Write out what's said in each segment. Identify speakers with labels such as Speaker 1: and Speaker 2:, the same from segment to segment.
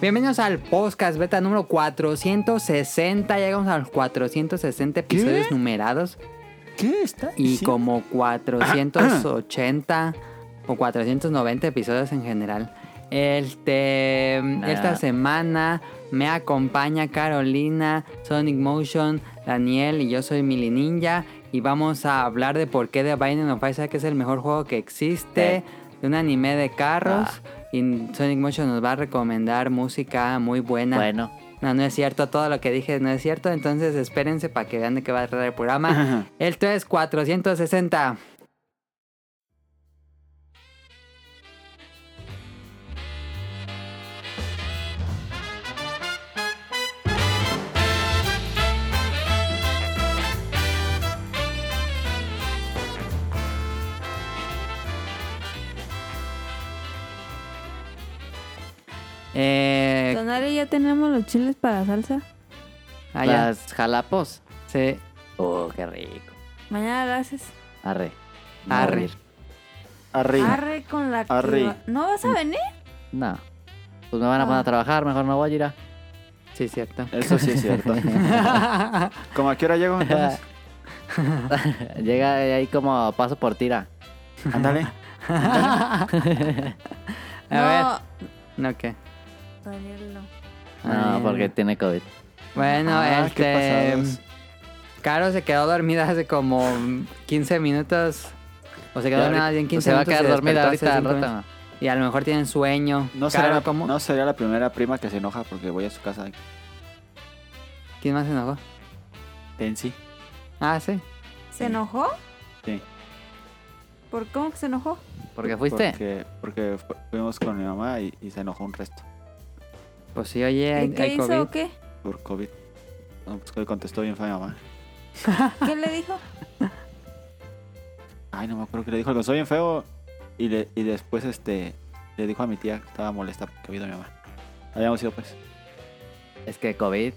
Speaker 1: Bienvenidos al podcast beta número 460. Llegamos a los 460 episodios numerados.
Speaker 2: ¿Qué está?
Speaker 1: Y
Speaker 2: Sí.
Speaker 1: como 480 o 490 episodios en general. Este, Esta semana me acompaña Carolina, Sonic Motion, Daniel y yo soy Mili Ninja. Y vamos a hablar de por qué The Binding of Isaac es el mejor juego que existe, de Ah. un anime de carros. Y Sonic Motion nos va a recomendar música muy buena.
Speaker 2: Bueno,
Speaker 1: No, no es cierto, todo lo que dije no es cierto, entonces espérense para que vean de qué va a tratar el programa. el 3 460. Eh,
Speaker 3: Tonali, ya tenemos los chiles para salsa.
Speaker 1: allá.
Speaker 2: las jalapos.
Speaker 1: ah, Sí.
Speaker 2: Oh, qué rico.
Speaker 3: Mañana la haces.
Speaker 2: Arre.
Speaker 1: Arre.
Speaker 2: Morir. Arre.
Speaker 3: Arre con la que
Speaker 2: Arre.
Speaker 3: va- ¿No vas a venir?
Speaker 2: No. Pues me van a poner a
Speaker 3: Ah.
Speaker 2: trabajar, mejor no voy a ir a.
Speaker 1: Sí, cierto.
Speaker 4: Eso sí es cierto. ¿Cómo a qué hora llego entonces?
Speaker 2: Llega ahí como paso por tira.
Speaker 4: Ándale.
Speaker 1: A
Speaker 3: no.
Speaker 1: No, ¿qué?
Speaker 3: Daniel, no.
Speaker 2: No,
Speaker 1: Ay,
Speaker 2: porque tiene COVID.
Speaker 1: Bueno,
Speaker 4: Ah,
Speaker 1: este.
Speaker 4: qué pasados.
Speaker 1: Caro se quedó dormida hace como 15 minutos. O se quedó
Speaker 2: Ya
Speaker 1: dormida
Speaker 2: ahorita-
Speaker 1: en 15
Speaker 2: se va a
Speaker 1: minutos.
Speaker 2: quedar
Speaker 1: y despertó
Speaker 2: dormida
Speaker 1: hace
Speaker 2: ahorita al
Speaker 1: cinco minutos.
Speaker 2: rato.
Speaker 1: Y a lo mejor tienen sueño.
Speaker 4: No
Speaker 1: Caro,
Speaker 4: sería, la,
Speaker 1: ¿cómo?
Speaker 4: no sería la primera prima que se enoja porque voy a su casa.
Speaker 1: ¿Quién más se enojó?
Speaker 4: Tensi.
Speaker 1: Ah, sí.
Speaker 3: ¿Se enojó?
Speaker 4: Sí.
Speaker 3: ¿Por cómo que se enojó?
Speaker 2: Porque fuiste.
Speaker 4: Porque, porque fu- fuimos con mi mamá y, y se enojó un resto
Speaker 1: Pues sí, oye,
Speaker 3: ¿Y
Speaker 1: hay,
Speaker 3: qué
Speaker 1: hay
Speaker 3: hizo
Speaker 1: COVID.
Speaker 3: o qué?
Speaker 4: por COVID. No, pues que le contestó bien fue mi mamá.
Speaker 3: ¿Qué le dijo?
Speaker 4: Ay, no me acuerdo que le dijo algo. Soy bien feo. Y, le, y después este le dijo a mi tía que estaba molesta porque había ido mi mamá. Habíamos ido pues.
Speaker 2: Es que COVID.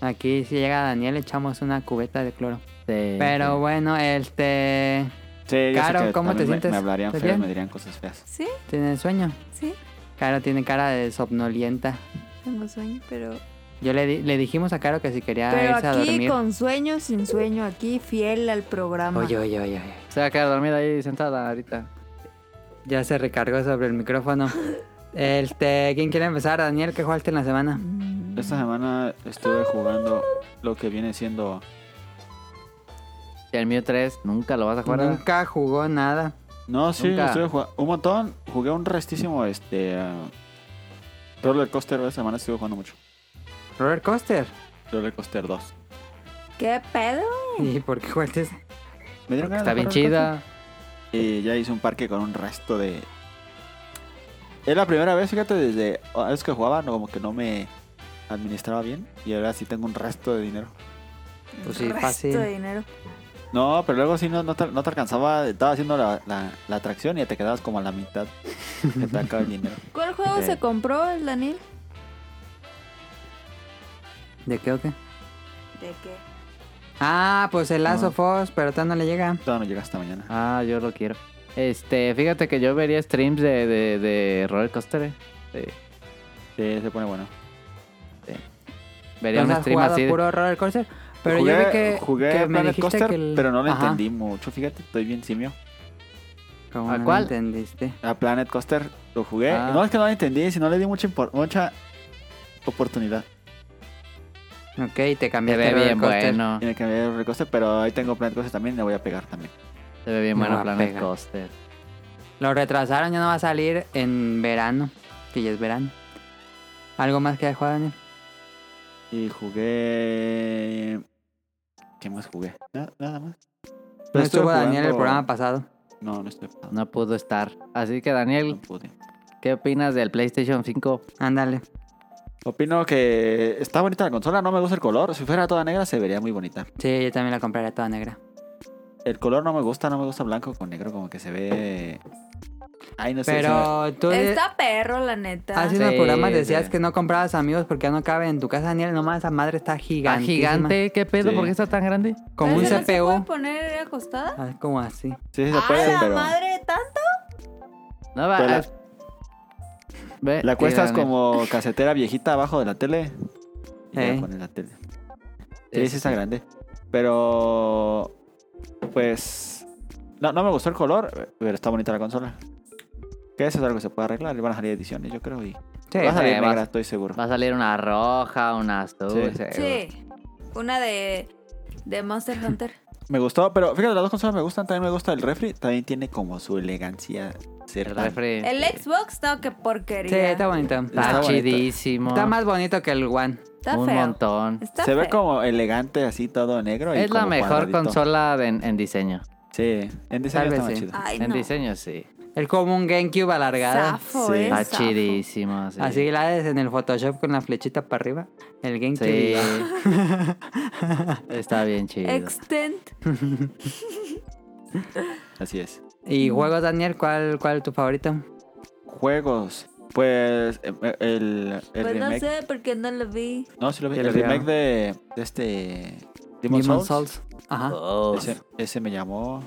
Speaker 1: Aquí si llega Daniel le echamos una cubeta de cloro.
Speaker 2: te-
Speaker 1: Pero bueno, este...
Speaker 4: Sí, yo sé
Speaker 1: Caro,
Speaker 4: que
Speaker 1: ¿cómo te
Speaker 4: también me-
Speaker 1: sientes?
Speaker 4: Me hablarían
Speaker 1: ¿Estás
Speaker 4: feo,
Speaker 1: bien?
Speaker 4: me dirían cosas feas.
Speaker 3: Sí,
Speaker 1: ¿Tiene sueño?
Speaker 3: sí.
Speaker 1: Caro tiene cara de somnolienta.
Speaker 3: Tengo sueño, pero.
Speaker 1: Yo le, di- le dijimos a Caro que si quería
Speaker 3: Pero
Speaker 1: irse a
Speaker 3: aquí
Speaker 1: dormir.
Speaker 3: con sueño, sin sueño, aquí fiel al programa.
Speaker 1: Oye, oye, oye, oye.
Speaker 2: Se va a quedar dormida ahí sentada ahorita.
Speaker 1: Ya se recargó sobre el micrófono. Este, ¿quién quiere empezar? Daniel, ¿qué jugaste en la semana?
Speaker 3: Mm.
Speaker 4: Esta semana estuve jugando lo que viene siendo
Speaker 2: Y el mío 3 nunca lo vas a jugar. ¿verdad?
Speaker 1: Nunca jugó nada.
Speaker 4: No, sí,
Speaker 2: Nunca.
Speaker 4: estuve jugando un montón. Jugué un restísimo este ah, Roller Coaster esta semana estuve jugando mucho.
Speaker 1: Roller coaster.
Speaker 4: Roller Coaster 2.
Speaker 3: ¿Qué pedo?
Speaker 2: Mm.
Speaker 1: ¿Y por qué jugaste? ese?
Speaker 4: Me dieron ganas
Speaker 2: Está
Speaker 4: de
Speaker 2: bien
Speaker 4: Roller Coaster.
Speaker 2: chida.
Speaker 4: Y ya hice un parque con un resto de Es la primera vez, fíjate, desde a veces que jugaba no como que no me administraba bien y ahora sí tengo un resto de dinero.
Speaker 1: Pues sí,
Speaker 3: Resto
Speaker 1: fácil.
Speaker 3: de dinero.
Speaker 4: No, pero luego sí no, no, te, no te alcanzaba, estaba haciendo la, la, la atracción y te quedabas como a la mitad. que te acaba el dinero.
Speaker 3: ¿Cuál juego
Speaker 4: Ok.
Speaker 3: se compró el Daniel?
Speaker 1: ¿De qué o qué?
Speaker 3: ¿De qué?
Speaker 1: Ah, pues el Last
Speaker 4: No.
Speaker 1: of Us, pero todavía no le llega.
Speaker 4: Todavía no llega hasta mañana.
Speaker 2: Ah, yo lo quiero. Este, fíjate que yo vería streams de, de, de roller coaster. eh. Sí.
Speaker 4: Sí, se pone bueno.
Speaker 2: Vería
Speaker 1: Entonces
Speaker 2: un
Speaker 1: has
Speaker 2: stream
Speaker 1: jugado
Speaker 2: así. de-
Speaker 1: puro roller coaster. Pero yo
Speaker 4: Jugué-
Speaker 1: vi que,
Speaker 4: jugué
Speaker 1: que me
Speaker 4: Planet
Speaker 1: dijiste
Speaker 4: Coaster,
Speaker 1: que el...
Speaker 4: pero no lo
Speaker 1: Ajá.
Speaker 4: entendí mucho, fíjate, estoy bien simio.
Speaker 1: ¿Cómo
Speaker 2: ¿A
Speaker 1: no
Speaker 2: cuál?
Speaker 1: entendiste?
Speaker 4: A Planet Coaster lo jugué.
Speaker 2: Ah.
Speaker 4: No es que no lo entendí, sino le di mucha, impor- mucha oportunidad.
Speaker 1: Ok, te
Speaker 2: Se
Speaker 1: cambiaste
Speaker 2: ve
Speaker 1: el roller
Speaker 2: bien
Speaker 1: coaster.
Speaker 2: bueno.
Speaker 4: Tiene que haber Roller Coaster, pero ahí tengo Planet Coaster también, le voy a pegar también.
Speaker 2: Se ve bien
Speaker 1: Me va
Speaker 2: bueno
Speaker 1: a
Speaker 2: Planet
Speaker 1: pegar.
Speaker 2: Coaster.
Speaker 1: Lo retrasaron, ya no va a salir en verano. Que ya es verano. ¿Algo más que hayas jugado, Daniel?
Speaker 4: Y jugué. ¿Qué más jugué? Na- nada más.
Speaker 1: No
Speaker 4: Pero estuve
Speaker 1: estuvo Daniel el
Speaker 4: jugando-
Speaker 1: programa pasado.
Speaker 4: No, no estoy. No,
Speaker 2: No pudo estar. Así que Daniel,
Speaker 4: no pude.
Speaker 2: ¿qué opinas del PlayStation 5?
Speaker 1: Ándale.
Speaker 4: Opino que está bonita la consola, no me gusta el color. Si fuera toda negra, se vería muy bonita.
Speaker 1: Sí, yo también la compraría toda negra.
Speaker 4: El color no me gusta, no me gusta blanco con negro, como que se ve. Ay, no sé. se me-
Speaker 1: Pero tú de- Ah,
Speaker 3: Está perro, la neta.
Speaker 1: hace unos
Speaker 2: Sí,
Speaker 1: programas decías
Speaker 2: sí.
Speaker 1: que no comprabas amigos porque ya no cabe en tu casa, Daniel. Nomás esa madre está
Speaker 2: ¿Ah,
Speaker 1: gigante.
Speaker 2: gigante? ¿Qué pedo?
Speaker 4: Sí.
Speaker 2: ¿Por qué está tan grande?
Speaker 1: Como un
Speaker 3: ¿Ese no ¿Se puede
Speaker 1: CPU.
Speaker 3: poner acostada?
Speaker 1: Ah, como así.
Speaker 4: Sí, sí, se
Speaker 3: ¡Ah,
Speaker 4: puede,
Speaker 3: la
Speaker 4: pero.
Speaker 3: madre! ¿Tanto?
Speaker 2: No va.
Speaker 4: Pero la-
Speaker 2: es- Ve,
Speaker 4: La cuestas
Speaker 1: Sí, Daniel.
Speaker 4: como casetera viejita abajo de la tele. Y ya
Speaker 1: Eh.
Speaker 4: pones la tele. Sí, sí está grande. Pero. Pues. No, no me gustó el color, pero está bonita la consola. Que eso es algo que se puede arreglar. Le van a salir ediciones, yo creo. Y
Speaker 1: Sí,
Speaker 4: va a salir
Speaker 2: sí, va-
Speaker 4: negra, estoy seguro.
Speaker 2: Va a salir una roja, una azul.
Speaker 4: Sí.
Speaker 2: seguro.
Speaker 3: Sí. Una de, de Monster Hunter.
Speaker 4: Me gustó, pero fíjate, las dos consolas me gustan. También me gusta el refri. También tiene como su elegancia.
Speaker 2: El
Speaker 4: Cerda.
Speaker 2: refri.
Speaker 3: El Xbox, no, qué porquería.
Speaker 1: Sí, está bonito. Está,
Speaker 2: Está
Speaker 4: bonito.
Speaker 2: chidísimo.
Speaker 1: más bonito que el One.
Speaker 3: Está
Speaker 2: un
Speaker 3: feo.
Speaker 2: montón.
Speaker 3: Está
Speaker 4: Se ve
Speaker 3: feo.
Speaker 4: como elegante, así todo negro. y
Speaker 2: Es la
Speaker 4: como
Speaker 2: mejor
Speaker 4: cuadradito.
Speaker 2: consola de- en, en diseño.
Speaker 4: Sí, en diseño
Speaker 1: Tal
Speaker 4: está
Speaker 1: vez
Speaker 4: más
Speaker 1: sí.
Speaker 4: chido.
Speaker 3: Ay,
Speaker 2: en
Speaker 3: no.
Speaker 2: diseño, sí.
Speaker 1: El común GameCube alargado.
Speaker 3: Zafo,
Speaker 4: Sí.
Speaker 3: eh,
Speaker 2: Está
Speaker 3: zafo.
Speaker 2: Ah, chidísimo. Sí.
Speaker 1: Así la haces en el Photoshop con la flechita para arriba. El
Speaker 2: Sí.
Speaker 1: GameCube.
Speaker 2: Está bien chido.
Speaker 3: Extent.
Speaker 4: Así es.
Speaker 1: Y, juegos, Daniel, ¿cuál, ¿cuál es tu favorito?
Speaker 4: Juegos. Pues eh, eh, el, el
Speaker 3: Pues no
Speaker 4: remake.
Speaker 3: sé, porque no lo vi.
Speaker 4: No, sí lo vi.
Speaker 1: Sí
Speaker 4: El
Speaker 1: lo vi,
Speaker 4: remake
Speaker 1: ah.
Speaker 4: de, de este. Demon, Souls.
Speaker 1: Ajá.
Speaker 2: Oh.
Speaker 4: Ese, ese me llamó.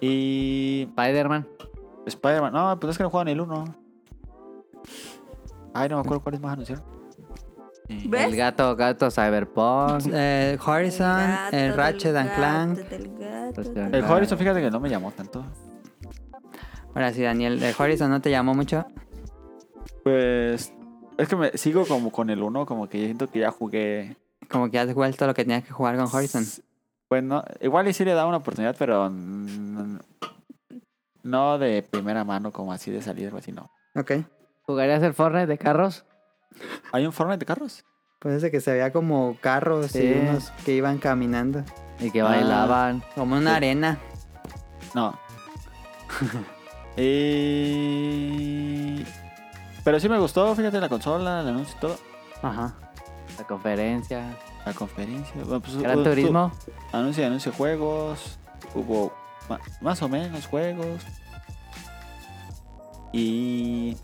Speaker 4: Y.
Speaker 2: Spider-Man.
Speaker 4: Spider-Man. No, pues es que no juegan el 1. Ay, no me acuerdo cuáles más anunciaron. Y-
Speaker 3: ¿Ves?
Speaker 2: El gato, gato cyberpunk.
Speaker 1: Eh, Horizon,
Speaker 3: gato,
Speaker 1: el
Speaker 3: del
Speaker 1: Ratchet and
Speaker 3: gato,
Speaker 1: Clank.
Speaker 3: del gato,
Speaker 2: Pues,
Speaker 3: del-
Speaker 4: El
Speaker 2: claro.
Speaker 4: Horizon, fíjate que no me llamó tanto.
Speaker 1: Ahora sí, Daniel, ¿el Horizon no te llamó mucho?
Speaker 4: Pues. Es que me sigo como con el 1, como que yo siento que ya jugué.
Speaker 1: Como que has vuelto lo que tenías que jugar con Horizon.
Speaker 4: Pues no, igual y sí le da una oportunidad, pero. mm, No de primera mano, como así de salir o así, no.
Speaker 1: Ok.
Speaker 2: ¿Jugarías el Fortnite de carros?
Speaker 4: ¿Hay un Fortnite de carros?
Speaker 1: Pues ese que se veía como carros
Speaker 2: Sí.
Speaker 1: que iban caminando.
Speaker 2: Y que
Speaker 4: Ah.
Speaker 2: bailaban.
Speaker 1: Como una arena.
Speaker 4: No. Y- Pero sí me gustó, fíjate, la consola, el anuncio y todo.
Speaker 1: Ajá.
Speaker 2: La conferencia.
Speaker 4: La conferencia. bueno, pues,
Speaker 2: Gran
Speaker 4: hubo-
Speaker 2: Turismo.
Speaker 4: hubo Anuncio y anuncio de juegos. Hubo ma- más o menos juegos. Y...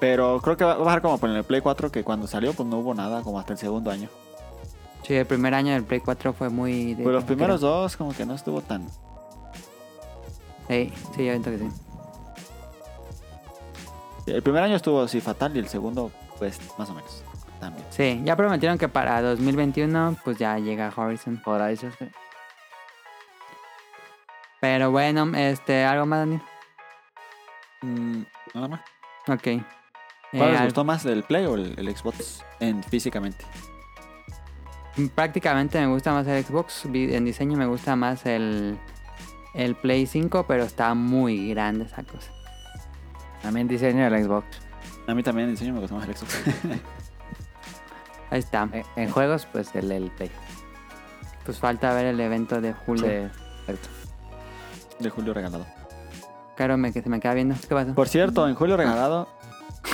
Speaker 4: Pero creo que va va a bajar como por el Play 4, que cuando salió pues no hubo nada, como hasta el segundo año.
Speaker 1: Sí, el primer año del Play 4 fue muy... de-
Speaker 4: Pero los primeros dos como que no estuvo tan...
Speaker 1: Sí, sí, yo siento que sí.
Speaker 4: El primer año estuvo así fatal y el segundo pues más o menos. También.
Speaker 1: Sí, ya prometieron que para 2021 pues ya llega Horizon.
Speaker 2: Horizon. sí.
Speaker 1: Pero bueno, este, ¿algo más, Daniel?
Speaker 4: Mm, nada más.
Speaker 1: Ok. Eh,
Speaker 4: ¿Cuál les
Speaker 1: al-
Speaker 4: gustó más, el Play o el, el Xbox? En físicamente.
Speaker 1: Prácticamente me gusta más el Xbox. vi- En diseño me gusta más el, el Play 5, pero está muy grande esa cosa.
Speaker 2: También diseño del Xbox.
Speaker 4: A mí también en diseño me gustó más el Xbox.
Speaker 1: Ahí está.
Speaker 2: En, en juegos, pues el, el Play.
Speaker 1: Pues falta ver el evento de
Speaker 2: Sí,
Speaker 1: julio.
Speaker 2: exacto.
Speaker 4: de Julio Regalado.
Speaker 1: Claro, me, que se me queda viendo. ¿Qué pasó?
Speaker 4: Por cierto, en Julio Regalado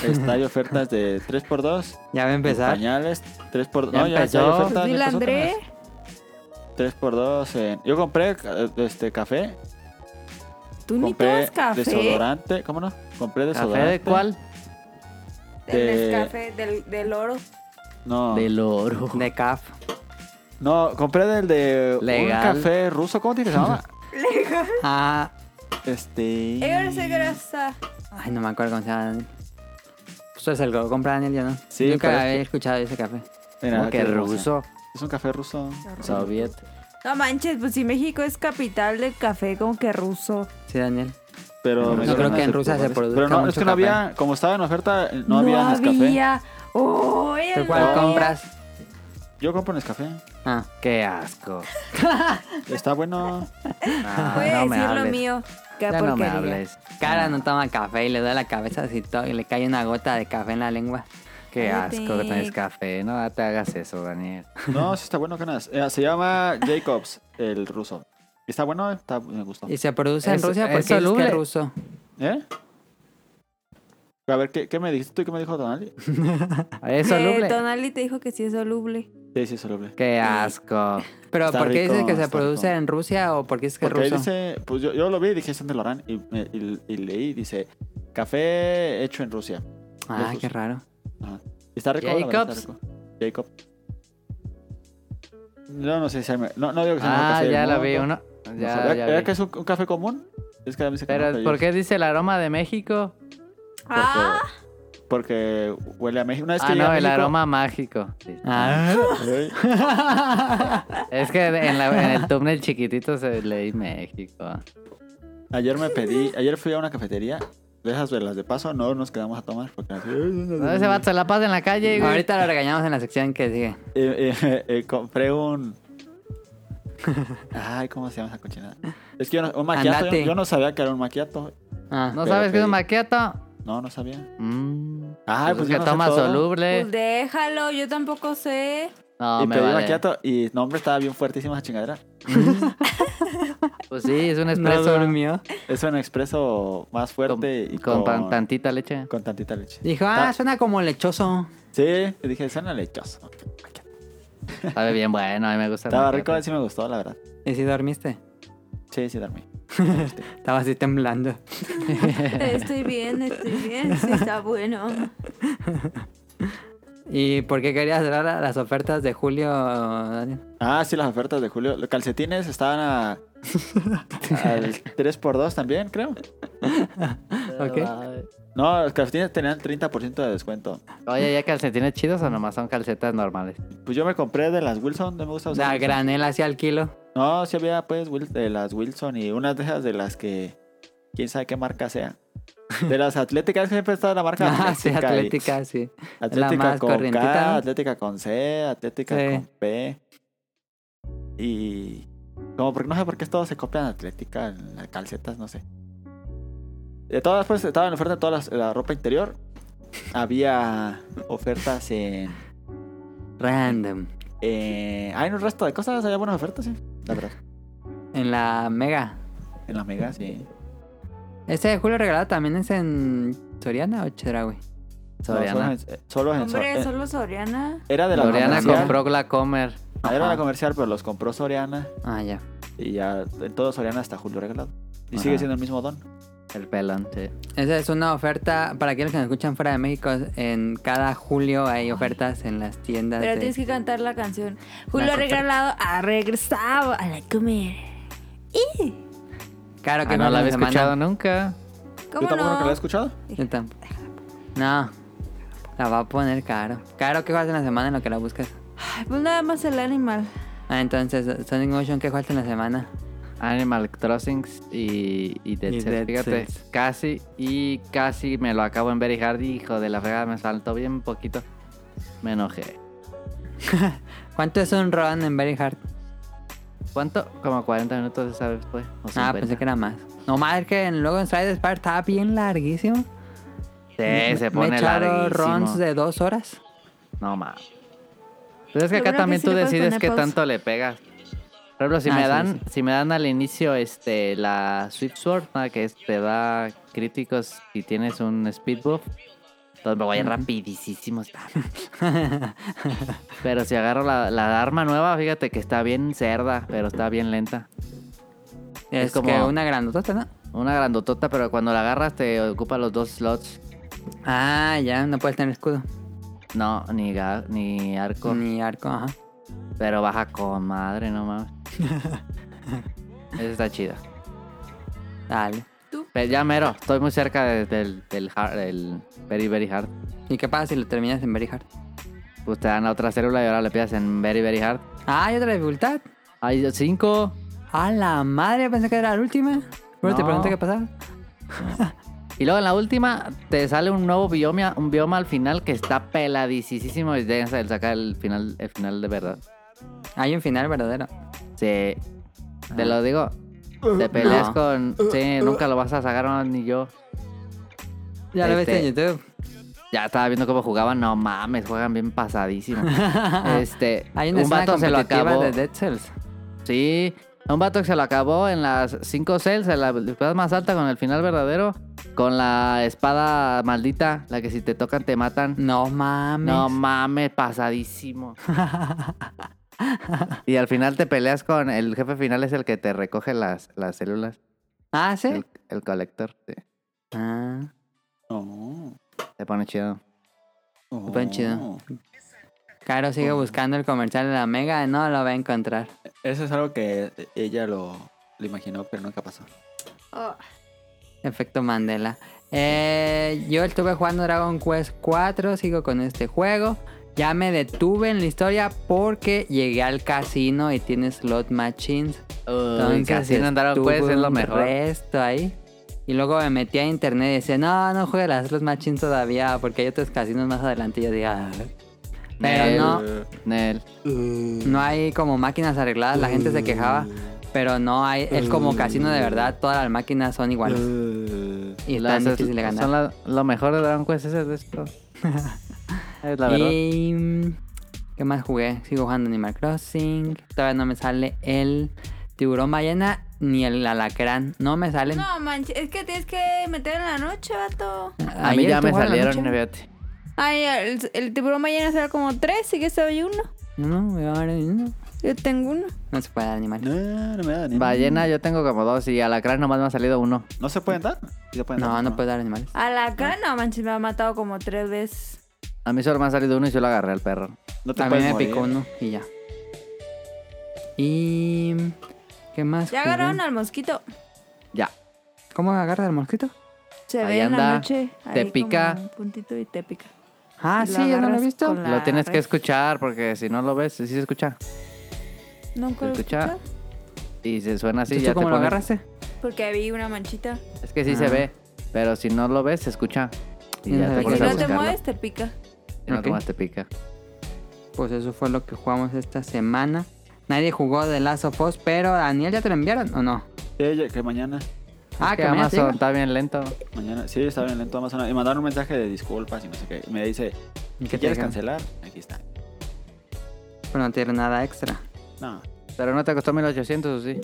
Speaker 4: está hay ofertas de 3x2.
Speaker 1: Ya va a empezar.
Speaker 4: Pañales, 3x2.
Speaker 2: Ya
Speaker 4: No, ya, ya hay
Speaker 2: empezó.
Speaker 4: ofertas.
Speaker 3: Pues
Speaker 4: ya
Speaker 3: dile,
Speaker 4: empezó
Speaker 3: André.
Speaker 4: apenas. 3x2. en- Yo compré eh, este café.
Speaker 3: Tú ni
Speaker 4: Compré
Speaker 3: tomas café.
Speaker 4: desodorante. ¿Cómo no? Compré
Speaker 2: ¿Café
Speaker 4: desodorante.
Speaker 2: de cuál?
Speaker 4: De-
Speaker 3: Del café, del, del oro.
Speaker 4: No.
Speaker 2: Del oro.
Speaker 1: De CAF.
Speaker 4: No, compré del de
Speaker 2: Legal.
Speaker 4: un café ruso. ¿Cómo te que se llama?
Speaker 3: Legal.
Speaker 1: Ah,
Speaker 4: este.
Speaker 3: Ahora se grasa.
Speaker 1: ay, no me acuerdo cómo se llama. Daniel. Pues es el que lo compra Daniel, yo no.
Speaker 4: Sí,
Speaker 1: Nunca
Speaker 4: pero es
Speaker 1: había
Speaker 4: que-
Speaker 1: escuchado ese café.
Speaker 4: Mira,
Speaker 2: ¿Cómo que
Speaker 4: qué hermosa.
Speaker 2: ruso?
Speaker 4: Es un café ruso.
Speaker 2: Soviet.
Speaker 3: No manches, pues si México es capital del café, como que ruso.
Speaker 1: Sí, Daniel.
Speaker 4: Pero
Speaker 1: No
Speaker 4: me
Speaker 1: creo
Speaker 4: dieron
Speaker 1: que en
Speaker 4: hace
Speaker 1: Rusia
Speaker 4: poco
Speaker 1: se
Speaker 4: eso.
Speaker 1: produzca
Speaker 4: Pero no, es
Speaker 1: mucho
Speaker 4: que no
Speaker 1: café.
Speaker 4: había, como estaba en oferta, eh, no, había Nescafé.
Speaker 3: había. Oye,
Speaker 1: ¿Tú
Speaker 3: no
Speaker 1: cuál
Speaker 3: había.
Speaker 1: compras?
Speaker 4: Yo compro Nescafé.
Speaker 1: Ah,
Speaker 2: Qué asco.
Speaker 4: Está bueno.
Speaker 2: Ah,
Speaker 3: Voy a
Speaker 2: no me
Speaker 3: decir lo
Speaker 2: hables.
Speaker 3: mío. Qué
Speaker 2: Ya
Speaker 3: porquería.
Speaker 2: no me hables.
Speaker 1: cara no toma café y le duele la cabeza así todo y le cae una gota de café en la lengua.
Speaker 2: Qué
Speaker 3: Cállate.
Speaker 2: asco que tenés café. No te hagas eso, Daniel.
Speaker 4: No, sí está bueno, canas. Eh, se llama Jacobs, el ruso. Está bueno, está- me gustó.
Speaker 1: Y se produce en
Speaker 2: Es-
Speaker 1: Rusia
Speaker 2: es
Speaker 1: porque es, que
Speaker 2: soluble.
Speaker 1: es ruso.
Speaker 4: ¿Eh? A ver, ¿qué, qué me dijiste tú y qué me dijo Donali?
Speaker 2: ¿Es
Speaker 3: Eh,
Speaker 2: soluble?
Speaker 3: Tonali te dijo que sí es soluble.
Speaker 4: Sí, sí, es soluble.
Speaker 2: Qué asco.
Speaker 1: Pero
Speaker 4: Está
Speaker 1: ¿por qué dices
Speaker 4: rico,
Speaker 1: que se
Speaker 4: está
Speaker 1: produce
Speaker 4: rico.
Speaker 1: en Rusia o por qué dices que es
Speaker 4: Porque ahí
Speaker 1: ruso?
Speaker 4: dice, pues yo, yo lo vi y dije, es de Lorán. Y, me- y- y leí, dice, café hecho en Rusia.
Speaker 1: Ah,
Speaker 4: rusos.
Speaker 1: qué raro.
Speaker 4: Ajá. Y Está rico. la verdad,
Speaker 2: Jacobs.
Speaker 4: está rico. Jacob. No, no sé si hay me- no, no digo que sea el mejor
Speaker 2: Ah,
Speaker 4: café del
Speaker 2: ya lo vi
Speaker 4: mundo.
Speaker 2: uno.
Speaker 4: No sé,
Speaker 2: Ya,
Speaker 4: ¿verdad-
Speaker 2: ya
Speaker 4: verdad
Speaker 2: vi.
Speaker 4: que es un, un café común? Es que a mí se
Speaker 2: Pero ¿por qué dice el aroma de México?
Speaker 4: Porque,
Speaker 3: Ah.
Speaker 4: porque huele a México. Una vez que
Speaker 2: Ah,
Speaker 4: llegué
Speaker 2: no,
Speaker 4: a
Speaker 2: el
Speaker 4: México-
Speaker 2: aroma mágico. Sí.
Speaker 1: Ah.
Speaker 4: Ey,
Speaker 2: Es que en, la- en el túnel chiquitito se leí México.
Speaker 4: Ayer me pedí, ayer fui a una cafetería. De esas de las de paso, no nos quedamos a tomar. Porque así,
Speaker 2: No, ese vato se la pasa en la calle, güey.
Speaker 1: Ahorita lo regañamos en la sección que sigue.
Speaker 4: Eh, eh, eh, compré un. Ay, ¿cómo se llama esa cochinada? Es que yo no, un maquiato.
Speaker 1: Andate.
Speaker 4: Yo, yo no sabía que era un maquiato.
Speaker 1: Ah.
Speaker 2: ¿No
Speaker 4: Pero
Speaker 2: sabes qué es un
Speaker 4: pedí.
Speaker 2: maquiato?
Speaker 4: No, no sabía.
Speaker 2: Mm.
Speaker 4: Ay,
Speaker 2: Pues
Speaker 4: pues yo
Speaker 2: es que
Speaker 4: no sé
Speaker 2: toma
Speaker 4: todo.
Speaker 2: soluble.
Speaker 3: Pues déjalo, yo tampoco sé.
Speaker 2: No,
Speaker 4: y
Speaker 2: me
Speaker 4: pedí
Speaker 2: vale.
Speaker 4: maquiato y no, hombre, estaba bien fuertísima esa chingadera.
Speaker 2: Pues sí, es un
Speaker 1: No
Speaker 2: espresso
Speaker 1: durmió.
Speaker 4: Es un expreso más
Speaker 2: con,
Speaker 4: fuerte y
Speaker 2: con
Speaker 4: con,
Speaker 2: pan- tantita leche.
Speaker 4: con tantita leche.
Speaker 1: Dijo, ah, suena como lechoso.
Speaker 4: Sí, y dije, suena lechoso.
Speaker 2: Sabe bien bueno, a mí me gusta. el
Speaker 4: Estaba
Speaker 2: macchiato.
Speaker 4: rico, sí me gustó, la verdad.
Speaker 1: ¿Y si dormiste?
Speaker 4: Sí, sí, dormí.
Speaker 1: Estaba así temblando.
Speaker 3: Estoy bien, estoy bien. Sí, está bueno.
Speaker 1: ¿Y por qué querías cerrar a las ofertas de julio, Daniel?
Speaker 4: Ah, sí, las ofertas de julio. Los calcetines estaban a. al 3x2 también, creo.
Speaker 1: Ok.
Speaker 4: No, los calcetines tenían 30% de descuento.
Speaker 2: Oye, ¿ya calcetines chidos o nomás son calcetas normales?
Speaker 4: Pues yo me compré de las Wilson, no me gusta usar.
Speaker 1: La
Speaker 4: Wilson.
Speaker 1: granela hacia el kilo.
Speaker 4: No, sí había pues Wil- de las Wilson y unas de esas de las que quién sabe qué marca sea. De las atléticas siempre está la marca
Speaker 1: Ah, sí,
Speaker 4: atlética. y-
Speaker 1: atlética, sí.
Speaker 4: atlética
Speaker 1: más
Speaker 4: con
Speaker 1: corrientita, ¿no?
Speaker 4: K, atlética con C, atlética
Speaker 1: Sí.
Speaker 4: con P. Y como porque no sé por qué todos se copian atlética en las calcetas, no sé. De todas pues estaba en oferta toda la, la ropa interior. Había ofertas en
Speaker 1: Random.
Speaker 4: Eh, hay un resto de cosas, hay buenas ofertas, sí. La verdad.
Speaker 1: En la Mega.
Speaker 4: En las megas, sí.
Speaker 1: Este de julio regalado también es en Soriana o Chedraui.
Speaker 2: Soriana.
Speaker 4: No, solo en- solo en-
Speaker 3: Hombre,
Speaker 4: eh,
Speaker 3: solo Soriana.
Speaker 4: Era de la
Speaker 2: Soriana
Speaker 4: comercial.
Speaker 2: compró Glacomer.
Speaker 4: Ah, Era de la
Speaker 1: Ajá.
Speaker 4: comercial, pero los compró Soriana.
Speaker 1: Ah, ya.
Speaker 4: Y ya, en todo Soriana hasta Julio regalado. Y
Speaker 2: Ajá.
Speaker 4: sigue siendo el mismo don.
Speaker 2: El pelón, sí.
Speaker 1: Esa es una oferta para aquellos que nos escuchan fuera de México. En cada julio hay ofertas en las tiendas.
Speaker 3: Pero
Speaker 1: de-
Speaker 3: tienes que cantar la canción.
Speaker 1: La
Speaker 3: Julio ha
Speaker 1: oferta.
Speaker 3: regalado, ha regresado a la comer.
Speaker 1: Claro que
Speaker 2: Ah, no
Speaker 1: fue
Speaker 2: la
Speaker 1: la
Speaker 2: había
Speaker 1: semana.
Speaker 2: escuchado nunca.
Speaker 4: Yo
Speaker 3: ¿Cómo
Speaker 4: tampoco nunca lo había
Speaker 3: no?
Speaker 4: escuchado.
Speaker 1: Yo tampoco. No. La va a poner caro. Caro, ¿qué juegas en la semana en lo que la buscas?
Speaker 3: Ay, Pues nada más el animal.
Speaker 1: Ah, entonces, Sonic Motion, ¿qué juegas en la semana?
Speaker 2: Animal Crossing y, y Dead
Speaker 1: Y
Speaker 2: Cells.
Speaker 1: Dead
Speaker 2: Fíjate,
Speaker 1: Cells.
Speaker 2: casi y casi me lo acabo en Very Hard. Hijo de la fregada, me saltó bien poquito. Me enojé.
Speaker 1: ¿Cuánto es un run en Very Hard? Ah,
Speaker 2: ¿Cuánto? Como 40 minutos esa vez fue. o
Speaker 1: Ah,
Speaker 2: 50.
Speaker 1: pensé que era más. No más es que en- luego en Slide Spire estaba bien larguísimo.
Speaker 2: Sí, Eh, se
Speaker 1: Me
Speaker 2: pone
Speaker 1: he
Speaker 2: larguísimo.
Speaker 1: echado runs de dos horas.
Speaker 2: No mames. Pero es que
Speaker 3: Yo creo
Speaker 2: acá
Speaker 3: que
Speaker 2: también
Speaker 3: sí
Speaker 2: tú
Speaker 3: le puedes
Speaker 2: decides
Speaker 3: poner
Speaker 2: qué
Speaker 3: pausa.
Speaker 2: tanto le pegas. Por ejemplo, si
Speaker 1: Ah,
Speaker 2: me
Speaker 1: sí,
Speaker 2: dan,
Speaker 1: sí.
Speaker 2: si me dan al inicio este la Swift Sword, ¿no? que es- te da críticos y tienes un speed buff, entonces me voy
Speaker 1: Ujú.
Speaker 2: rapidísimo. pero si agarro la, la arma nueva, fíjate que está bien cerda, pero está bien lenta.
Speaker 1: Es,
Speaker 2: Es como-
Speaker 1: que una grandotota, ¿no?
Speaker 2: Una grandotota, pero cuando la agarras te ocupa los dos slots.
Speaker 1: Ah, ya, no puedes tener escudo.
Speaker 2: No, ni, ga- ni arco.
Speaker 1: Ni arco, ajá.
Speaker 2: Pero baja con madre, no mames. Esa está chida.
Speaker 1: Dale.
Speaker 2: Pero ya mero, estoy muy cerca de- del, del, hard- del Very Very Hard.
Speaker 1: ¿Y qué pasa si lo terminas en Very Hard?
Speaker 2: Pues te dan la otra célula y ahora le pidas en Very Very Hard.
Speaker 1: Ah, hay otra dificultad.
Speaker 2: Hay cinco.
Speaker 1: A la madre, pensé que era la última. Pero te
Speaker 2: No.
Speaker 1: pregunté qué pasaba.
Speaker 2: Y luego en la última te sale un nuevo bioma, un bioma al final que está peladísimo y de el sacar el final, el final de verdad.
Speaker 1: Hay un final verdadero.
Speaker 2: Sí. Te lo digo. Te peleas
Speaker 1: No.
Speaker 2: con. Sí, nunca lo vas a sacar no, ni yo.
Speaker 1: Ya lo viste en
Speaker 2: Este-
Speaker 1: YouTube.
Speaker 2: Ya estaba viendo cómo jugaban. No mames, juegan bien pasadísimo. este,
Speaker 1: Hay una
Speaker 2: un
Speaker 1: escena
Speaker 2: vato se lo
Speaker 1: competitiva
Speaker 2: acabó.
Speaker 1: de Dead Cells.
Speaker 2: Sí, un vato que se lo acabó en las 5 cells, en la espada más alta con el final verdadero, con la espada maldita, la que si te tocan te matan.
Speaker 1: No mames.
Speaker 2: No mames, pasadísimo. y al final te peleas con el jefe final es el que te recoge las, las células,
Speaker 1: ah, sí.
Speaker 2: el, el colector. sí.
Speaker 1: Ah,
Speaker 4: No.
Speaker 2: Te pone chido.
Speaker 4: no.
Speaker 1: Está chido. Caro sigue buscando el comercial de la Mega. No lo va a encontrar.
Speaker 4: Eso es algo que ella lo, lo imaginó, pero nunca pasó.
Speaker 3: Oh,
Speaker 1: Efecto Mandela. Eh, yo estuve jugando Dragon Quest 4, sigo con este juego. Ya me detuve en la historia porque llegué al casino y tiene slot machines. Entonces,
Speaker 2: Entonces, en Dragon
Speaker 1: estuve
Speaker 2: Quest pues, es lo
Speaker 1: un
Speaker 2: mejor.
Speaker 1: resto ahí. Y luego me metí a internet y decía, no, no juegue las slot machines todavía porque hay otros casinos más adelante. Y yo diga, pero
Speaker 2: Nel,
Speaker 1: no,
Speaker 2: Nel.
Speaker 1: no hay como máquinas arregladas, la gente se quejaba, pero no hay, es como casino de verdad, todas las máquinas son iguales. Y es
Speaker 2: Las-
Speaker 1: tan difícil de ganar.
Speaker 2: Son la- lo mejor de Dragon Quest ese de esto. es la verdad.
Speaker 1: Y mm, ¿qué más jugué? Sigo jugando Animal Crossing. Todavía no me sale el tiburón ballena ni el alacrán. No me salen.
Speaker 3: No, manches, es que tienes que meter en la noche, vato.
Speaker 2: A mí
Speaker 1: Ayer
Speaker 2: ya
Speaker 1: tú
Speaker 2: me
Speaker 1: juegas la
Speaker 2: salieron,
Speaker 1: noche.
Speaker 2: fíjate.
Speaker 3: Ay, el, el tiburón mañana será como tres, y que se oye uno.
Speaker 1: No, no, ahora no.
Speaker 3: Yo tengo uno.
Speaker 1: No se puede dar animal.
Speaker 4: No, no me da ni.
Speaker 2: Ballena yo tengo como dos y alacrán nomás me ha salido uno.
Speaker 4: ¿No se pueden dar? Sí se pueden
Speaker 1: No,
Speaker 4: dar,
Speaker 1: no Ah, puedo dar animales.
Speaker 3: A la cana, no, manches, me ha matado como tres veces.
Speaker 2: A mí solo me ha salido uno y yo lo agarré al perro.
Speaker 4: No te
Speaker 1: También
Speaker 4: puedes
Speaker 1: me
Speaker 4: morir.
Speaker 1: picó uno y ya. Y ¿qué más?
Speaker 3: Ya
Speaker 1: jugué?
Speaker 3: agarraron al mosquito.
Speaker 2: Ya.
Speaker 1: ¿Cómo agarra el mosquito?
Speaker 3: Se
Speaker 2: Ahí
Speaker 3: ve en
Speaker 2: anda,
Speaker 3: la noche.
Speaker 2: te
Speaker 3: ahí
Speaker 2: pica.
Speaker 3: como Un puntito y te pica.
Speaker 1: Ah,
Speaker 3: Y lo
Speaker 1: sí, yo no lo he
Speaker 3: agarras
Speaker 1: visto.
Speaker 3: con la-
Speaker 2: Lo tienes que
Speaker 3: red.
Speaker 2: escuchar porque si no lo ves, sí se escucha.
Speaker 3: Nunca lo he
Speaker 2: Escucha.
Speaker 3: escuchado.
Speaker 2: Y se suena así,
Speaker 1: ¿Tú
Speaker 2: ya te
Speaker 1: cómo lo
Speaker 2: pones-
Speaker 1: agarraste?
Speaker 3: Porque vi una manchita.
Speaker 2: Es que sí
Speaker 1: Ah.
Speaker 2: se ve, pero si no lo ves, se escucha.
Speaker 1: Y no se ve
Speaker 3: Y
Speaker 1: Por
Speaker 3: si
Speaker 1: eso
Speaker 3: no te
Speaker 1: buscarlo.
Speaker 3: mueves, te pica.
Speaker 2: Si no
Speaker 1: Ok.
Speaker 2: te mueves, te pica.
Speaker 1: Pues eso fue lo que jugamos esta semana. Nadie jugó de Last of Us, pero Daniel ya te lo enviaron o no?
Speaker 4: Sí, ya- que mañana.
Speaker 1: Ah,
Speaker 2: Es
Speaker 1: que,
Speaker 2: que
Speaker 1: mañana te
Speaker 2: Amazon
Speaker 1: llega.
Speaker 2: está bien lento.
Speaker 4: Mañana. Sí, estaba bien lento Amazon. Y mandaron un mensaje de disculpas y no sé qué. Me dice,
Speaker 1: ¿Y
Speaker 4: ¿qué
Speaker 1: qué
Speaker 4: quieres
Speaker 1: te dijeron?
Speaker 4: cancelar? Aquí está.
Speaker 1: Pero no tiene nada extra.
Speaker 4: No,
Speaker 2: Pero no te costó 1800, ¿o sí?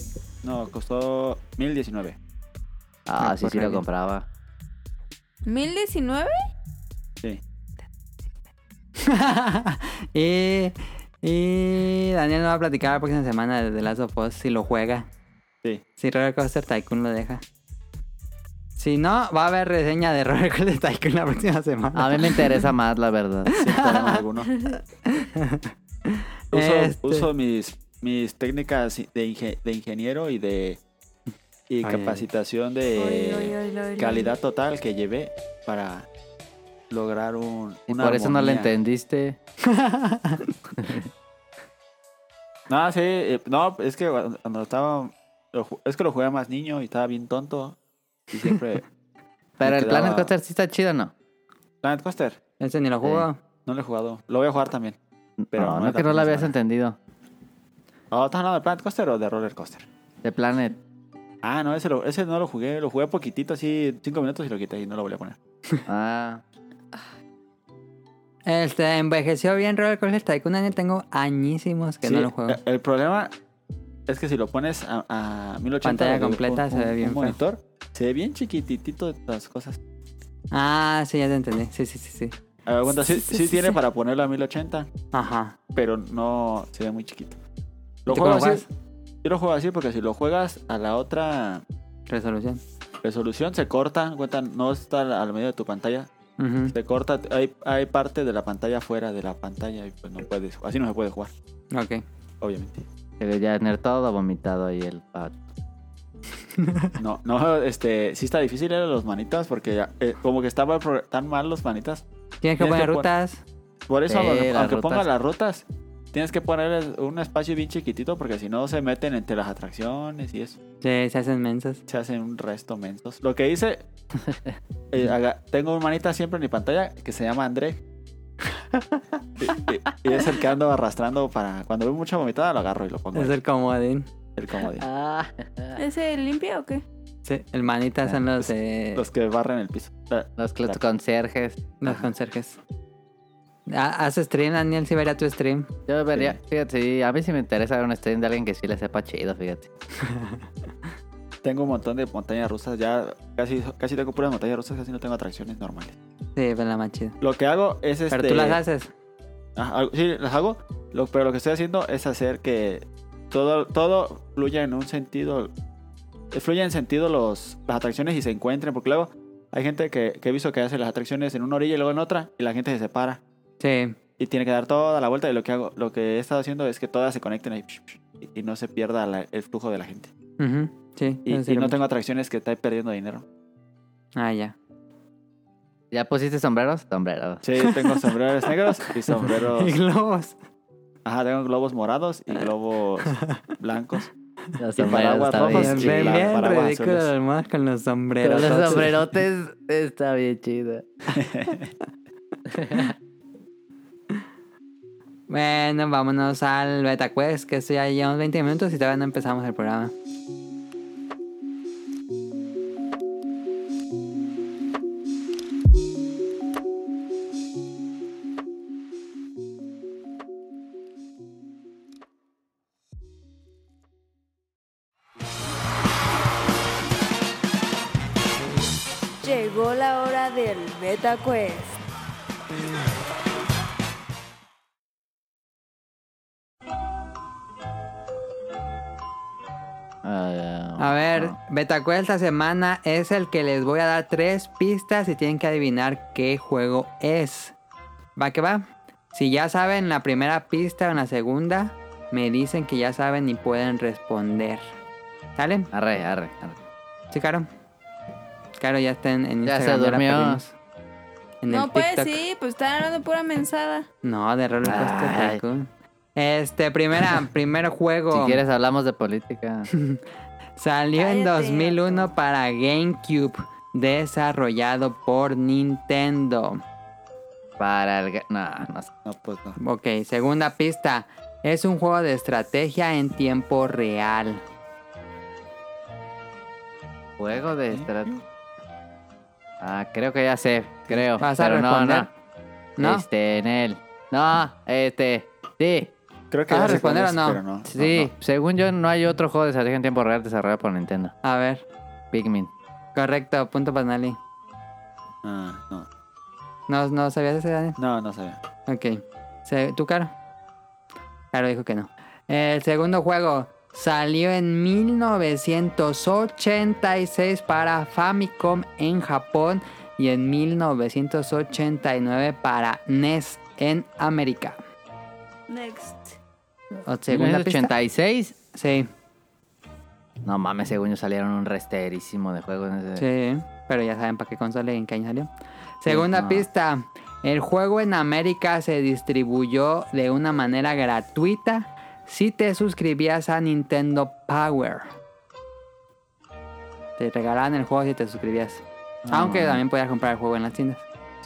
Speaker 4: no, costó 1019.
Speaker 2: Ah,
Speaker 1: Ah,
Speaker 2: sí, sí
Speaker 1: correcto.
Speaker 2: lo compraba.
Speaker 3: ¿1019?
Speaker 4: Sí.
Speaker 1: y, y Daniel nos va a platicar la próxima semana de The Last of Us si lo juega.
Speaker 4: Sí.
Speaker 1: Si Roller Coaster Tycoon lo deja. Si no, va a haber reseña de Roller Coaster Tycoon la próxima semana.
Speaker 2: A mí me interesa más, la verdad.
Speaker 4: Sin problema alguno. Uso,
Speaker 1: Este.
Speaker 4: uso mis, mis técnicas de, inge- de ingeniero y de y
Speaker 1: Ay,
Speaker 4: capacitación de
Speaker 3: Oy, oy, oy, oy, oy.
Speaker 4: Eh, calidad total que llevé para lograr un
Speaker 2: Y
Speaker 4: una
Speaker 2: por eso no le
Speaker 4: armonía.
Speaker 2: entendiste.
Speaker 4: No, sí, eh, no, es que cuando cuando estaba lo ju- es que lo jugué más niño y estaba bien tonto y siempre
Speaker 2: Pero
Speaker 4: me
Speaker 2: el
Speaker 4: quedaba-
Speaker 2: Planet Coaster sí está chido, ¿no?
Speaker 4: Planet Coaster,
Speaker 1: Ese ni lo jugó.
Speaker 4: no lo he jugado. Lo voy a jugar también. Pero
Speaker 2: no,
Speaker 4: no
Speaker 2: no
Speaker 4: es la
Speaker 2: que no lo
Speaker 4: primera
Speaker 2: habías
Speaker 4: semana.
Speaker 2: entendido.
Speaker 4: Oh, ¿Estás hablando de Planet Coaster o de Roller Coaster?
Speaker 2: De Planet.
Speaker 4: Ah, no, ese, lo- ese no lo jugué. Lo jugué poquitito, así cinco minutos y lo quité y no lo volví a poner.
Speaker 2: Ah,
Speaker 1: Este, envejeció bien Roller Coaster Tycoon. Daniel, tengo añísimos que
Speaker 4: Sí,
Speaker 1: no lo juego.
Speaker 4: eh, El problema es que si lo pones a, a 1080
Speaker 1: Pantalla
Speaker 4: de- de-
Speaker 1: completa,
Speaker 4: un-
Speaker 1: se ve
Speaker 4: un
Speaker 1: bien feo.
Speaker 4: monitor, se ve bien chiquititito las cosas.
Speaker 1: Ah, sí, ya te entendí. Sí, sí, sí, sí.
Speaker 4: A ver, cuenta, sí,
Speaker 3: Sí, sí,
Speaker 4: sí
Speaker 3: sí,
Speaker 4: tiene
Speaker 3: sí.
Speaker 4: para ponerlo a 1080,
Speaker 1: Ajá.
Speaker 4: pero no se ve muy chiquito. Lo
Speaker 1: ¿Tú
Speaker 4: juego
Speaker 1: cómo
Speaker 4: así, yo lo juego así porque si lo juegas a la otra
Speaker 1: Resolución.
Speaker 4: resolución se corta, cuenta, no está al medio de tu pantalla,
Speaker 1: Ujú.
Speaker 4: se corta, hay, hay parte de la pantalla fuera de la pantalla y pues no puedes, así no se puede jugar,
Speaker 1: Ok.
Speaker 4: obviamente.
Speaker 2: se veía tener todo vomitado ahí el pato.
Speaker 4: No, no, este, sí está difícil eran los manitas porque eh, como que estaban pro- tan mal los manitas
Speaker 1: Tienes que
Speaker 4: Tienes
Speaker 1: poner
Speaker 4: que pon-
Speaker 1: rutas.
Speaker 4: Por eso,
Speaker 2: Sí,
Speaker 4: aunque,
Speaker 2: las
Speaker 4: aunque pongas
Speaker 2: rutas.
Speaker 4: las rutas, tienes que poner un espacio bien chiquitito porque si no se meten entre las atracciones y eso.
Speaker 1: Sí, se hacen mensas.
Speaker 4: Se hacen un resto mensos. Lo que hice, eh, haga- tengo un manita siempre en mi pantalla que se llama André. y, y- y es el que ando arrastrando para... Cuando veo mucha vomitada lo agarro y lo pongo.
Speaker 1: Es
Speaker 4: ahí,
Speaker 1: el comodín.
Speaker 4: el comodín.
Speaker 2: Ah,
Speaker 3: ¿Ese limpia o qué?
Speaker 1: Sí, el manita son los, eh, los,
Speaker 4: Los que barren el piso. La-
Speaker 2: Los cl- conserjes.
Speaker 1: conserjes. Ha- Haz stream, Daniel, si vería tu stream.
Speaker 2: Yo vería, fíjate, sí, a mí sí me interesa ver un stream de alguien que sí le sepa chido, fíjate.
Speaker 4: Tengo un montón de montañas rusas. Ya casi, casi tengo puras montañas rusas, casi no tengo atracciones normales.
Speaker 1: Sí, pues la más chida.
Speaker 4: Lo que hago es este...
Speaker 1: Pero tú las haces.
Speaker 4: Ah, algo- sí, las hago, lo- pero lo que estoy haciendo es hacer que todo, todo fluya en un sentido, eh, fluya en sentido los, las atracciones y se encuentren, porque luego hay gente que, que he visto que hace las atracciones en una orilla y luego en otra y la gente se separa
Speaker 1: Sí.
Speaker 4: y tiene que dar toda la vuelta y lo que hago, lo que he estado haciendo es que todas se conecten ahí psh, psh, y, y no se pierda la- el flujo de la gente.
Speaker 1: Ujú. Sí.
Speaker 4: Y,
Speaker 1: eso
Speaker 4: y
Speaker 1: sirve
Speaker 4: no
Speaker 1: mucho.
Speaker 4: tengo atracciones que esté perdiendo dinero.
Speaker 1: Ah, ya.
Speaker 2: ¿Ya pusiste sombreros? Sombreros.
Speaker 4: Sí, tengo sombreros negros y sombreros.
Speaker 1: Y globos.
Speaker 4: Ajá, tengo globos morados y globos blancos.
Speaker 2: Los
Speaker 4: Y
Speaker 2: sombreros
Speaker 4: paraguas
Speaker 2: está
Speaker 4: rojos.
Speaker 2: bien.
Speaker 1: Bien,
Speaker 4: sí,
Speaker 1: bien,
Speaker 4: la-
Speaker 1: bien
Speaker 4: para abajo,
Speaker 1: ridículo
Speaker 4: los-
Speaker 1: los monos con los sombreros.
Speaker 2: Pero los
Speaker 1: Entonces,
Speaker 2: sombrerotes está bien chido.
Speaker 1: Bueno, vámonos al Beta Quest, que esto ya llevamos 20 minutos y todavía no empezamos el programa.
Speaker 3: Llegó la hora del Meta Quest.
Speaker 4: Ah,
Speaker 2: Ah,
Speaker 1: A ver, Beta Quest esta semana es el que les voy a dar tres pistas y tienen que adivinar qué juego es. ¿Va que va? Si ya saben la primera pista o en la segunda, me dicen que ya saben y pueden responder. ¿Sale?
Speaker 2: Arre, arre, arre.
Speaker 1: ¿Sí, Caro? Caro ya está en, en
Speaker 2: Ya
Speaker 1: Instagram,
Speaker 2: se
Speaker 1: la
Speaker 2: durmió.
Speaker 1: perdimos. En el
Speaker 3: No, pues
Speaker 1: TikTok.
Speaker 3: sí, pues están hablando pura mensada.
Speaker 1: No, de Roller Coaster
Speaker 2: Ay.
Speaker 1: Tycoon. Este, primera, primer juego.
Speaker 2: Si quieres hablamos de política.
Speaker 1: Salió en
Speaker 3: Cállate,
Speaker 1: 2001 para GameCube, desarrollado por Nintendo.
Speaker 2: Para el... ga- No, no sé.
Speaker 4: No, pues no.
Speaker 1: Ok, segunda pista. Es un juego de estrategia en tiempo real.
Speaker 2: Juego de estrategia. Ah, creo que ya sé, creo.
Speaker 1: ¿Vas a
Speaker 2: pero no,
Speaker 1: responder?
Speaker 2: no,
Speaker 1: ¿No?
Speaker 2: Este, en él. No, este, sí.
Speaker 4: Creo que
Speaker 1: ¿Vas
Speaker 4: ya
Speaker 1: a
Speaker 4: sé cuál
Speaker 1: Ah, responder
Speaker 4: es,
Speaker 1: o no?
Speaker 4: pero no.
Speaker 2: Sí, según yo no hay otro juego de estrategia en tiempo real desarrollado por Nintendo.
Speaker 1: A ver,
Speaker 2: Pikmin.
Speaker 1: correcto, punto para Nali.
Speaker 4: No, no. Ah, no.
Speaker 1: ¿No, no sabías ese, Dani?
Speaker 4: No, no sabía.
Speaker 1: Ok. Se- ¿Tú, Caro? Caro dijo que no. El segundo juego salió en 1986 para Famicom en Japón y en 1989 para NES en América.
Speaker 3: Next.
Speaker 1: O- ¿Segunda pista?
Speaker 2: 86.
Speaker 1: Sí,
Speaker 2: No mames, según yo salieron un resterísimo de juegos en ese.
Speaker 1: sí. Pero ya saben para qué consola y en qué año salió. Segunda
Speaker 2: no.
Speaker 1: pista. El juego en América se distribuyó de una manera gratuita si te suscribías a Nintendo Power. Te regalaban el juego si te suscribías. Aunque
Speaker 2: Ah.
Speaker 1: también podías comprar el juego en las tiendas.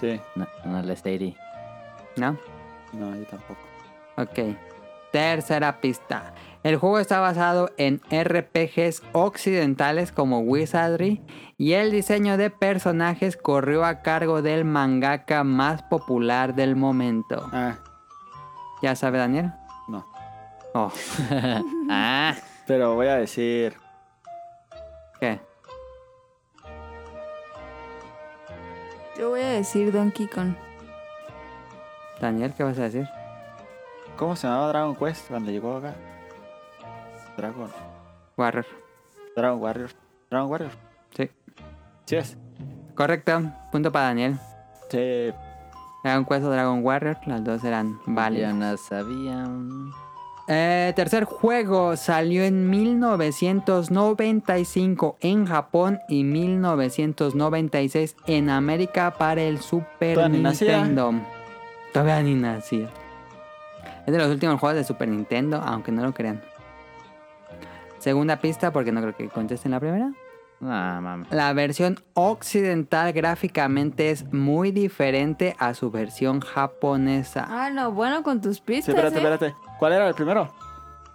Speaker 4: Sí.
Speaker 2: No, no el Resteri.
Speaker 1: ¿No?
Speaker 4: No, yo tampoco.
Speaker 1: Ok. Tercera pista. El juego está basado en RPGs occidentales como Wizardry y el diseño de personajes corrió a cargo del mangaka más popular del momento.
Speaker 4: Ah,
Speaker 1: ¿Ya sabe Daniel?
Speaker 4: no.
Speaker 1: Oh,
Speaker 2: ah,
Speaker 4: Pero voy a decir.
Speaker 1: ¿qué?
Speaker 3: Yo voy a decir Donkey Kong.
Speaker 1: Daniel, ¿qué vas a decir?
Speaker 4: ¿Cómo se llamaba Dragon Quest cuando llegó acá? Dragon.
Speaker 1: Warrior.
Speaker 4: Dragon Warrior. Dragon Warrior.
Speaker 1: Sí.
Speaker 4: Sí es.
Speaker 1: Correcto. Punto para Daniel.
Speaker 4: Sí.
Speaker 1: Dragon Quest o Dragon Warrior, las dos eran válidas.
Speaker 2: yo no sabía.
Speaker 1: Eh, tercer juego salió en 1995 en Japón y 1996 en América para el Super
Speaker 4: Todavía ni nacía.
Speaker 1: Nintendo. Todavía ni nacía. Es de los últimos juegos de Super Nintendo, aunque no lo crean. Segunda pista, porque no creo que contesten la primera.
Speaker 2: No mames.
Speaker 1: La versión occidental gráficamente es muy diferente a su versión japonesa.
Speaker 3: Ah, no, bueno, con tus
Speaker 4: Sí,
Speaker 3: pistas.
Speaker 4: espérate,
Speaker 3: ¿eh?
Speaker 4: espérate. ¿Cuál era el primero?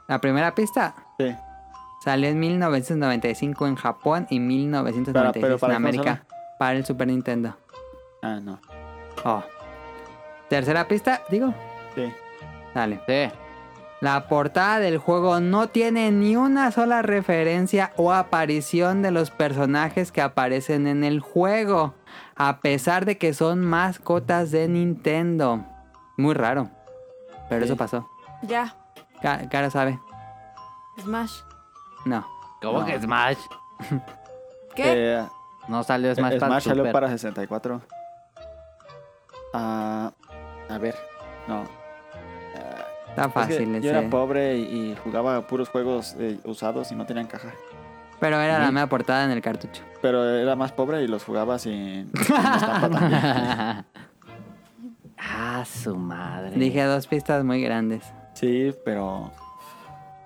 Speaker 1: La primera pista,
Speaker 4: Sí.
Speaker 1: Salió en 1995 en Japón y 1996
Speaker 4: Pero- pero ¿para
Speaker 1: en
Speaker 4: qué
Speaker 1: América para el Super Nintendo.
Speaker 4: Ah, no.
Speaker 1: Oh. Tercera pista, digo.
Speaker 4: Sí.
Speaker 1: Dale.
Speaker 2: Sí.
Speaker 1: La portada del juego no tiene ni una sola referencia o aparición de los personajes que aparecen en el juego, a pesar de que son mascotas de Nintendo. Muy raro. Pero
Speaker 4: Sí.
Speaker 1: eso pasó.
Speaker 3: Ya,
Speaker 1: Ca- Cara sabe.
Speaker 3: Smash.
Speaker 1: No.
Speaker 2: ¿Cómo
Speaker 4: No.
Speaker 2: que Smash?
Speaker 3: ¿Qué?
Speaker 4: Eh,
Speaker 2: No salió Smash,
Speaker 4: Smash,
Speaker 2: para el
Speaker 4: salió
Speaker 2: Super.
Speaker 4: para 64. Ah, a ver, no. Ah,
Speaker 1: Está
Speaker 4: es que
Speaker 1: fácil.
Speaker 4: yo
Speaker 1: ese.
Speaker 4: era pobre y, y jugaba puros juegos eh, usados y no tenían caja.
Speaker 1: Pero era la mera portada en el cartucho.
Speaker 4: Pero era más pobre y los jugaba sin, sin estampa también.
Speaker 2: Ah, su madre.
Speaker 1: Dije dos pistas muy grandes.
Speaker 4: Sí, pero.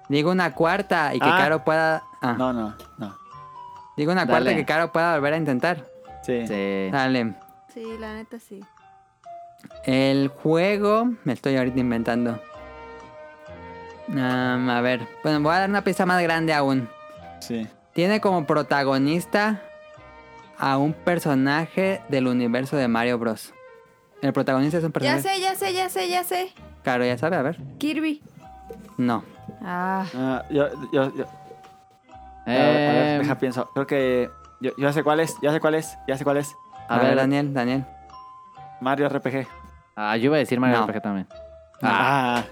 Speaker 1: Digo una cuarta y que
Speaker 4: Ah.
Speaker 1: Caro pueda. ah.
Speaker 4: No, no, no.
Speaker 1: Digo una cuarta
Speaker 2: Dale.
Speaker 1: y que Caro pueda volver a intentar.
Speaker 4: Sí.
Speaker 2: Sí.
Speaker 1: Dale.
Speaker 3: Sí, la neta sí.
Speaker 1: El juego. Me estoy ahorita inventando. Am, a ver. Bueno, voy a dar una pista más grande aún.
Speaker 4: Sí.
Speaker 1: Tiene como protagonista a un personaje del universo de Mario Bros. El protagonista es un
Speaker 3: Ya
Speaker 4: eh.
Speaker 1: personaje.
Speaker 3: sé, ya sé, ya sé, ya sé.
Speaker 1: Caro, ya sabe, a ver.
Speaker 3: Kirby.
Speaker 1: No.
Speaker 3: Ah.
Speaker 4: Ah, yo, yo, yo- a ver, a ver,
Speaker 2: Eh,
Speaker 4: deja pienso. Creo que. Yo, yo sé cuál es, ya sé cuál es, ya sé cuál es.
Speaker 1: A, ver, Daniel, Daniel.
Speaker 4: Mario RPG.
Speaker 2: Ah, yo iba a decir Mario
Speaker 1: No.
Speaker 2: RPG también.
Speaker 4: Ah,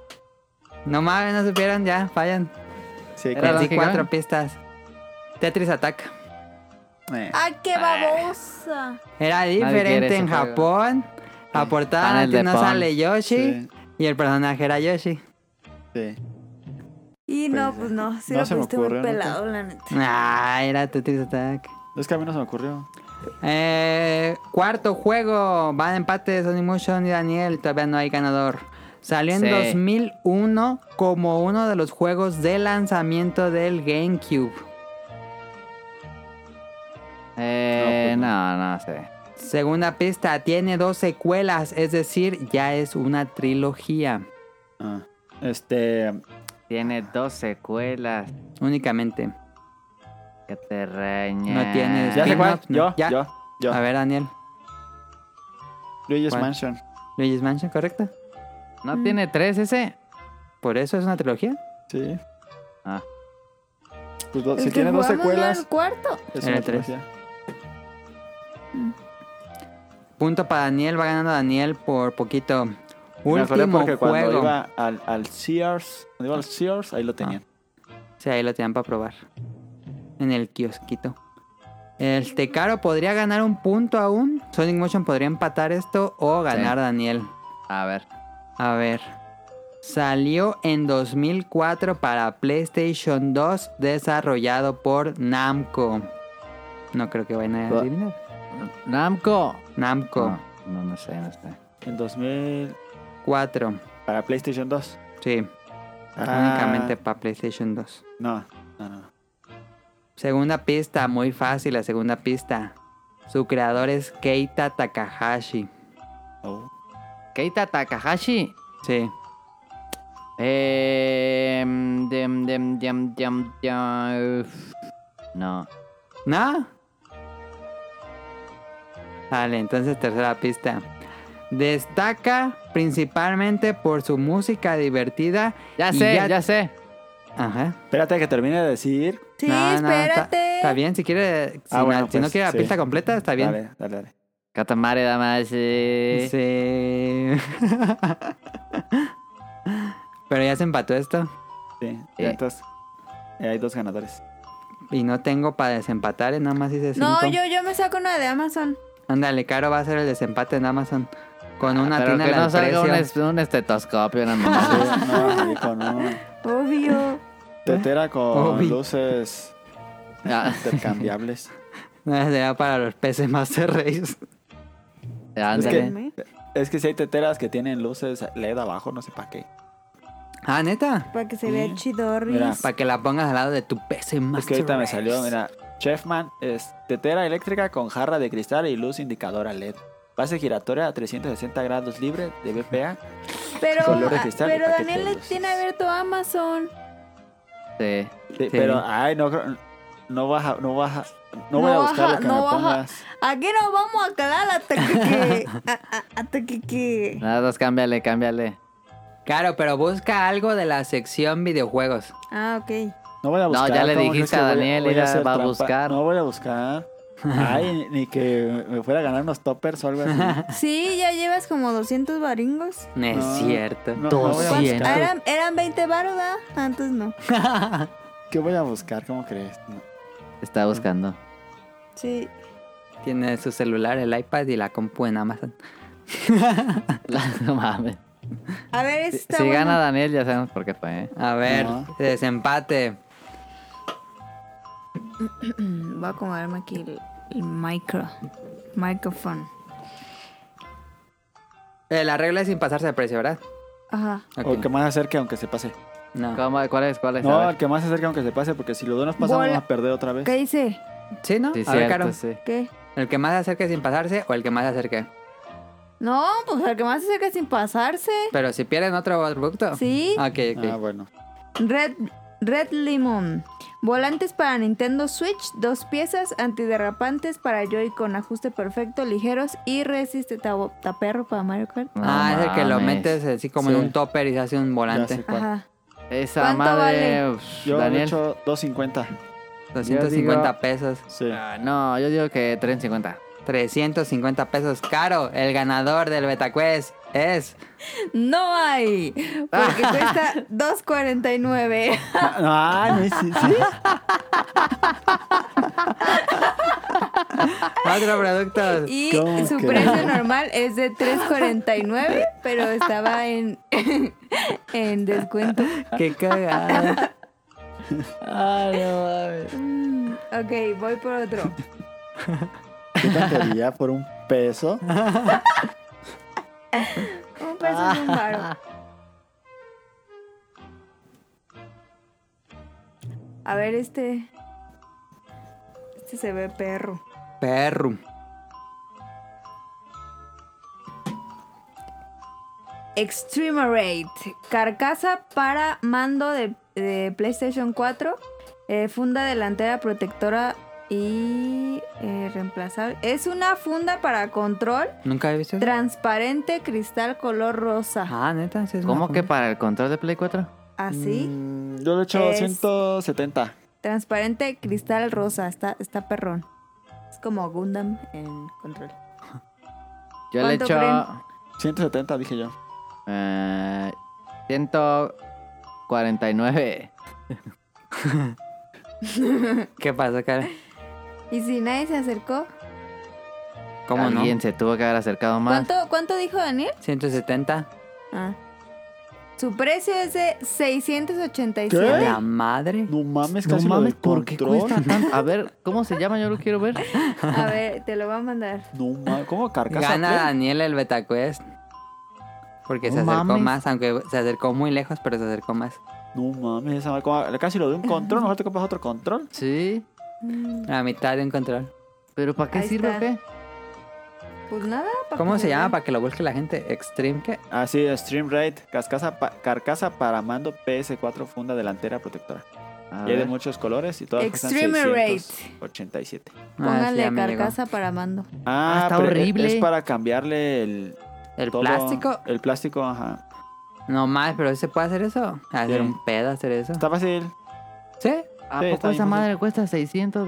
Speaker 1: No mames, no supieron, ya, fallan.
Speaker 4: sí,
Speaker 2: Era
Speaker 4: claro.
Speaker 1: Perdí
Speaker 2: Donkey
Speaker 1: cuatro
Speaker 2: Kong.
Speaker 1: pistas. Tetris Attack.
Speaker 4: Eh,
Speaker 3: ¡Ah, qué babosa!
Speaker 1: Era
Speaker 2: quiere
Speaker 1: diferente
Speaker 2: ese
Speaker 1: en
Speaker 2: juego.
Speaker 1: Japón. La portada
Speaker 2: Panel de
Speaker 1: antes no
Speaker 2: Pong.
Speaker 1: sale Yoshi.
Speaker 4: sí,
Speaker 1: Y el personaje era Yoshi.
Speaker 4: sí.
Speaker 3: Y no, pues no,
Speaker 4: eh,
Speaker 3: sí
Speaker 4: No
Speaker 3: lo
Speaker 4: se me
Speaker 3: pusiste muy
Speaker 4: ocurrió, neta.
Speaker 3: pelado, la neta.
Speaker 1: Ah, era Tetris Attack.
Speaker 4: Es que a mí no se me ocurrió.
Speaker 1: Eh, cuarto juego. Va de empate Sonic Motion y Daniel. Todavía no hay ganador. Salió en
Speaker 2: Sí.
Speaker 1: 2001 como uno de los juegos de lanzamiento del GameCube. pues
Speaker 2: Eh, no, no sé.
Speaker 1: Segunda pista, tiene dos secuelas, es decir, ya es una trilogía
Speaker 4: Ah, Este.
Speaker 2: Tiene dos secuelas.
Speaker 1: únicamente.
Speaker 2: Que te reñe.
Speaker 1: No tienes-
Speaker 4: Ya sé cuál.
Speaker 1: Spin-off,
Speaker 4: Yo,
Speaker 1: no, ya.
Speaker 4: yo, yo.
Speaker 1: A ver, Daniel.
Speaker 4: Luigi's
Speaker 1: ¿cuál?
Speaker 4: Mansion.
Speaker 1: Luigi's Mansion, ¿correcto?
Speaker 2: ¿No tiene tres ese?
Speaker 1: ¿Por eso es una trilogía?
Speaker 4: Sí.
Speaker 2: Ah.
Speaker 4: Pues do-
Speaker 3: El
Speaker 4: si
Speaker 3: que
Speaker 4: tiene dos
Speaker 3: jugamos era
Speaker 4: secuelas,
Speaker 3: el cuarto.
Speaker 4: es
Speaker 1: Era
Speaker 4: una
Speaker 1: tres.
Speaker 4: trilogía.
Speaker 1: Punto para Daniel, va ganando Daniel por poquito.
Speaker 4: Me acordé
Speaker 1: Último
Speaker 4: porque cuando
Speaker 1: juego.
Speaker 4: iba al, al Sears, cuando iba al Sears, ahí lo tenían.
Speaker 1: Sí, ahí lo tenían para probar. En el kiosquito. Este Caro podría ganar un punto aún. Sonic Motion podría empatar esto o ganar Daniel.
Speaker 2: A ver.
Speaker 1: A ver. Salió en 2004 para PlayStation 2, desarrollado por Namco. No creo que
Speaker 4: Ah.
Speaker 1: vayan a
Speaker 2: Va.
Speaker 1: adivinar.
Speaker 2: Namco.
Speaker 1: Namco
Speaker 2: No, no, no sé, no sé.
Speaker 4: En 2000,
Speaker 1: 4.
Speaker 4: para PlayStation 2.
Speaker 1: Sí,
Speaker 4: Ah.
Speaker 1: únicamente para PlayStation 2.
Speaker 4: No, no, no.
Speaker 1: Segunda pista, muy fácil la segunda pista. Su creador es Keita Takahashi.
Speaker 4: Oh.
Speaker 2: Keita Takahashi.
Speaker 1: Sí,
Speaker 2: Eh. mm, dem, dem, dem, dem, dem, uf. No.
Speaker 1: ¿No? Vale, entonces tercera pista. Destaca principalmente por su música divertida.
Speaker 2: Ya
Speaker 1: y
Speaker 2: sé, ya... sé.
Speaker 1: Ajá.
Speaker 4: Espérate que termine de decir.
Speaker 3: Sí,
Speaker 1: No, no, está-
Speaker 3: espérate.
Speaker 1: Está bien, si quiere. Si,
Speaker 4: Ah,
Speaker 1: no,
Speaker 4: bueno,
Speaker 1: si no
Speaker 4: pues,
Speaker 1: quiere la
Speaker 4: sí.
Speaker 1: pista completa, está bien.
Speaker 4: Dale, dale, dale.
Speaker 2: Katamari damas.
Speaker 1: Sí. Pero ya se empató esto.
Speaker 4: Sí.
Speaker 2: Sí.
Speaker 4: Entonces, eh, hay dos ganadores.
Speaker 1: Y no tengo para desempatar, eh, nada más hice cinco.
Speaker 3: No, yo, yo me saco una de Amazon.
Speaker 1: Ándale, Caro va a hacer el desempate en Amazon. Con
Speaker 4: Ah,
Speaker 1: una
Speaker 2: Pero
Speaker 1: tina
Speaker 2: que no
Speaker 1: al
Speaker 2: salga un,
Speaker 1: precio.
Speaker 2: es- un estetoscopio. No, no.
Speaker 4: Sí, no, y con un
Speaker 3: Obvio.
Speaker 4: tetera con
Speaker 1: Obi.
Speaker 4: luces
Speaker 1: Ah.
Speaker 2: Ya,
Speaker 4: intercambiables.
Speaker 1: No, Eh, será para los peces más race.
Speaker 4: es,
Speaker 2: ándale.
Speaker 4: que, es que si hay teteras que tienen luces LED abajo, no sé para qué.
Speaker 1: Ah, neta.
Speaker 3: Para que se
Speaker 4: Sí.
Speaker 3: vea chidorris.
Speaker 4: Mira,
Speaker 1: Para que la pongas al lado de tu PC más
Speaker 4: Es que ahorita me salió, mira, Chefman es tetera eléctrica con jarra de cristal y luz indicadora LED. Base giratoria a 360 grados libre de BPA.
Speaker 3: Pero, ah,
Speaker 4: color de cristal y
Speaker 3: pero
Speaker 4: paquete
Speaker 3: Daniel
Speaker 4: de
Speaker 3: le
Speaker 4: luces.
Speaker 3: tiene abierto Amazon.
Speaker 2: Sí.
Speaker 4: Sí, Pero, ay, no creo- No baja, no baja. No,
Speaker 3: No
Speaker 4: voy a
Speaker 3: baja,
Speaker 4: buscar lo que
Speaker 3: no
Speaker 4: me
Speaker 3: baja.
Speaker 4: pongas.
Speaker 3: Aquí nos vamos a quedar hasta que... que- a- a- hasta que... que-
Speaker 2: Nada más cámbiale, cámbiale.
Speaker 1: Claro, pero busca algo de la sección videojuegos.
Speaker 3: Ah, ok.
Speaker 4: No voy a buscar.
Speaker 2: ya le
Speaker 4: ¿cómo crees
Speaker 2: dijiste
Speaker 4: que
Speaker 2: a
Speaker 4: voy
Speaker 2: Daniel,
Speaker 4: voy
Speaker 2: ella
Speaker 4: hacer
Speaker 2: va a
Speaker 4: trampa?
Speaker 2: buscar.
Speaker 4: No voy a buscar. Ay, ni- ni que me fuera a ganar unos toppers o algo así.
Speaker 3: Sí, ya llevas como 200 baringos.
Speaker 1: No es
Speaker 4: No,
Speaker 1: cierto.
Speaker 4: no, no voy a
Speaker 1: Doscientos.
Speaker 4: buscar.
Speaker 3: Ah,
Speaker 4: Claro.
Speaker 3: Eran, eran 20 baros, ¿verdad? Antes no.
Speaker 4: ¿Qué voy a buscar? ¿Cómo crees? No.
Speaker 2: Está buscando.
Speaker 3: Sí.
Speaker 1: Tiene su celular, el iPad y la compu en Amazon.
Speaker 2: no mames.
Speaker 3: A ver,
Speaker 2: Si
Speaker 3: está bueno. Ah.
Speaker 2: gana Daniel, ya sabemos por qué fue. ¿eh?
Speaker 1: A ver,
Speaker 4: No.
Speaker 1: desempate.
Speaker 3: Mm, Voy a acomodarme aquí el, el micro. Microphone.
Speaker 1: Eh, la regla es sin pasarse de precio, ¿verdad?
Speaker 3: Ajá.
Speaker 1: Ok.
Speaker 4: O el que más se acerque aunque se pase.
Speaker 1: No.
Speaker 2: ¿Cómo- ¿Cuál es? ¿Cuál es? Pues, A
Speaker 4: No,
Speaker 2: ver.
Speaker 4: el que más se acerque aunque se pase, porque si los dos nos pasamos
Speaker 3: Bola.
Speaker 4: vamos a perder otra vez.
Speaker 3: ¿Qué dice?
Speaker 1: ¿Sí, no?
Speaker 2: Sí,
Speaker 1: a ver,
Speaker 2: cierto,
Speaker 1: Caro.
Speaker 2: sí.
Speaker 3: ¿Qué?
Speaker 1: ¿El que más se acerque sin pasarse o el que más se acerque?
Speaker 3: No, pues el que más se acerca sin pasarse.
Speaker 1: Pero si pierden otro producto.
Speaker 3: Sí.
Speaker 1: Ok, ok.
Speaker 4: Ah, bueno.
Speaker 3: Red, Red Limon. Volantes para Nintendo Switch, dos piezas, antiderrapantes para Joy con ajuste perfecto, ligeros y Ah, resiste tabo- taperro para Mario Kart.
Speaker 2: No
Speaker 1: ah, es el que lo
Speaker 2: mames.
Speaker 1: metes así como
Speaker 4: Sí.
Speaker 1: en un topper y se hace un
Speaker 4: Ya sé
Speaker 1: volante.
Speaker 4: cuál.
Speaker 3: Ajá.
Speaker 2: Esa
Speaker 3: ¿Cuánto
Speaker 2: madre.
Speaker 3: vale?
Speaker 2: pf,
Speaker 4: Yo he
Speaker 2: Daniel.
Speaker 4: hecho 250.
Speaker 2: Yo
Speaker 1: 250 pesos.
Speaker 4: Sí.
Speaker 2: Ah, no, yo digo que 350.
Speaker 1: 350 pesos caro. El ganador del Betacuest es.
Speaker 3: No hay, porque cuesta 2.49.
Speaker 4: Ah, no, sí, sí.
Speaker 1: Otro producto.
Speaker 3: Y
Speaker 4: ¿Cómo
Speaker 3: su
Speaker 4: que?
Speaker 3: precio normal es de 3.49, pero estaba en, en descuento.
Speaker 1: Qué cagada.
Speaker 3: Mm, Ah, ok, voy por otro.
Speaker 4: ¿Qué tontería por un peso?
Speaker 3: ¿Ah, Un peso es un varo. A ver, este. Este se ve perro.
Speaker 1: Perro.
Speaker 3: Extremerate. Carcasa para mando de, de PlayStation 4. eh, funda delantera protectora y eh, reemplazable. Es una funda para control
Speaker 1: Nunca había visto eso.
Speaker 3: transparente cristal color rosa.
Speaker 1: Ah, neta, sí es una
Speaker 2: ¿Cómo que
Speaker 1: funda.
Speaker 2: para el control de Play 4?
Speaker 3: Así.
Speaker 4: Mm, Yo le he hecho
Speaker 3: Es-
Speaker 4: 170.
Speaker 3: Transparente cristal rosa. Está, está perrón. Es como Gundam en control.
Speaker 2: Yo le he
Speaker 3: ¿Cuánto
Speaker 2: hecho.
Speaker 3: creen?
Speaker 4: 170 dije yo.
Speaker 2: eh, 149.
Speaker 1: ¿Qué pasó, cara?
Speaker 3: Y si nadie se acercó.
Speaker 1: ¿Cómo no?
Speaker 2: Alguien se tuvo que haber acercado más.
Speaker 3: ¿Cuánto, cuánto dijo Daniel?
Speaker 1: 170.
Speaker 3: Ah. Su precio es de 687.
Speaker 1: ¿A
Speaker 4: ¿Qué?
Speaker 1: la madre?
Speaker 4: ¿Eh? No mames,
Speaker 2: No
Speaker 4: casi lo
Speaker 2: mames,
Speaker 4: del
Speaker 2: ¿por qué
Speaker 4: control.
Speaker 2: cuesta tanto? A ver, ¿cómo se llama? Yo lo quiero ver.
Speaker 3: A ver, te lo voy a mandar.
Speaker 4: No mames, ¿cómo carcasa?
Speaker 1: Gana
Speaker 4: Play?
Speaker 1: Daniel el Betacuest. Porque
Speaker 2: No
Speaker 1: se acercó
Speaker 2: mames.
Speaker 1: más, aunque se acercó muy lejos, pero se acercó más.
Speaker 4: No mames, esa madre, como- casi lo de un control, mejor te compras otro control.
Speaker 2: Sí.
Speaker 3: Mm,
Speaker 1: A mitad de un control.
Speaker 2: ¿Pero para qué
Speaker 3: Ahí
Speaker 2: sirve
Speaker 3: está.
Speaker 2: o qué?
Speaker 3: Pues nada. pa'
Speaker 1: ¿Cómo
Speaker 3: que
Speaker 1: se llama
Speaker 3: vean.
Speaker 1: para que lo busque la gente? ¿Extreme qué?
Speaker 4: Ah, sí, Stream Raid, carcasa, pa- carcasa para mando PS4, funda delantera protectora.
Speaker 2: A
Speaker 4: Y hay de
Speaker 2: ver.
Speaker 4: muchos colores y todas cuestan
Speaker 3: Extreme Raid.
Speaker 4: 687.
Speaker 1: Ah, sí,
Speaker 3: Póngale
Speaker 1: ya me llegó.
Speaker 3: carcasa para mando.
Speaker 4: Ah,
Speaker 2: está
Speaker 4: pero
Speaker 2: horrible.
Speaker 4: Es para cambiarle el...
Speaker 1: ¿El
Speaker 4: todo-
Speaker 1: plástico?
Speaker 4: El plástico, ajá.
Speaker 1: No más, pero ¿se puede hacer eso? Hacer
Speaker 4: Sí.
Speaker 1: un pedo, hacer eso.
Speaker 4: Está fácil.
Speaker 1: ¿Sí?
Speaker 2: ¿A
Speaker 4: Sí, está
Speaker 2: poco
Speaker 4: bien
Speaker 2: esa
Speaker 4: fácil.
Speaker 2: madre cuesta 600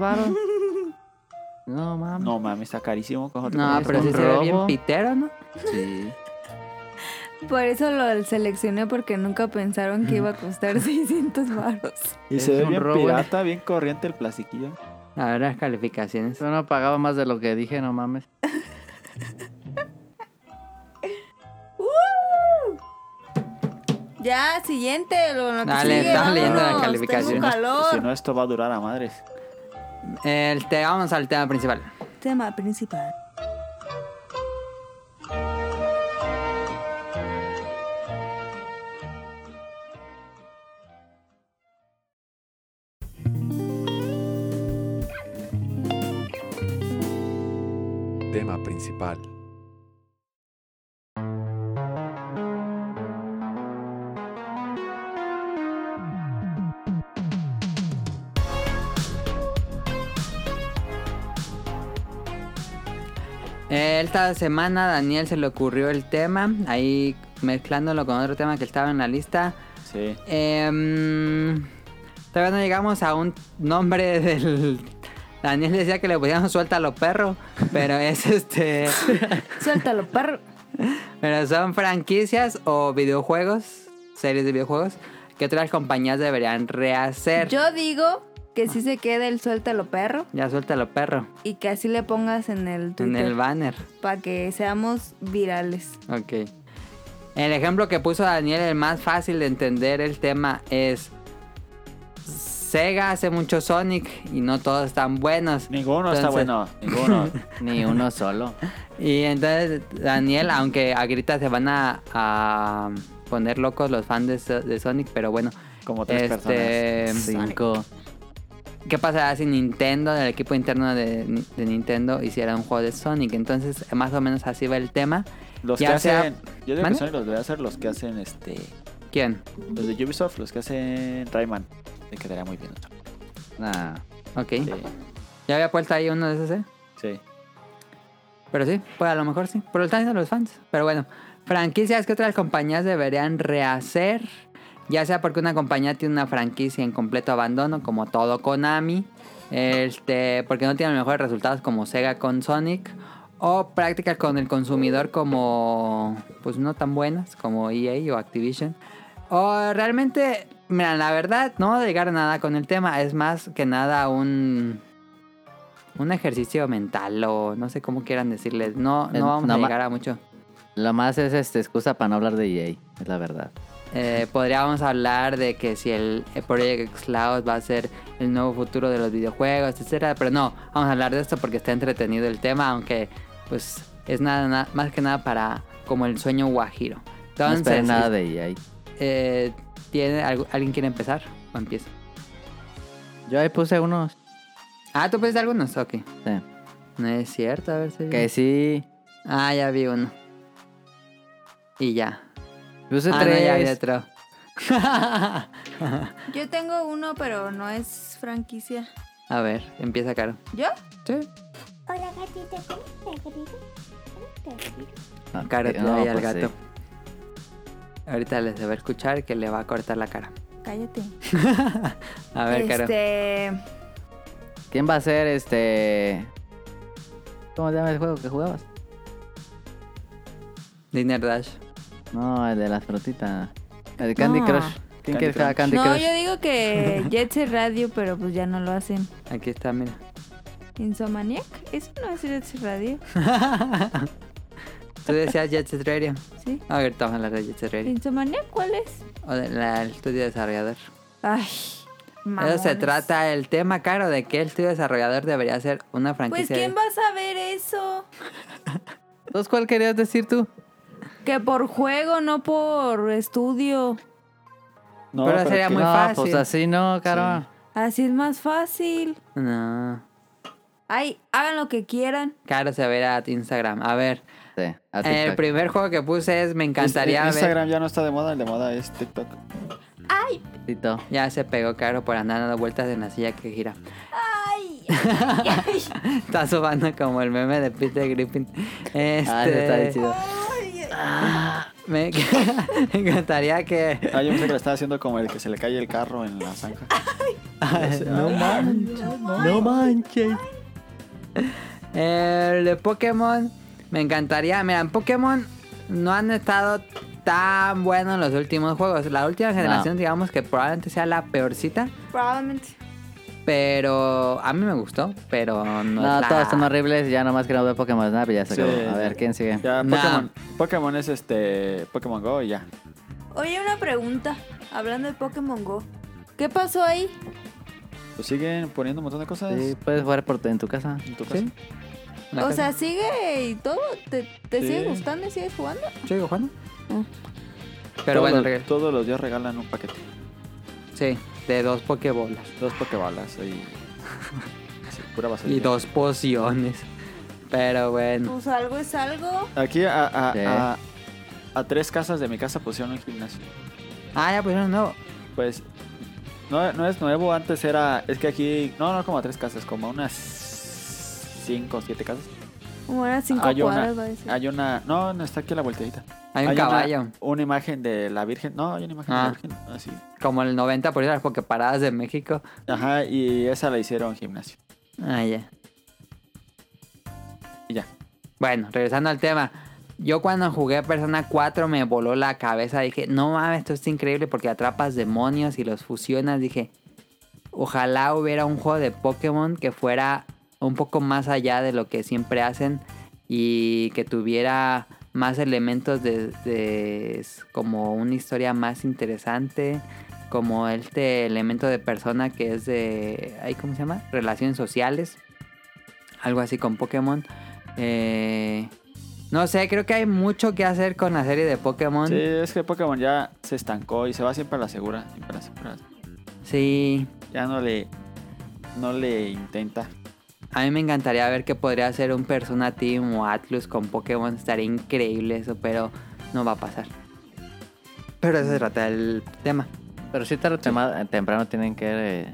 Speaker 2: baros? No mames.
Speaker 4: No mames, está carísimo. Con otro
Speaker 1: No,
Speaker 4: control.
Speaker 1: pero
Speaker 2: un
Speaker 1: sí se ve bien
Speaker 2: robo.
Speaker 1: pitero, ¿no?
Speaker 2: Sí.
Speaker 3: Por eso lo seleccioné porque nunca pensaron que iba a costar 600 baros.
Speaker 4: Y
Speaker 2: Es
Speaker 4: se ve
Speaker 2: un
Speaker 4: bien
Speaker 2: robo,
Speaker 1: eh.
Speaker 4: pirata, bien corriente el plastiquillo.
Speaker 1: A ver las calificaciones.
Speaker 2: Yo no pagaba más de lo que dije, no mames.
Speaker 3: Ya, siguiente. Lo, lo que
Speaker 1: Dale,
Speaker 3: sigue,
Speaker 1: estaba leyendo la
Speaker 3: vámonos,
Speaker 1: calificación.
Speaker 3: Tengo
Speaker 4: Si
Speaker 3: calor.
Speaker 4: no, esto va a durar a madres.
Speaker 1: El te vamos al tema principal.
Speaker 3: Tema principal.
Speaker 5: Tema principal.
Speaker 1: Esta semana a Daniel se le ocurrió el tema, ahí mezclándolo con otro tema que estaba en la lista.
Speaker 4: Sí.
Speaker 1: Em, todavía no llegamos a un nombre del... Daniel decía que le pusiéramos suelta a los perros, pero es este...
Speaker 3: Suéltalo, perro.
Speaker 1: Pero son franquicias o videojuegos, series de videojuegos, que otras compañías deberían rehacer.
Speaker 3: Yo digo que sí se quede el suéltalo, perro.
Speaker 1: Ya suelta los perros
Speaker 3: Y que así le pongas en
Speaker 1: en
Speaker 3: el
Speaker 1: el
Speaker 3: Twitter.
Speaker 1: banner.
Speaker 3: Para que seamos virales.
Speaker 1: Ok. El ejemplo que puso Daniel, el más fácil de entender el tema, es Sega hace mucho Sonic y no todos están buenos.
Speaker 4: Ninguno está
Speaker 1: Entonces-
Speaker 4: bueno. Ninguno.
Speaker 2: Ni uno solo.
Speaker 1: Y entonces, Daniel, aunque a grita se van a, a poner locos los fans de, So- de Sonic, pero bueno.
Speaker 4: Como tres
Speaker 1: este,
Speaker 2: Cinco.
Speaker 1: ¿Qué pasará si Nintendo, el equipo interno de, de Nintendo, hiciera un juego de Sonic? Entonces, más o menos así va el tema.
Speaker 4: Los
Speaker 1: Ya
Speaker 4: que
Speaker 1: sea-
Speaker 4: hacen. Yo digo que
Speaker 1: ¿Mande?
Speaker 4: son los de hacer los que hacen este.
Speaker 1: ¿Quién?
Speaker 4: Los de Ubisoft, los que hacen Rayman. Me quedaría muy bien. otro.
Speaker 2: Nah.
Speaker 1: Ok.
Speaker 4: Sí.
Speaker 1: Ya había puesto ahí uno de esos, ¿eh?
Speaker 4: sí.
Speaker 1: Pero sí, pues a lo mejor sí. Por lo tanto, los fans. Pero bueno, franquicias que otras compañías deberían rehacer. Ya sea porque una compañía tiene una franquicia en completo abandono, como todo Konami. Este, porque no tiene los mejores resultados como Sega con Sonic. O prácticas con el consumidor como, pues no tan buenas, como EA o Activision. O realmente, mira, la verdad, no va a llegar a nada con el tema. Es más que nada un, un ejercicio mental o no sé cómo quieran decirles. No,
Speaker 2: Eh,
Speaker 1: no vamos a
Speaker 2: nada ma-
Speaker 1: llegar a mucho.
Speaker 2: Lo más es este, excusa para no hablar de EA, es la verdad.
Speaker 1: Eh, podríamos hablar de que si el eh, Project Cloud va a ser el nuevo futuro de los videojuegos, etcétera, pero no, vamos a hablar de esto porque está entretenido el tema, aunque pues es nada, na- más que nada para como el sueño guajiro.
Speaker 2: No
Speaker 1: Entonces,
Speaker 2: esperé nada de E EA.
Speaker 1: eh, ¿tiene, algu- ¿alguien quiere empezar? O empieza.
Speaker 2: Yo ahí puse unos
Speaker 1: Ah, ¿tú pusiste algunos? Ok.
Speaker 2: sí,
Speaker 1: No es cierto, a ver si...
Speaker 2: que sí.
Speaker 1: Ah, ya vi uno. Y ya.
Speaker 2: Puse
Speaker 1: Ah, no,
Speaker 2: tres.
Speaker 1: ya vi otro.
Speaker 3: Yo tengo uno, pero no es franquicia.
Speaker 1: A ver, empieza Caro.
Speaker 3: ¿Yo?
Speaker 1: Sí.
Speaker 6: Hola gatita, ¿cómo te grito? ¿Cómo te grito?
Speaker 2: No,
Speaker 1: Cara,
Speaker 2: sí,
Speaker 1: te doy al
Speaker 2: pues
Speaker 1: gato.
Speaker 2: sí.
Speaker 1: Ahorita les debe escuchar que le va a cortar la cara.
Speaker 3: Cállate.
Speaker 1: A ver, Caro.
Speaker 3: Este.
Speaker 2: ¿Quién va a ser este? ¿Cómo se llama el juego que jugabas?
Speaker 1: Dinner Dash.
Speaker 2: No, el de las frutitas. El de Candy
Speaker 3: No.
Speaker 2: Crush.
Speaker 4: Candy
Speaker 2: ¿Quién quiere jugar a
Speaker 4: Crush.
Speaker 2: Candy
Speaker 3: no,
Speaker 2: Crush?
Speaker 3: yo digo que Jet Set Radio, pero pues ya no lo hacen.
Speaker 1: Aquí está, mira.
Speaker 3: Insomaniac, eso no es Jet Set Radio,
Speaker 1: Tú decías Jet Set Radio.
Speaker 3: ¿sí?
Speaker 1: A ver, vamos a hablar de Jet Set Radio.
Speaker 3: Insomaniac, ¿cuál es?
Speaker 1: O del el estudio desarrollador.
Speaker 3: Ay,
Speaker 1: Eso se
Speaker 3: mamones.
Speaker 1: trata el tema, Caro, de que el estudio desarrollador debería ser una
Speaker 3: Pues
Speaker 1: franquicia. de-
Speaker 3: ¿quién va a saber eso?
Speaker 2: Entonces, ¿cuál querías decir tú?
Speaker 3: Que por juego, no por estudio.
Speaker 4: No,
Speaker 1: Pero sería
Speaker 4: que-
Speaker 1: Muy
Speaker 2: no,
Speaker 1: fácil.
Speaker 2: pues así no, caro.
Speaker 3: Así es más fácil.
Speaker 1: No.
Speaker 3: Ay, hagan lo que quieran.
Speaker 1: Caro se verá a Instagram. A ver,
Speaker 2: Sí, a
Speaker 1: el
Speaker 2: TikTok.
Speaker 1: primer juego que puse es Me encantaría
Speaker 4: Inst-
Speaker 1: ver.
Speaker 4: eh, Instagram ya no está de moda, el de moda es TikTok.
Speaker 2: Tito.
Speaker 1: Ya se pegó Caro por andar dando vueltas en la silla que gira.
Speaker 3: Ay,
Speaker 1: Está sobando como el meme de Peter Griffin. Este,
Speaker 2: Ah, ese está bien chido.
Speaker 1: Me, me encantaría que.
Speaker 4: Ah, yo pensé que le estaba haciendo como el que se le cae el carro en la zanja. ah,
Speaker 1: no manches. No manches. eh, El de Pokémon. Me encantaría. Mira, en Pokémon no han estado tan buenos los últimos juegos. La última generación, digamos que probablemente sea la peorcita.
Speaker 3: probablemente.
Speaker 1: Pero a mí me gustó. Pero no,
Speaker 2: No,
Speaker 1: es la-
Speaker 2: todos están horribles. Ya nomás queremos ver Pokémon Snap y ya se
Speaker 4: Sí.
Speaker 2: acabó. A ver, ¿quién sigue?
Speaker 4: Ya,
Speaker 1: Nah.
Speaker 4: Pokémon, Pokémon es este. Pokémon Go y ya.
Speaker 3: Oye, una pregunta. Hablando de Pokémon Go. ¿Qué pasó ahí?
Speaker 4: Pues siguen poniendo un montón de cosas
Speaker 2: Sí, puedes jugar por tu- en tu casa.
Speaker 4: en tu casa.
Speaker 1: Sí. Una
Speaker 3: O
Speaker 1: cosa.
Speaker 3: sea, sigue y todo. ¿Te, te
Speaker 4: Sí.
Speaker 3: sigue gustando y sigues jugando?
Speaker 1: Sigo jugando.
Speaker 2: eh.
Speaker 3: Ah.
Speaker 1: Pero
Speaker 4: Todos
Speaker 1: bueno,
Speaker 4: los-
Speaker 1: regreso.
Speaker 4: todos los días regalan un paquete.
Speaker 1: Sí, de dos pokebolas.
Speaker 4: Dos Pokébolas y. sí, pura basura.
Speaker 1: Y dos pociones. Pero bueno.
Speaker 3: Pues algo es algo.
Speaker 4: Aquí a, a,
Speaker 2: Sí.
Speaker 4: a, a tres casas de mi casa pusieron un gimnasio.
Speaker 1: Ah, ya pusieron nuevo.
Speaker 4: Pues no, no es nuevo, antes era. Es que aquí. No, no como a tres casas, como a unas cinco o siete casas.
Speaker 3: Como eran cinco
Speaker 4: hay
Speaker 3: cuadras,
Speaker 4: una,
Speaker 3: va a decir.
Speaker 4: hay una. No, no está aquí a la vueltecita.
Speaker 1: Hay un
Speaker 4: una-
Speaker 1: caballo.
Speaker 4: Una, imagen de la Virgen. No, hay una imagen
Speaker 1: Ah.
Speaker 4: de la Virgen. Así.
Speaker 1: Como el 90% de las pokeparadas de México.
Speaker 4: Ajá, y esa la hicieron gimnasio.
Speaker 1: Ah, ya.
Speaker 4: Y ya.
Speaker 1: Bueno, regresando al tema. Yo cuando jugué Persona 4 me voló la cabeza. Dije, no mames, esto es increíble porque atrapas demonios y los fusionas. Dije, ojalá hubiera un juego de Pokémon que fuera un poco más allá de lo que siempre hacen y que tuviera más elementos de, de- como una historia más interesante, como este elemento de persona que es de, ay, ¿cómo se llama? Relaciones sociales, algo así con Pokémon. Eh, no sé, creo que hay mucho que hacer con la serie de Pokémon.
Speaker 4: Sí, es que Pokémon ya se estancó y se va siempre a la segura. Siempre a la segura.
Speaker 1: Sí,
Speaker 4: Ya no le, no le intenta.
Speaker 1: a mí me encantaría ver que podría hacer un Persona Team o Atlus con Pokémon. Estaría increíble eso, pero no va a pasar. Pero eso se trata el tema.
Speaker 2: Pero sí tarde o tema- temprano tienen que eh,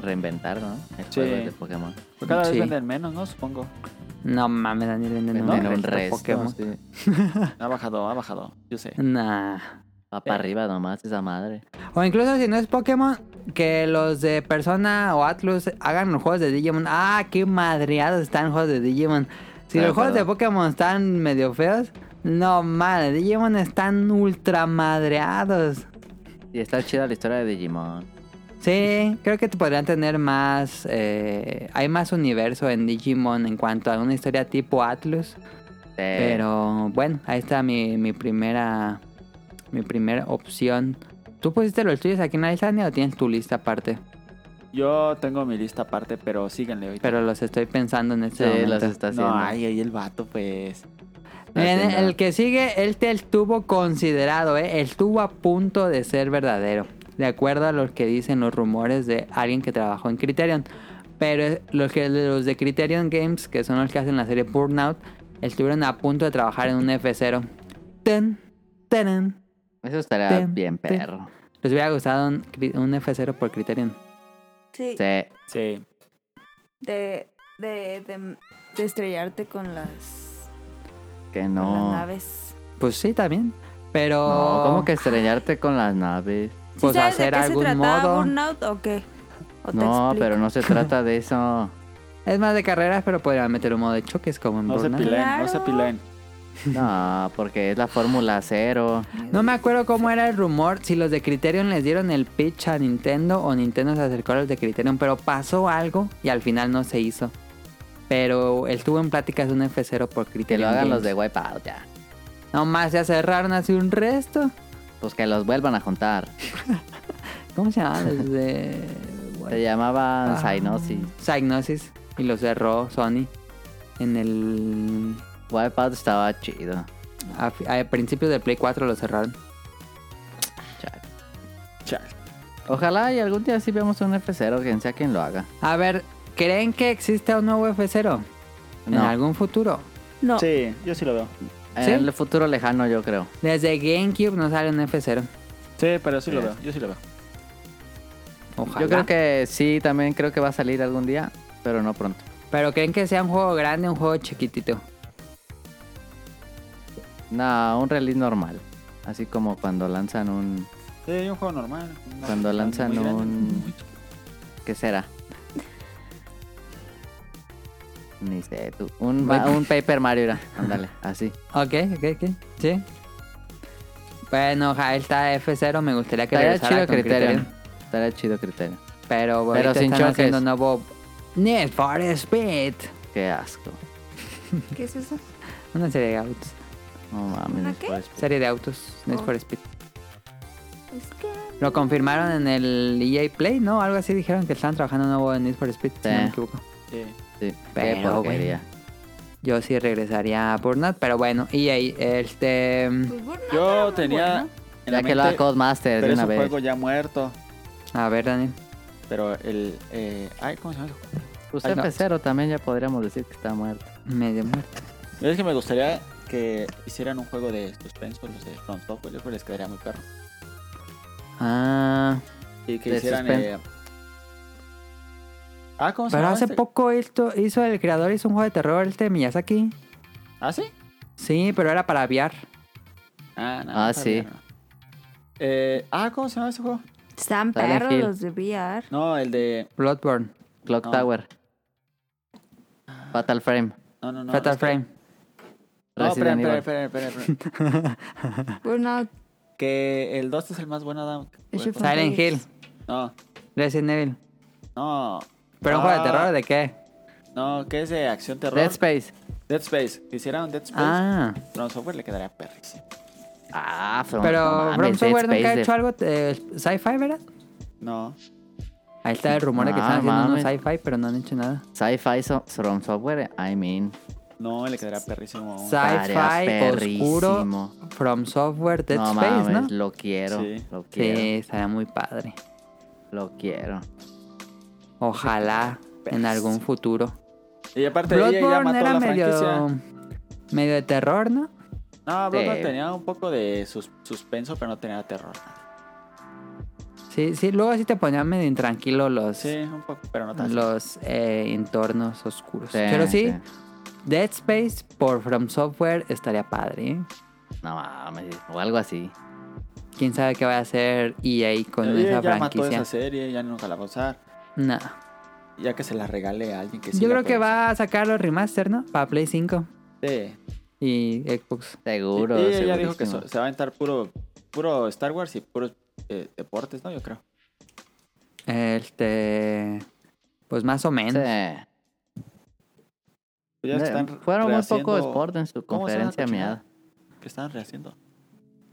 Speaker 2: reinventar, ¿no? El
Speaker 4: Sí.
Speaker 2: juego de Pokémon.
Speaker 4: Porque Pues cada
Speaker 1: Sí.
Speaker 4: vez venden menos, ¿no? Supongo.
Speaker 1: No mames, Daniel, venden
Speaker 2: Venden
Speaker 1: un
Speaker 2: un
Speaker 1: resto de
Speaker 2: resto,
Speaker 1: Pokémon.
Speaker 2: sí.
Speaker 4: Ha bajado, ha bajado. Yo sé.
Speaker 1: Nah.
Speaker 2: Va
Speaker 4: Eh.
Speaker 2: para arriba nomás esa madre.
Speaker 1: O incluso si no es Pokémon, que los de Persona o Atlus hagan los juegos de Digimon. Ah, qué madreados están los juegos de Digimon. Si
Speaker 2: Ah,
Speaker 1: los juegos de
Speaker 2: perdón.
Speaker 1: Pokémon están medio feos, no mames, Digimon están ultra madreados.
Speaker 2: Y está chida la historia de Digimon.
Speaker 1: Sí, creo que te podrían tener más. eh, hay más universo en Digimon en cuanto a una historia tipo Atlus.
Speaker 2: Sí.
Speaker 1: Pero bueno, ahí está mi, mi primera. Mi primera opción. ¿Tú pusiste los tuyos aquí en la lista, Dani, o tienes tu lista aparte?
Speaker 4: Yo tengo mi lista aparte, pero síganle ahorita.
Speaker 1: Pero los estoy pensando en este
Speaker 2: Sí,
Speaker 1: momento.
Speaker 2: las está haciendo.
Speaker 4: no, ay, ahí el vato, pues.
Speaker 2: Está
Speaker 1: Miren,
Speaker 2: haciendo-
Speaker 1: el que sigue, él te estuvo considerado, ¿eh? estuvo a punto de ser verdadero, de acuerdo a lo que dicen los rumores de alguien que trabajó en Criterion. Pero eh, los, que, los de Criterion Games, que son los que hacen la serie Burnout, estuvieron a punto de trabajar en un F0. Ten, tenen.
Speaker 2: Eso estaría
Speaker 1: Tem,
Speaker 2: bien,
Speaker 1: tem.
Speaker 2: perro.
Speaker 1: Les hubiera gustado un, cri- un F0 por Criterion.
Speaker 3: Sí.
Speaker 2: Sí.
Speaker 4: Sí.
Speaker 3: De, de, de, de estrellarte con las,
Speaker 2: Que
Speaker 3: con las
Speaker 2: no.
Speaker 3: naves.
Speaker 1: Pues sí, también. Pero.
Speaker 2: No, ¿cómo que estrellarte con las naves?
Speaker 3: ¿Sí
Speaker 1: Pues
Speaker 3: sabes
Speaker 1: hacer
Speaker 3: de qué
Speaker 1: algún
Speaker 3: se trataba
Speaker 1: modo.
Speaker 3: Burnout o qué? ¿O te
Speaker 2: No,
Speaker 3: explico?
Speaker 2: pero no se trata de eso.
Speaker 1: Es más de carreras, pero podrían meter un modo de choques como en
Speaker 4: No se
Speaker 1: Burnout.
Speaker 4: pilen, no se
Speaker 3: Claro.
Speaker 4: pilen.
Speaker 2: No, porque es la fórmula cero.
Speaker 1: No me acuerdo cómo era el rumor, si los de Criterion les dieron el pitch a Nintendo o Nintendo se acercó a los de Criterion, pero pasó algo y al final no se hizo. Pero él estuvo en pláticas de un F0 por
Speaker 2: Que
Speaker 1: Criterion.
Speaker 2: lo hagan los de
Speaker 1: Games.
Speaker 2: Wipeout ya.
Speaker 1: Nomás se cerraron hace un resto.
Speaker 2: Pues que los vuelvan a juntar.
Speaker 1: ¿Cómo se llamaban los de.
Speaker 2: Se llamaban
Speaker 1: Ah.
Speaker 2: Sainosis.
Speaker 1: Psygnosis. Y lo cerró Sony en el.
Speaker 2: Wipeout estaba chido.
Speaker 1: A, a principios del Play 4 lo cerraron.
Speaker 2: Chale.
Speaker 4: Chale.
Speaker 2: Ojalá y algún día sí veamos un F0, quien sea quien lo haga.
Speaker 1: A ver, ¿creen que exista un nuevo F0? En
Speaker 2: No.
Speaker 1: algún futuro.
Speaker 3: No.
Speaker 4: Sí, yo sí lo veo.
Speaker 2: En
Speaker 1: ¿Sí?
Speaker 2: el futuro lejano, yo creo.
Speaker 1: Desde GameCube no sale un F0.
Speaker 4: Sí, pero sí lo
Speaker 2: Sí.
Speaker 4: veo. Yo sí lo veo.
Speaker 1: Ojalá.
Speaker 2: Yo creo que sí, también creo que va a salir algún día, pero no pronto.
Speaker 1: Pero creen que sea un juego grande, un juego chiquitito.
Speaker 2: No, un release normal. Así como cuando lanzan un.
Speaker 4: Sí, hay un juego normal. no
Speaker 2: Cuando
Speaker 4: tan
Speaker 2: lanzan
Speaker 4: muy grande.
Speaker 2: un. ¿Qué será? Ni sé, tú. Un, va- un Paper Mario, era. Ándale, así.
Speaker 1: Ok, ok, ok. Sí. Bueno, ojalá está F0. Me gustaría que
Speaker 2: Estaría
Speaker 1: regresara
Speaker 2: chido
Speaker 1: con
Speaker 2: criterio. Estaría chido criterio.
Speaker 1: Pero, ahorita
Speaker 2: Pero sin
Speaker 1: están
Speaker 2: choques.
Speaker 1: haciendo nuevo Need for Speed.
Speaker 2: Qué asco.
Speaker 3: ¿Qué es eso?
Speaker 1: Una serie de autos.
Speaker 2: No mames.
Speaker 3: ¿Una
Speaker 2: Need
Speaker 3: qué?
Speaker 2: for Speed.
Speaker 1: Serie de autos. Need
Speaker 3: Oh.
Speaker 1: for Speed.
Speaker 3: Es que...
Speaker 1: Lo confirmaron en el EA Play, ¿no? Algo así dijeron que están trabajando nuevo en Need for Speed. Si
Speaker 2: Sí.
Speaker 1: no me equivoco.
Speaker 4: Sí.
Speaker 2: Sí, qué
Speaker 1: Pero,
Speaker 2: porquería.
Speaker 1: Yo sí regresaría a Burnout. Pero bueno, EA, este.
Speaker 3: Pues Burnout era
Speaker 4: Yo
Speaker 3: muy
Speaker 4: tenía.
Speaker 3: bueno.
Speaker 4: en la
Speaker 2: Ya que lo haga
Speaker 4: mente,
Speaker 2: Codemaster
Speaker 4: Pero
Speaker 2: de
Speaker 4: es
Speaker 2: una
Speaker 4: un
Speaker 2: vez.
Speaker 4: juego ya muerto.
Speaker 1: A ver, Daniel.
Speaker 4: Pero el. Eh, ay, ¿cómo se llama? ese juego?
Speaker 2: Pues
Speaker 1: Ay, no.
Speaker 2: F0 también ya podríamos decir que está muerto.
Speaker 1: Medio muerto.
Speaker 4: Es que me gustaría que hicieran un juego de suspenso, los de Front Software. Yo creo que les quedaría muy perro.
Speaker 1: Ah.
Speaker 4: Y que
Speaker 2: De
Speaker 4: hicieran.
Speaker 2: suspenso.
Speaker 4: eh, Ah, ¿cómo se
Speaker 1: Pero
Speaker 4: llama
Speaker 1: hace
Speaker 4: este?
Speaker 1: poco esto hizo el creador hizo un juego de terror este Miyazaki.
Speaker 4: ¿Ah, sí?
Speaker 1: Sí, pero era para aviar.
Speaker 4: Ah, no,
Speaker 2: Ah,
Speaker 4: está
Speaker 2: sí.
Speaker 4: bien, no. Eh, ah, ¿cómo se llama ese juego?
Speaker 3: Están
Speaker 2: Silent
Speaker 3: perros
Speaker 2: Hill.
Speaker 3: los de VR.
Speaker 4: No, el de.
Speaker 1: Bloodborne,
Speaker 2: Clock
Speaker 4: No.
Speaker 2: Tower. Fatal Frame.
Speaker 4: No, no, este- no.
Speaker 1: Fatal
Speaker 4: es que-
Speaker 1: Frame.
Speaker 4: No, espera,
Speaker 2: Resident
Speaker 4: espera,
Speaker 2: Evil.
Speaker 4: espera, espera, espera.
Speaker 3: Burnout.
Speaker 4: Que el 2 es el más bueno, Adam.
Speaker 3: El Chief of-
Speaker 1: Silent Hill,
Speaker 4: No,
Speaker 1: Resident Evil.
Speaker 4: no.
Speaker 1: ¿Pero un juego de
Speaker 4: Ah,
Speaker 1: terror de qué?
Speaker 4: No, que es de acción terror.
Speaker 2: Dead Space.
Speaker 4: Dead Space. Si hicieran un Dead Space,
Speaker 1: Ah,
Speaker 4: From Software le quedaría perrísimo.
Speaker 2: Ah, pero. no
Speaker 1: Pero
Speaker 2: mames,
Speaker 1: From
Speaker 2: Dead
Speaker 1: Software
Speaker 2: Space
Speaker 1: nunca ha
Speaker 2: de-
Speaker 1: hecho algo eh, sci-fi, ¿verdad?
Speaker 4: No.
Speaker 1: Ahí está el rumor de que
Speaker 2: Ah,
Speaker 1: están haciendo unos
Speaker 2: mames.
Speaker 1: sci-fi, pero no han hecho nada.
Speaker 2: Sci-fi so- From Software, I mean.
Speaker 4: No, le quedaría perrísimo.
Speaker 1: Sci-
Speaker 4: Sí.
Speaker 1: Sci-fi,
Speaker 2: Tarea
Speaker 1: oscuro,
Speaker 2: perrísimo.
Speaker 1: From Software, Dead
Speaker 2: no
Speaker 1: Space,
Speaker 2: mames,
Speaker 1: ¿no?
Speaker 2: lo quiero.
Speaker 4: Sí.
Speaker 2: Lo quiero.
Speaker 1: Sí, estaría muy padre.
Speaker 2: Lo quiero.
Speaker 1: Ojalá en algún futuro.
Speaker 4: Y aparte ella ya
Speaker 1: Bloodborne
Speaker 4: mató
Speaker 1: era
Speaker 4: la
Speaker 1: medio,
Speaker 4: franquicia.
Speaker 1: medio de terror, ¿no?
Speaker 4: No, Bloodborne
Speaker 2: Sí.
Speaker 4: tenía un poco de sus- suspenso, pero no tenía terror.
Speaker 1: Sí, sí, luego sí te ponían medio intranquilo los,
Speaker 4: Sí, un poco, pero no tanto.
Speaker 1: los eh, entornos oscuros.
Speaker 2: Sí,
Speaker 1: Pero sí,
Speaker 2: sí.
Speaker 1: Dead Space por From Software estaría padre. ¿eh?
Speaker 2: No mames, o algo así.
Speaker 1: Quién sabe qué va a hacer EA con
Speaker 4: Ella
Speaker 1: esa
Speaker 4: ya mató
Speaker 1: franquicia.
Speaker 4: esa serie, ya nunca la va a usar.
Speaker 1: No.
Speaker 4: Ya que se la regale a alguien que sí
Speaker 1: Yo
Speaker 4: la
Speaker 1: creo que
Speaker 4: puede
Speaker 1: va a sacar los remaster, ¿no? Para Play 5
Speaker 4: usar. Sí.
Speaker 1: y Xbox.
Speaker 2: Seguro.
Speaker 4: Y- y ella dijo que
Speaker 2: segurísimo.
Speaker 4: so- se va a aventar puro, puro Star Wars y puros eh, deportes, ¿no? Yo creo.
Speaker 1: Este. Pues más o menos.
Speaker 2: Sí.
Speaker 4: Pues ya
Speaker 2: Eh,
Speaker 4: están
Speaker 2: Fueron muy poco
Speaker 4: rehaciendo-
Speaker 2: sport en su
Speaker 4: ¿Cómo se llama la
Speaker 2: conferencia
Speaker 4: cochinada
Speaker 2: miada.
Speaker 4: Que estaban rehaciendo.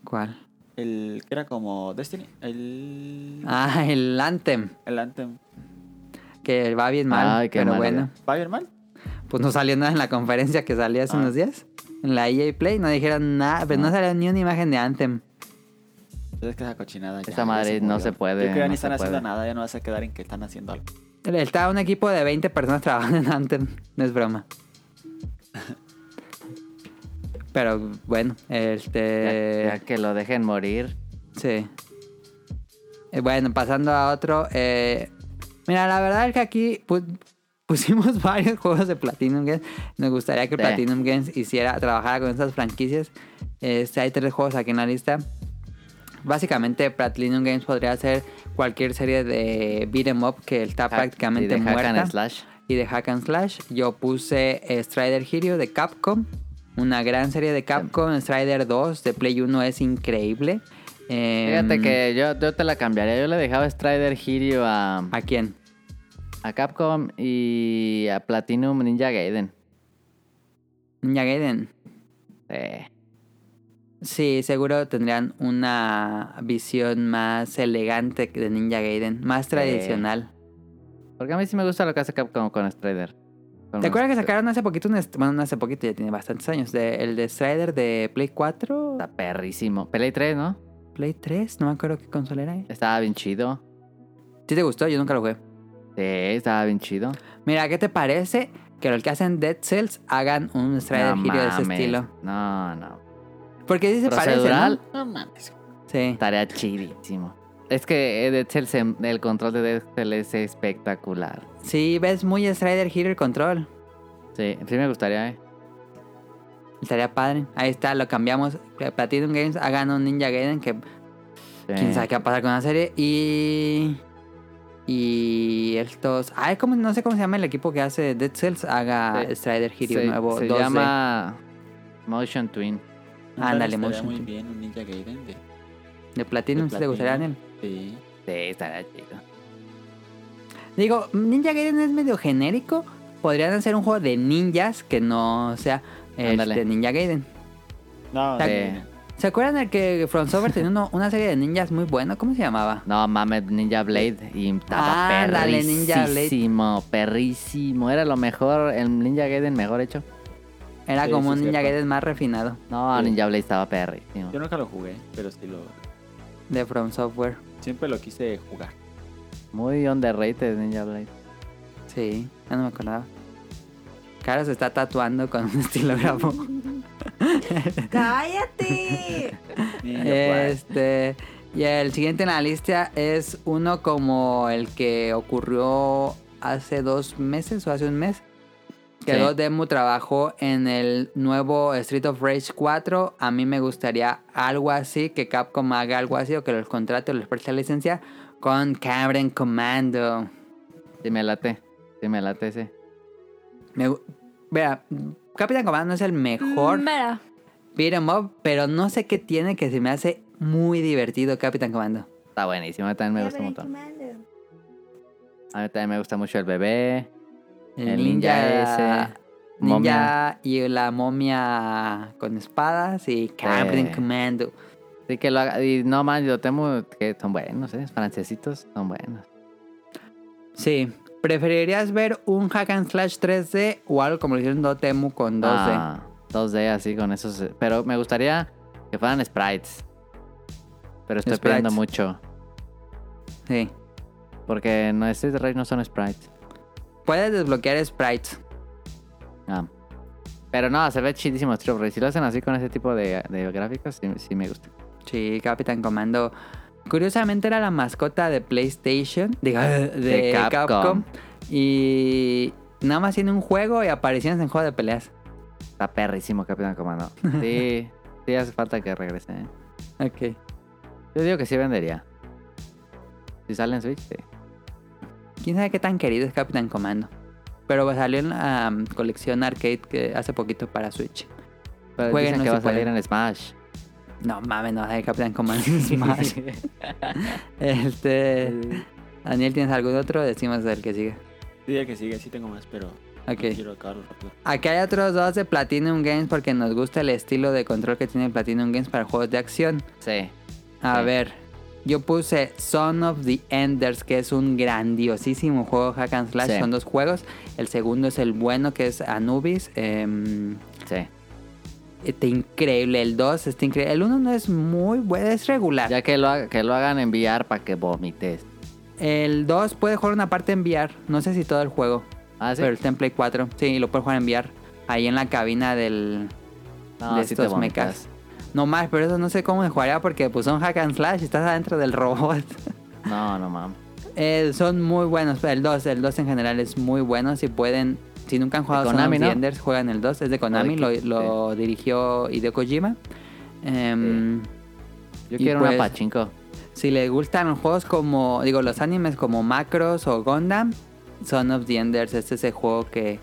Speaker 1: ¿Cuál?
Speaker 4: El que era como Destiny. El,
Speaker 1: Ah, el Anthem.
Speaker 4: el Anthem.
Speaker 1: Que va bien mal.
Speaker 2: Ay, qué
Speaker 1: pero
Speaker 2: mal,
Speaker 1: bueno.
Speaker 4: ¿Va bien mal?
Speaker 1: Pues no salió nada en la conferencia que salió hace
Speaker 4: Ah.
Speaker 1: unos días. En la EA Play no dijeron nada.
Speaker 2: Ah.
Speaker 1: Pero no salió ni una imagen de Anthem.
Speaker 4: Entonces Pues es que esa cochinada ya,
Speaker 2: Esa
Speaker 4: ya
Speaker 2: madre no
Speaker 4: murió.
Speaker 2: se puede,
Speaker 4: Yo creo que ya
Speaker 2: no
Speaker 4: ni
Speaker 2: se
Speaker 4: están haciendo
Speaker 2: puede.
Speaker 4: nada, ya no vas a quedar en que están haciendo algo.
Speaker 1: Estaba un equipo de 20 personas trabajando en Anthem. No es broma. Pero bueno, este.
Speaker 2: Ya, ya que lo dejen morir.
Speaker 1: Sí. Eh, bueno, pasando a otro. eh, mira, la verdad es que aquí pu- pusimos varios juegos de Platinum Games. Nos gustaría que
Speaker 2: Sí.
Speaker 1: Platinum Games hiciera, trabajara con estas franquicias. Este, hay tres juegos aquí en la lista. Básicamente, Platinum Games podría hacer cualquier serie de beat 'em up que está
Speaker 2: Hack-
Speaker 1: prácticamente
Speaker 2: y de hack and
Speaker 1: muerta
Speaker 2: slash.
Speaker 1: y de Hack and Slash. Yo puse eh, Strider Hero de Capcom. Una gran serie de Capcom. Strider 2 de Play 1 es increíble. Em,
Speaker 2: Fíjate que yo, yo te la cambiaría. Yo le dejaba Strider Hero a,
Speaker 1: ¿A quién?
Speaker 2: a Capcom y a Platinum Ninja Gaiden.
Speaker 1: Ninja Gaiden.
Speaker 2: Eh,
Speaker 1: Sí, seguro tendrían una visión más elegante de Ninja Gaiden. Más tradicional.
Speaker 2: porque a mí sí me gusta lo que hace Capcom con Strider. Con
Speaker 1: ¿Te acuerdas que
Speaker 2: este-
Speaker 1: sacaron hace poquito un... est- Bueno, no hace poquito, ya tiene bastantes años. de- el de Strider de Play 4.
Speaker 2: Está perrísimo. Play 3, ¿no?
Speaker 1: Play 3, no me acuerdo qué consola era. eh.
Speaker 2: Estaba bien chido.
Speaker 1: ¿Sí te gustó? Yo nunca lo jugué.
Speaker 2: Sí, estaba bien chido.
Speaker 1: Mira, ¿qué te parece que los que hacen Dead Cells hagan un Strider
Speaker 2: No
Speaker 1: Hero de ese
Speaker 2: mames.
Speaker 1: estilo?
Speaker 2: No, no.
Speaker 1: Porque sí se parece,
Speaker 2: Procedural,
Speaker 1: ¿no? Sí.
Speaker 2: Estaría chidísimo. Es que eh, Dead Cell se- el control de Dead Cell es espectacular.
Speaker 1: Sí, ves muy Strider Hero el control.
Speaker 2: Sí, sí me gustaría, ¿eh?
Speaker 1: Estaría padre. Ahí está, lo cambiamos. Que Platinum Games hagan un Ninja Gaiden que
Speaker 2: Sí.
Speaker 1: quién sabe qué va a pasar con la serie. Y... Y estos... Ah, como, no sé cómo se llama el equipo que hace Dead Cells. Haga
Speaker 2: Sí.
Speaker 1: Strider Hero
Speaker 2: se,
Speaker 1: nuevo.
Speaker 2: se
Speaker 1: 2D.
Speaker 2: llama Motion Twin.
Speaker 1: Ándale,
Speaker 4: Estaría
Speaker 1: Motion
Speaker 4: muy
Speaker 1: Twin.
Speaker 4: bien un Ninja Gaiden de...
Speaker 1: de Platinum.
Speaker 4: de
Speaker 1: si te gustaría,
Speaker 4: Platinum.
Speaker 1: Daniel?
Speaker 4: Sí.
Speaker 2: Sí, estaría chido.
Speaker 1: Digo, Ninja Gaiden es medio genérico. Podrían hacer un juego de ninjas que no sea
Speaker 2: Ándale.
Speaker 1: este, Ninja Gaiden.
Speaker 4: No,
Speaker 1: Ta-
Speaker 4: sí.
Speaker 1: ¿Se acuerdan de que From Software tenía uno- una serie de ninjas muy buena? ¿Cómo se llamaba?
Speaker 2: No mames, Ninja Blade. Y estaba
Speaker 1: Ah, dale, Ninja Blade.
Speaker 2: perrísimo, perrísimo. Era lo mejor, el Ninja Gaiden mejor hecho.
Speaker 1: Era
Speaker 4: Sí,
Speaker 1: como
Speaker 4: sí,
Speaker 1: un Ninja
Speaker 4: cierto.
Speaker 1: Gaiden más refinado
Speaker 2: No,
Speaker 4: Sí.
Speaker 2: Ninja Blade estaba perrísimo.
Speaker 4: Yo nunca lo jugué, pero sí lo...
Speaker 1: de From Software.
Speaker 4: Siempre lo quise jugar.
Speaker 2: Muy underrated Ninja Blade.
Speaker 1: Sí, ya no me acordaba. Cara se está tatuando con un estilógrafo.
Speaker 3: ¡Cállate!
Speaker 1: este. Y el siguiente en la lista es uno como el que ocurrió hace dos meses o hace un mes. Que
Speaker 2: Sí.
Speaker 1: God Demu trabajó en el nuevo Street of Rage 4. A mí me gustaría algo así, que Capcom haga algo así o que los contrate o les preste la licencia con Cameron Commando.
Speaker 2: Sí me late, sí me late ese.
Speaker 1: Me gu- Vea, Capitán Commando no es el mejor
Speaker 3: Mm, Mira,
Speaker 1: beat 'em up, pero no sé qué tiene que se me hace muy divertido Capitán Commando.
Speaker 2: Está buenísimo, a mí también me gusta un
Speaker 6: Cameron
Speaker 2: montón.
Speaker 6: Commando.
Speaker 2: A mí también me gusta mucho el bebé.
Speaker 1: El,
Speaker 2: El
Speaker 1: ninja,
Speaker 2: ninja ese.
Speaker 1: Ninja y la momia con espadas y Captain
Speaker 2: Sí.
Speaker 1: Commando.
Speaker 2: Así que lo haga. Y no man, yo temo que son buenos, ¿eh? Francesitos son buenos.
Speaker 1: Sí. ¿Preferirías ver un Hack and Slash 3D o algo como lo hicieron Dotemu con 2D?
Speaker 2: Ah, 2D, así con esos. eh, Pero me gustaría que fueran sprites. Pero estoy
Speaker 1: Sprites.
Speaker 2: pidiendo mucho.
Speaker 1: Sí.
Speaker 2: Porque no, este rey no son sprites.
Speaker 1: Puedes desbloquear sprites.
Speaker 2: Ah. Pero no, se ve chidísimo Street of Rage. Si lo hacen así con ese tipo de, de gráficos, sí, sí me gusta.
Speaker 1: Sí, Capitán Comando. Curiosamente era la mascota de PlayStation, digo, de,
Speaker 2: Ah, De
Speaker 1: Capcom.
Speaker 2: Capcom.
Speaker 1: Y nada más tiene un juego y aparecían en juego de peleas.
Speaker 2: Está perrísimo Capitán Comando. Sí, sí hace falta que regrese. ¿eh?
Speaker 1: Ok.
Speaker 2: Yo digo que sí vendería. Si sale en Switch, sí.
Speaker 1: ¿Quién sabe qué tan querido es Capitán Comando? Pero salió en la um, colección arcade que hace poquito para Switch.
Speaker 2: Pero
Speaker 1: Jueguen,
Speaker 2: dicen
Speaker 1: no
Speaker 2: que
Speaker 1: se
Speaker 2: va a salir
Speaker 1: puede.
Speaker 2: en Smash.
Speaker 1: No mames, no va a salir Capitán Comando en Smash. este, Daniel, ¿tienes algún otro? Decimos el que sigue.
Speaker 4: Diría que sigue, sí tengo más, pero
Speaker 1: Ok.
Speaker 4: quiero acabarlo rápido.
Speaker 1: Aquí hay otros dos de Platinum Games porque nos gusta el estilo de control que tiene Platinum Games para juegos de acción.
Speaker 2: Sí.
Speaker 1: A
Speaker 2: Sí.
Speaker 1: ver, yo puse Son of the Enders, que es un grandiosísimo juego hack and slash.
Speaker 2: Sí.
Speaker 1: Son dos juegos. El segundo es el bueno, que es Anubis. em,
Speaker 2: Sí.
Speaker 1: está increíble. El 2 está increíble. El 1 no es muy bueno, es regular.
Speaker 2: Ya que lo, haga- que lo hagan enviar para que vomites.
Speaker 1: El 2 puede jugar una parte en VR. No sé si todo el juego,
Speaker 2: Ah, sí.
Speaker 1: pero está en Play 4. Sí, lo puede jugar en VR. Ahí en la cabina del,
Speaker 2: no,
Speaker 1: de
Speaker 2: sí te
Speaker 1: estos mechas.
Speaker 2: vomitas.
Speaker 1: No más, pero eso no sé cómo se jugaría porque pues son hack and slash y estás adentro del robot.
Speaker 2: No, no mames.
Speaker 1: Eh, son muy buenos. El 2, el 2 en general es muy bueno. Si pueden, si nunca han jugado
Speaker 2: De
Speaker 1: Son of
Speaker 2: Konami,
Speaker 1: the
Speaker 2: ¿no? Ah,
Speaker 1: Enders, juegan el 2. Es de Konami, lo,
Speaker 2: qué?
Speaker 1: lo dirigió Hideo Kojima. Em, Y
Speaker 2: Yo quiero
Speaker 1: pues-
Speaker 2: una pachinko.
Speaker 1: Si les gustan los juegos como, digo, los animes como Macros o Gundam, Son of the Enders, este es el juego que,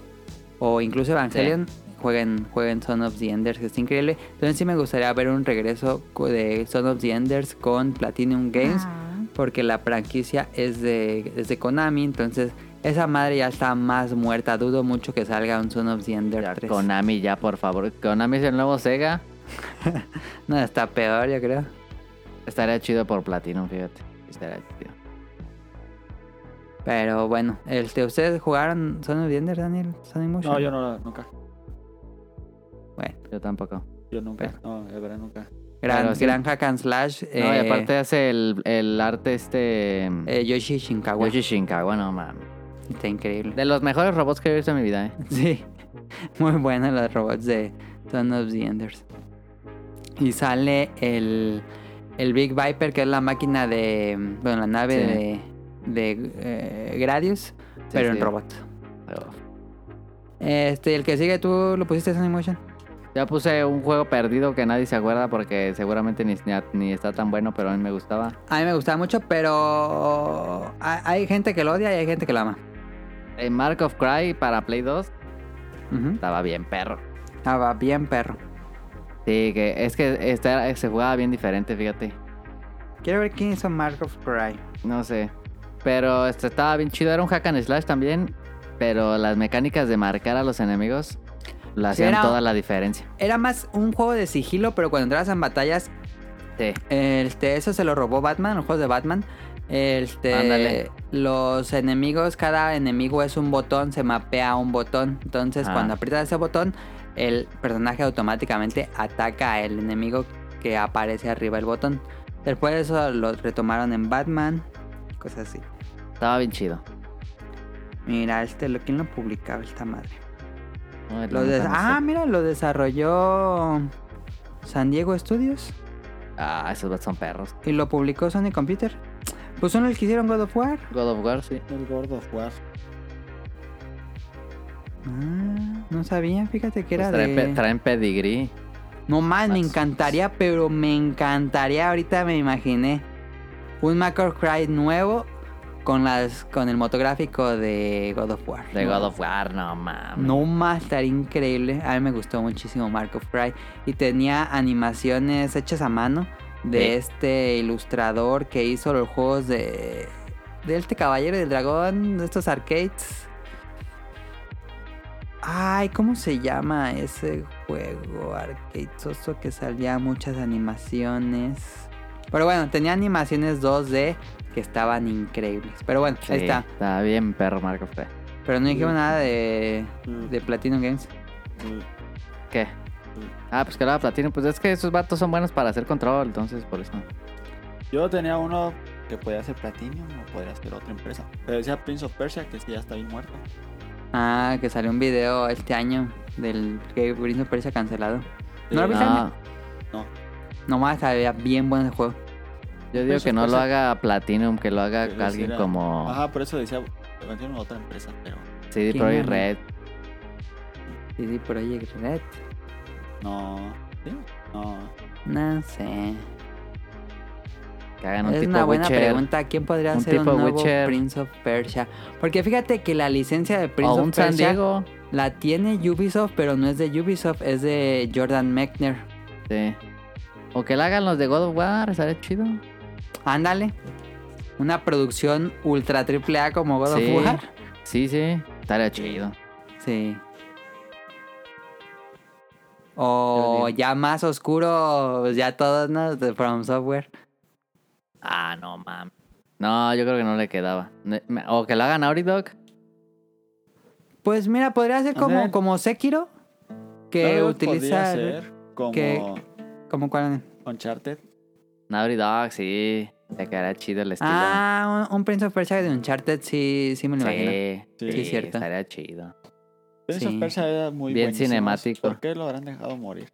Speaker 1: o incluso Evangelion, jueguen, jueguen Son of the Enders, que es increíble. Entonces sí me gustaría ver un regreso co- de Son of the Enders con Platinum Games,
Speaker 3: Ah.
Speaker 1: porque la franquicia es de, es de Konami, entonces esa madre ya está más muerta. Dudo mucho que salga un Son of the Enders
Speaker 2: Ya,
Speaker 1: 3.
Speaker 2: Konami, ya, por favor. Konami es el nuevo Sega.
Speaker 1: No, está peor, yo creo.
Speaker 2: Estaría chido por Platinum, fíjate. Estaría chido.
Speaker 1: Pero bueno, este, ¿ustedes jugaron Son of the Enders, Daniel? Sonic Motion?
Speaker 4: No, yo no, nunca.
Speaker 1: Bueno.
Speaker 2: Yo tampoco.
Speaker 4: Yo nunca. No, de verdad nunca.
Speaker 1: Gran,
Speaker 2: Pero sí.
Speaker 1: gran hack and slash.
Speaker 2: No, y
Speaker 1: eh,
Speaker 2: aparte hace el, el arte este...
Speaker 1: eh, Yoshi Shinkawa.
Speaker 2: Yoshi Shinkawa, no mames.
Speaker 1: Está increíble.
Speaker 2: De los mejores robots que he visto en mi vida, ¿eh?
Speaker 1: Sí. Muy buenos los robots de Son of the Enders. Y sale el, el Big Viper, que es la máquina de. Bueno, la nave de, de eh, Gradius, pero
Speaker 2: sí.
Speaker 1: en robot. Este, el que sigue, ¿tú lo pusiste en Animation?
Speaker 2: Ya puse un juego perdido que nadie se acuerda porque seguramente ni, ni, ni está tan bueno, pero a mí me gustaba.
Speaker 1: A mí me gustaba mucho, pero. Hay, hay gente que lo odia y hay gente que lo ama.
Speaker 2: El Eh, Mark of Cry para Play 2
Speaker 1: Ujú.
Speaker 2: estaba bien perro.
Speaker 1: Ah, va bien, perro.
Speaker 2: Sí, que es que esta- se jugaba bien diferente, fíjate.
Speaker 1: Quiero ver quién hizo Mark of Cry.
Speaker 2: No sé. Pero este estaba bien chido, era un hack and slash también, pero las mecánicas de marcar a los enemigos la
Speaker 1: Sí,
Speaker 2: hacían
Speaker 1: era-
Speaker 2: toda la diferencia.
Speaker 1: Era más un juego de sigilo, pero cuando entrabas en batallas,
Speaker 2: Sí.
Speaker 1: este, eso se lo robó Batman, los juegos de Batman. Este,
Speaker 2: Ándale.
Speaker 1: los enemigos, cada enemigo es un botón, se mapea un botón. Entonces,
Speaker 2: Ah.
Speaker 1: cuando aprietas ese botón, el personaje automáticamente ataca al enemigo que aparece arriba del botón. Después de eso lo retomaron en Batman, cosas así.
Speaker 2: Estaba bien chido.
Speaker 1: Mira, este, lo- ¿quién lo publicaba esta madre?
Speaker 2: No, la
Speaker 1: Lo des-
Speaker 2: neta no sé.
Speaker 1: ah, mira, lo desarrolló San Diego Studios.
Speaker 2: Ah, esos vatos son perros.
Speaker 1: y lo publicó Sony Computer. Pues son los que hicieron God of War.
Speaker 2: God of War, sí.
Speaker 4: El gordo jugar.
Speaker 1: Ah, no sabía, fíjate que
Speaker 2: Pues
Speaker 1: era
Speaker 2: traen, pe-
Speaker 1: de...
Speaker 2: traen pedigrí.
Speaker 1: No más, me
Speaker 2: Max.
Speaker 1: encantaría, pero me encantaría, ahorita me imaginé, un Macro Cry nuevo con las con el motográfico de God of War.
Speaker 2: De
Speaker 1: No,
Speaker 2: God of War, no mames.
Speaker 1: No más, estaría increíble. A mí me gustó muchísimo Mark of Cry. Y tenía animaciones hechas a mano de
Speaker 2: Sí.
Speaker 1: este ilustrador que hizo los juegos de. De este Caballero del Dragón, de estos arcades. Ay, ¿cómo se llama ese juego arcade soso que salía muchas animaciones? Pero bueno, tenía animaciones 2D que estaban increíbles. Pero bueno, ahí
Speaker 2: Sí,
Speaker 1: está.
Speaker 2: Está bien, perro Marco Fre.
Speaker 1: Pero no dijeron nada de, de Platinum Games.
Speaker 2: ¿Qué? Ah, pues que lo haga Platino. Pues es que esos vatos son buenos para hacer control, entonces por eso.
Speaker 4: Yo tenía uno que podía ser Platinum o podría ser otra empresa. Pero decía Prince of Persia, que sí, ya está bien muerto.
Speaker 1: Ah, que salió un video este año del que Prince of Persia cancelado. ¿No lo
Speaker 4: Sí.
Speaker 1: viste?
Speaker 2: No,
Speaker 1: Nomás sabía bien bueno el juego.
Speaker 2: yo digo
Speaker 1: Pues
Speaker 4: Eso
Speaker 2: que no
Speaker 4: puede
Speaker 2: lo
Speaker 4: ser.
Speaker 2: haga Platinum, que lo haga
Speaker 4: Pero
Speaker 2: alguien
Speaker 4: será-
Speaker 2: como
Speaker 4: Ajá, por eso decía Platinum o otra empresa, pero
Speaker 2: CD
Speaker 1: ¿Quién
Speaker 2: Projekt
Speaker 1: gana?
Speaker 2: Red.
Speaker 1: Sí, sí, Project Red.
Speaker 4: no. ¿Sí? No.
Speaker 1: No sé.
Speaker 2: Que hagan un
Speaker 1: Es
Speaker 2: tipo
Speaker 1: una buena
Speaker 2: Witcher,
Speaker 1: pregunta. ¿Quién podría
Speaker 2: Un
Speaker 1: ser un
Speaker 2: tipo
Speaker 1: nuevo
Speaker 2: Witcher.
Speaker 1: Prince of Persia? Porque fíjate que la licencia de Prince
Speaker 2: O
Speaker 1: of
Speaker 2: un
Speaker 1: Persia
Speaker 2: San Diego.
Speaker 1: la tiene Ubisoft, pero no es de Ubisoft, es de Jordan Mechner.
Speaker 2: Sí. O que lo hagan los de God of War, estaría chido.
Speaker 1: Ándale. Una producción ultra triple A como God
Speaker 2: Sí.
Speaker 1: of War.
Speaker 2: Sí, sí, estaría chido.
Speaker 1: Sí. O ya más oscuro, pues, ya todos, ¿no? De From Software.
Speaker 2: Ah, no mames. No, yo creo que no le quedaba. Ne- me- O que lo hagan Naughty Dog.
Speaker 1: Pues mira, podría ser como,
Speaker 4: Ándale.
Speaker 1: como Sekiro, que
Speaker 4: Luego podría
Speaker 1: utiliza... el-
Speaker 4: ser Este, como
Speaker 1: que- ¿Cómo cuál?
Speaker 4: Uncharted.
Speaker 2: Naughty Dog, sí. Te quedaría chido el estilo.
Speaker 1: Ah, un, un Prince of Persia de Uncharted, sí, sí me lo imagino.
Speaker 2: sí,
Speaker 4: Sí.
Speaker 2: sí,
Speaker 1: Sí, cierto.
Speaker 2: estaría chido.
Speaker 4: Prince
Speaker 1: Sí.
Speaker 4: of Persia era muy
Speaker 2: Bien
Speaker 4: buenísimo.
Speaker 2: cinemático.
Speaker 4: ¿Por qué lo habrán dejado morir?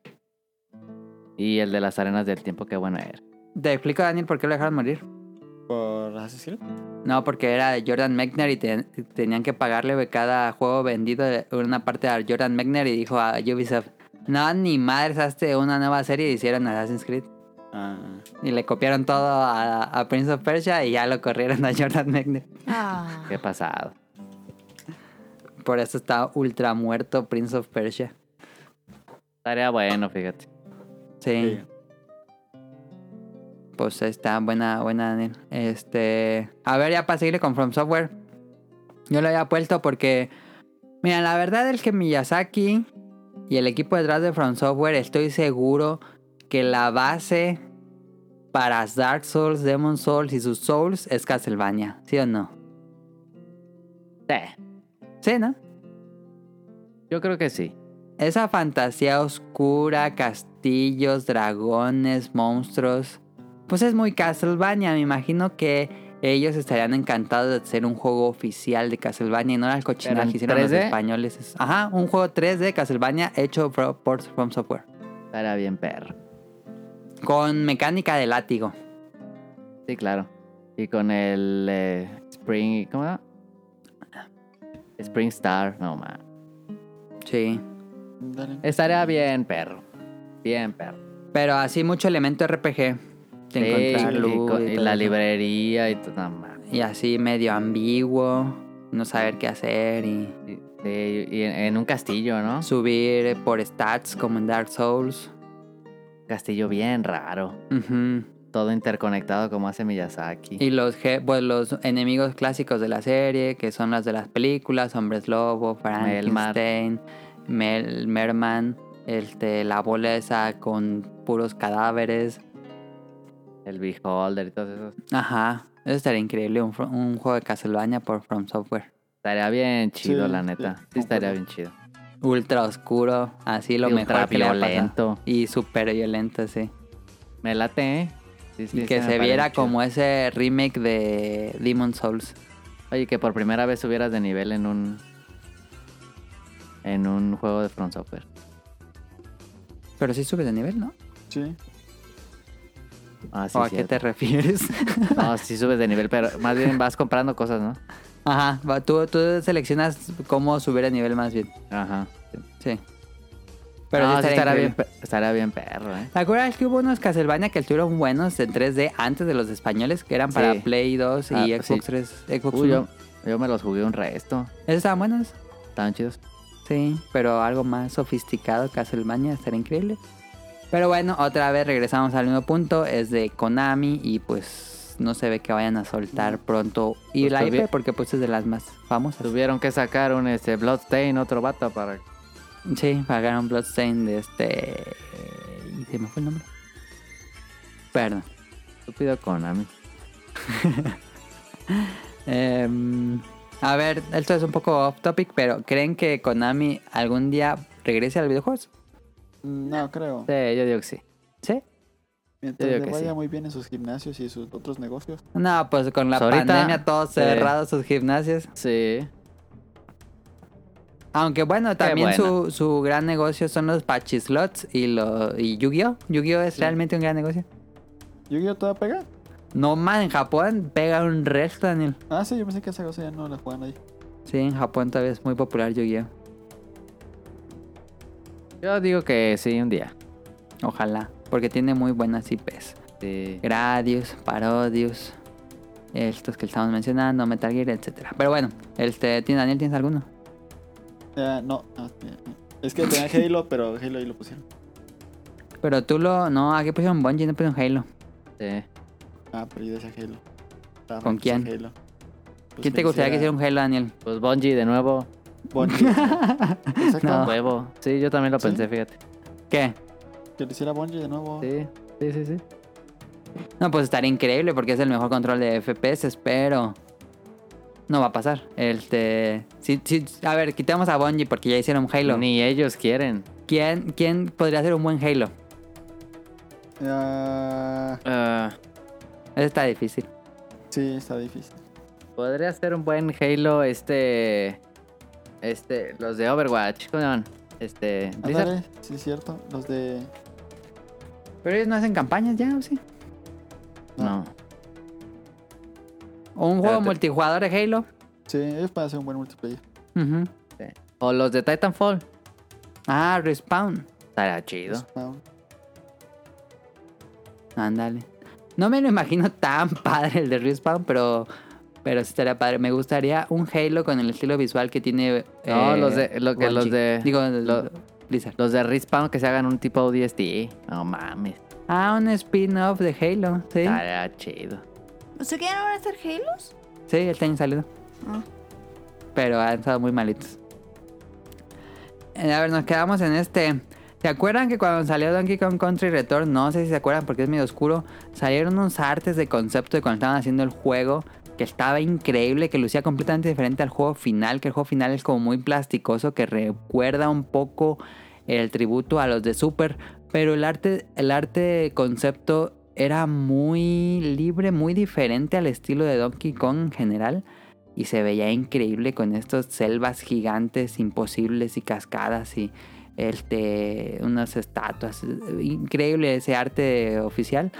Speaker 2: Y el de las arenas del tiempo, qué bueno era.
Speaker 1: Te explico, Daniel, por qué lo dejaron morir.
Speaker 4: ¿Por Assassin's Creed?
Speaker 1: No, porque era de Jordan Mechner y te- tenían que pagarle de cada juego vendido de una parte a Jordan Mechner y dijo a Ubisoft, no, ni madres, hazte una nueva serie y hicieron Assassin's Creed.
Speaker 4: Ah.
Speaker 1: Y le copiaron todo a, a Prince of Persia y ya lo corrieron a Jordan Mechner.
Speaker 3: Ah.
Speaker 2: Qué pasado.
Speaker 1: Por eso está ultra muerto Prince of Persia.
Speaker 2: Estaría bueno, fíjate.
Speaker 1: Sí.
Speaker 4: Sí.
Speaker 1: Pues está buena, buena, Daniel. Este. A ver, ya para seguirle con From Software. Yo lo había puesto porque. Mira, la verdad es que Miyazaki y el equipo detrás de From Software, estoy seguro que la base para Dark Souls, Demon Souls y sus Souls es Castlevania. ¿Sí o no?
Speaker 2: Sí,
Speaker 1: Sí, ¿no?
Speaker 2: yo creo que sí.
Speaker 1: Esa fantasía oscura, castillos, dragones, monstruos. Pues es muy Castlevania. Me imagino que ellos estarían encantados de hacer un juego oficial de Castlevania y no la
Speaker 2: Pero
Speaker 1: cochinada
Speaker 2: en
Speaker 1: que hicieron los
Speaker 2: 3D.
Speaker 1: españoles. Ajá, un juego 3D de Castlevania hecho por, por From Software.
Speaker 2: Estaría bien, perro.
Speaker 1: Con mecánica de látigo.
Speaker 2: Sí, claro. Y con el eh, Spring. ¿Cómo era? Spring Star, no más.
Speaker 1: Sí.
Speaker 4: Dale.
Speaker 2: Estaría bien, perro. Bien, perro.
Speaker 1: Pero así mucho elemento RPG. De
Speaker 2: Sí,
Speaker 1: encontrar
Speaker 2: y
Speaker 1: luz
Speaker 2: con-
Speaker 1: y
Speaker 2: y,
Speaker 1: todo
Speaker 2: la
Speaker 1: eso.
Speaker 2: librería y todo. No, ma.
Speaker 1: Y así medio ambiguo. No saber qué hacer y...
Speaker 2: Y- sí, y en, en un castillo, ¿no?
Speaker 1: subir por stats como en Dark Souls.
Speaker 2: castillo bien raro.
Speaker 1: Ujú.
Speaker 2: Todo interconectado como hace Miyazaki.
Speaker 1: Y los, je- pues, los enemigos clásicos de la serie, que son las de las películas, Hombres Lobo, Frankenstein, Mel Merman, este, la bola esa con puros cadáveres.
Speaker 2: El Beholder y todo eso.
Speaker 1: Ajá, eso estaría increíble, un, fro- un juego de Castlevania por From Software.
Speaker 2: Estaría bien chido,
Speaker 4: Sí,
Speaker 2: la
Speaker 4: sí,
Speaker 2: neta. Sí,
Speaker 4: concuerdo.
Speaker 2: estaría bien chido.
Speaker 1: Ultra oscuro, así lo
Speaker 2: Y
Speaker 1: mejor que le ha pasado.
Speaker 2: ultraviolento.
Speaker 1: Y súper violento, sí.
Speaker 2: Me late, ¿eh? Sí, sí,
Speaker 1: y que
Speaker 2: sí, me
Speaker 1: se
Speaker 2: parece
Speaker 1: viera
Speaker 2: chido.
Speaker 1: como ese remake de Demon Souls.
Speaker 2: Oye, que por primera vez subieras de nivel en un. En un juego de Front Software.
Speaker 1: Pero sí sube de nivel, ¿no?
Speaker 4: Sí.
Speaker 2: Ah, sí,
Speaker 1: ¿O a qué
Speaker 2: cierto.
Speaker 1: te refieres?
Speaker 2: No, sí subes de nivel, pero más bien vas comprando cosas, ¿no?
Speaker 1: Ajá, va, tú, tú seleccionas cómo subir el nivel más bien.
Speaker 2: Ajá.
Speaker 1: Sí.
Speaker 2: Pero
Speaker 1: Ah, sí estaría
Speaker 2: estará, bien,
Speaker 1: increíble.
Speaker 2: pe- estará bien perro, ¿eh?
Speaker 1: ¿Te acuerdas que hubo unos Castlevania que estuvieron buenos en 3D antes de los españoles? Que eran para
Speaker 2: Sí.
Speaker 1: Play 2 y
Speaker 2: Ah,
Speaker 1: Xbox
Speaker 2: sí.
Speaker 1: 3, Xbox
Speaker 2: Uy,
Speaker 1: 1.
Speaker 2: yo, yo me los jugué un resto.
Speaker 1: ¿Esos estaban buenos?
Speaker 2: Estaban chidos.
Speaker 1: Sí, pero algo más sofisticado Castlevania estaría increíble. Pero bueno, otra vez regresamos al mismo punto. Es de Konami y pues pues no se ve que vayan a soltar pronto. Y
Speaker 2: Pues
Speaker 1: la IP,
Speaker 2: tuvi-
Speaker 1: porque pues es de las más famosas.
Speaker 2: Tuvieron que sacar un este, Bloodstain, otro vato para...
Speaker 1: Sí, pagaron Bloodstain de este... y se me fue el nombre. Perdón.
Speaker 2: Estúpido Konami.
Speaker 1: Em, a ver, esto es un poco off topic, pero ¿creen que Konami algún día regrese a los videojuegos?
Speaker 4: No creo.
Speaker 2: Sí, yo digo que sí.
Speaker 1: ¿Sí?
Speaker 4: Mientras
Speaker 2: yo digo
Speaker 4: le
Speaker 2: que
Speaker 4: vaya
Speaker 2: sí.
Speaker 4: muy bien en sus gimnasios y sus otros negocios.
Speaker 1: No, pues con la
Speaker 2: Pues ahorita-
Speaker 1: pandemia todos
Speaker 2: sí.
Speaker 1: cerrados sus gimnasios.
Speaker 2: Sí.
Speaker 1: Aunque bueno, también
Speaker 2: bueno.
Speaker 1: Su, su gran negocio son los pachislots y, lo, y Yu-Gi-Oh. Yu-Gi-Oh es realmente un gran negocio.
Speaker 4: Yu-Gi-Oh! te va a pegar.
Speaker 1: No más, en Japón pega un resto, Daniel.
Speaker 4: Ah, sí, yo pensé que esa cosa ya no la juegan ahí.
Speaker 1: Sí, en Japón todavía es muy popular Yu-Gi-Oh.
Speaker 2: Yo digo que sí, un día.
Speaker 1: Ojalá, porque tiene muy buenas IPs.
Speaker 2: Sí.
Speaker 1: Gradius, Parodius, estos que estamos mencionando, Metal Gear, etcétera. Pero bueno, este, ¿tien- Daniel, ¿tienes alguno?
Speaker 4: Ya, no. ah, eh, eh. Es que tenía Halo, pero Halo ahí lo pusieron.
Speaker 1: Pero tú lo... No, aquí pusieron Bungie, no pusieron Halo.
Speaker 2: Pues sí.
Speaker 4: Ah, pero yo decía Halo. Ah,
Speaker 1: ¿Con
Speaker 4: pues, ese
Speaker 1: quién?
Speaker 4: Halo. Pues
Speaker 1: ¿Quién te
Speaker 4: me
Speaker 1: gustaría que hiciera un Halo, Daniel?
Speaker 2: Pues Bungie de nuevo.
Speaker 4: Bungie. Exacto.
Speaker 1: No.
Speaker 2: Huevo. Sí, yo también lo
Speaker 4: Sí.
Speaker 2: pensé, fíjate.
Speaker 1: ¿Qué?
Speaker 4: Que lo hiciera Bungie de nuevo.
Speaker 2: Sí, sí, sí, sí.
Speaker 1: No, pues estaría increíble porque es el mejor control de FPS, pero... No va a pasar. Este... Sí, sí, a ver, quitamos a Bungie porque ya hicieron Halo.
Speaker 2: Ni ellos quieren.
Speaker 1: ¿Quién, ¿Quién podría hacer un buen Halo?
Speaker 4: Ah,
Speaker 1: Eso está difícil.
Speaker 4: sí, está difícil.
Speaker 2: Podría ser un buen Halo este... Este... Los de Overwatch. ¿Cómo se llaman? Este... Blizzard.
Speaker 4: Ándale, sí, es cierto. Los de.
Speaker 1: Pero ellos no hacen campañas ya, ¿o sí?
Speaker 2: No.
Speaker 1: O un juego
Speaker 2: Espérate.
Speaker 1: multijugador de Halo.
Speaker 4: Sí, ellos pueden hacer un buen multiplayer.
Speaker 1: Ujú.
Speaker 2: O los de Titanfall.
Speaker 1: Ah, Respawn.
Speaker 2: Estará chido.
Speaker 4: Spawn.
Speaker 1: Ándale. No me lo imagino tan padre el de Respawn, pero, pero sí estaría padre. Me gustaría un Halo con el estilo visual que tiene.
Speaker 2: No,
Speaker 1: eh,
Speaker 2: los de- lo que- los
Speaker 1: Bungie.
Speaker 2: de-
Speaker 1: Digo,
Speaker 2: lo-
Speaker 1: Blizzard.
Speaker 2: Los de Respawn que se hagan un tipo ODST. No mames.
Speaker 1: Ah, un spin-off de Halo. Sí.
Speaker 2: Estará chido.
Speaker 3: ¿O sea que ya no van a hacer Halos?
Speaker 1: Sí, este año salió.
Speaker 3: Ah.
Speaker 1: Pero han estado muy malitos. Eh, a ver, nos quedamos en este. ¿Se acuerdan que cuando salió Donkey Kong Country Return? No sé si se acuerdan porque es medio oscuro. Salieron unos artes de concepto de cuando estaban haciendo el juego. Que estaba increíble, que lucía completamente diferente al juego final. Que el juego final es como muy plasticoso, que recuerda un poco el tributo a los de Super. Pero el arte, el arte de concepto era muy libre, muy diferente al estilo de Donkey Kong en general. Y se veía increíble con estas selvas gigantes, imposibles y cascadas y este, unas estatuas. Increíble ese arte oficial.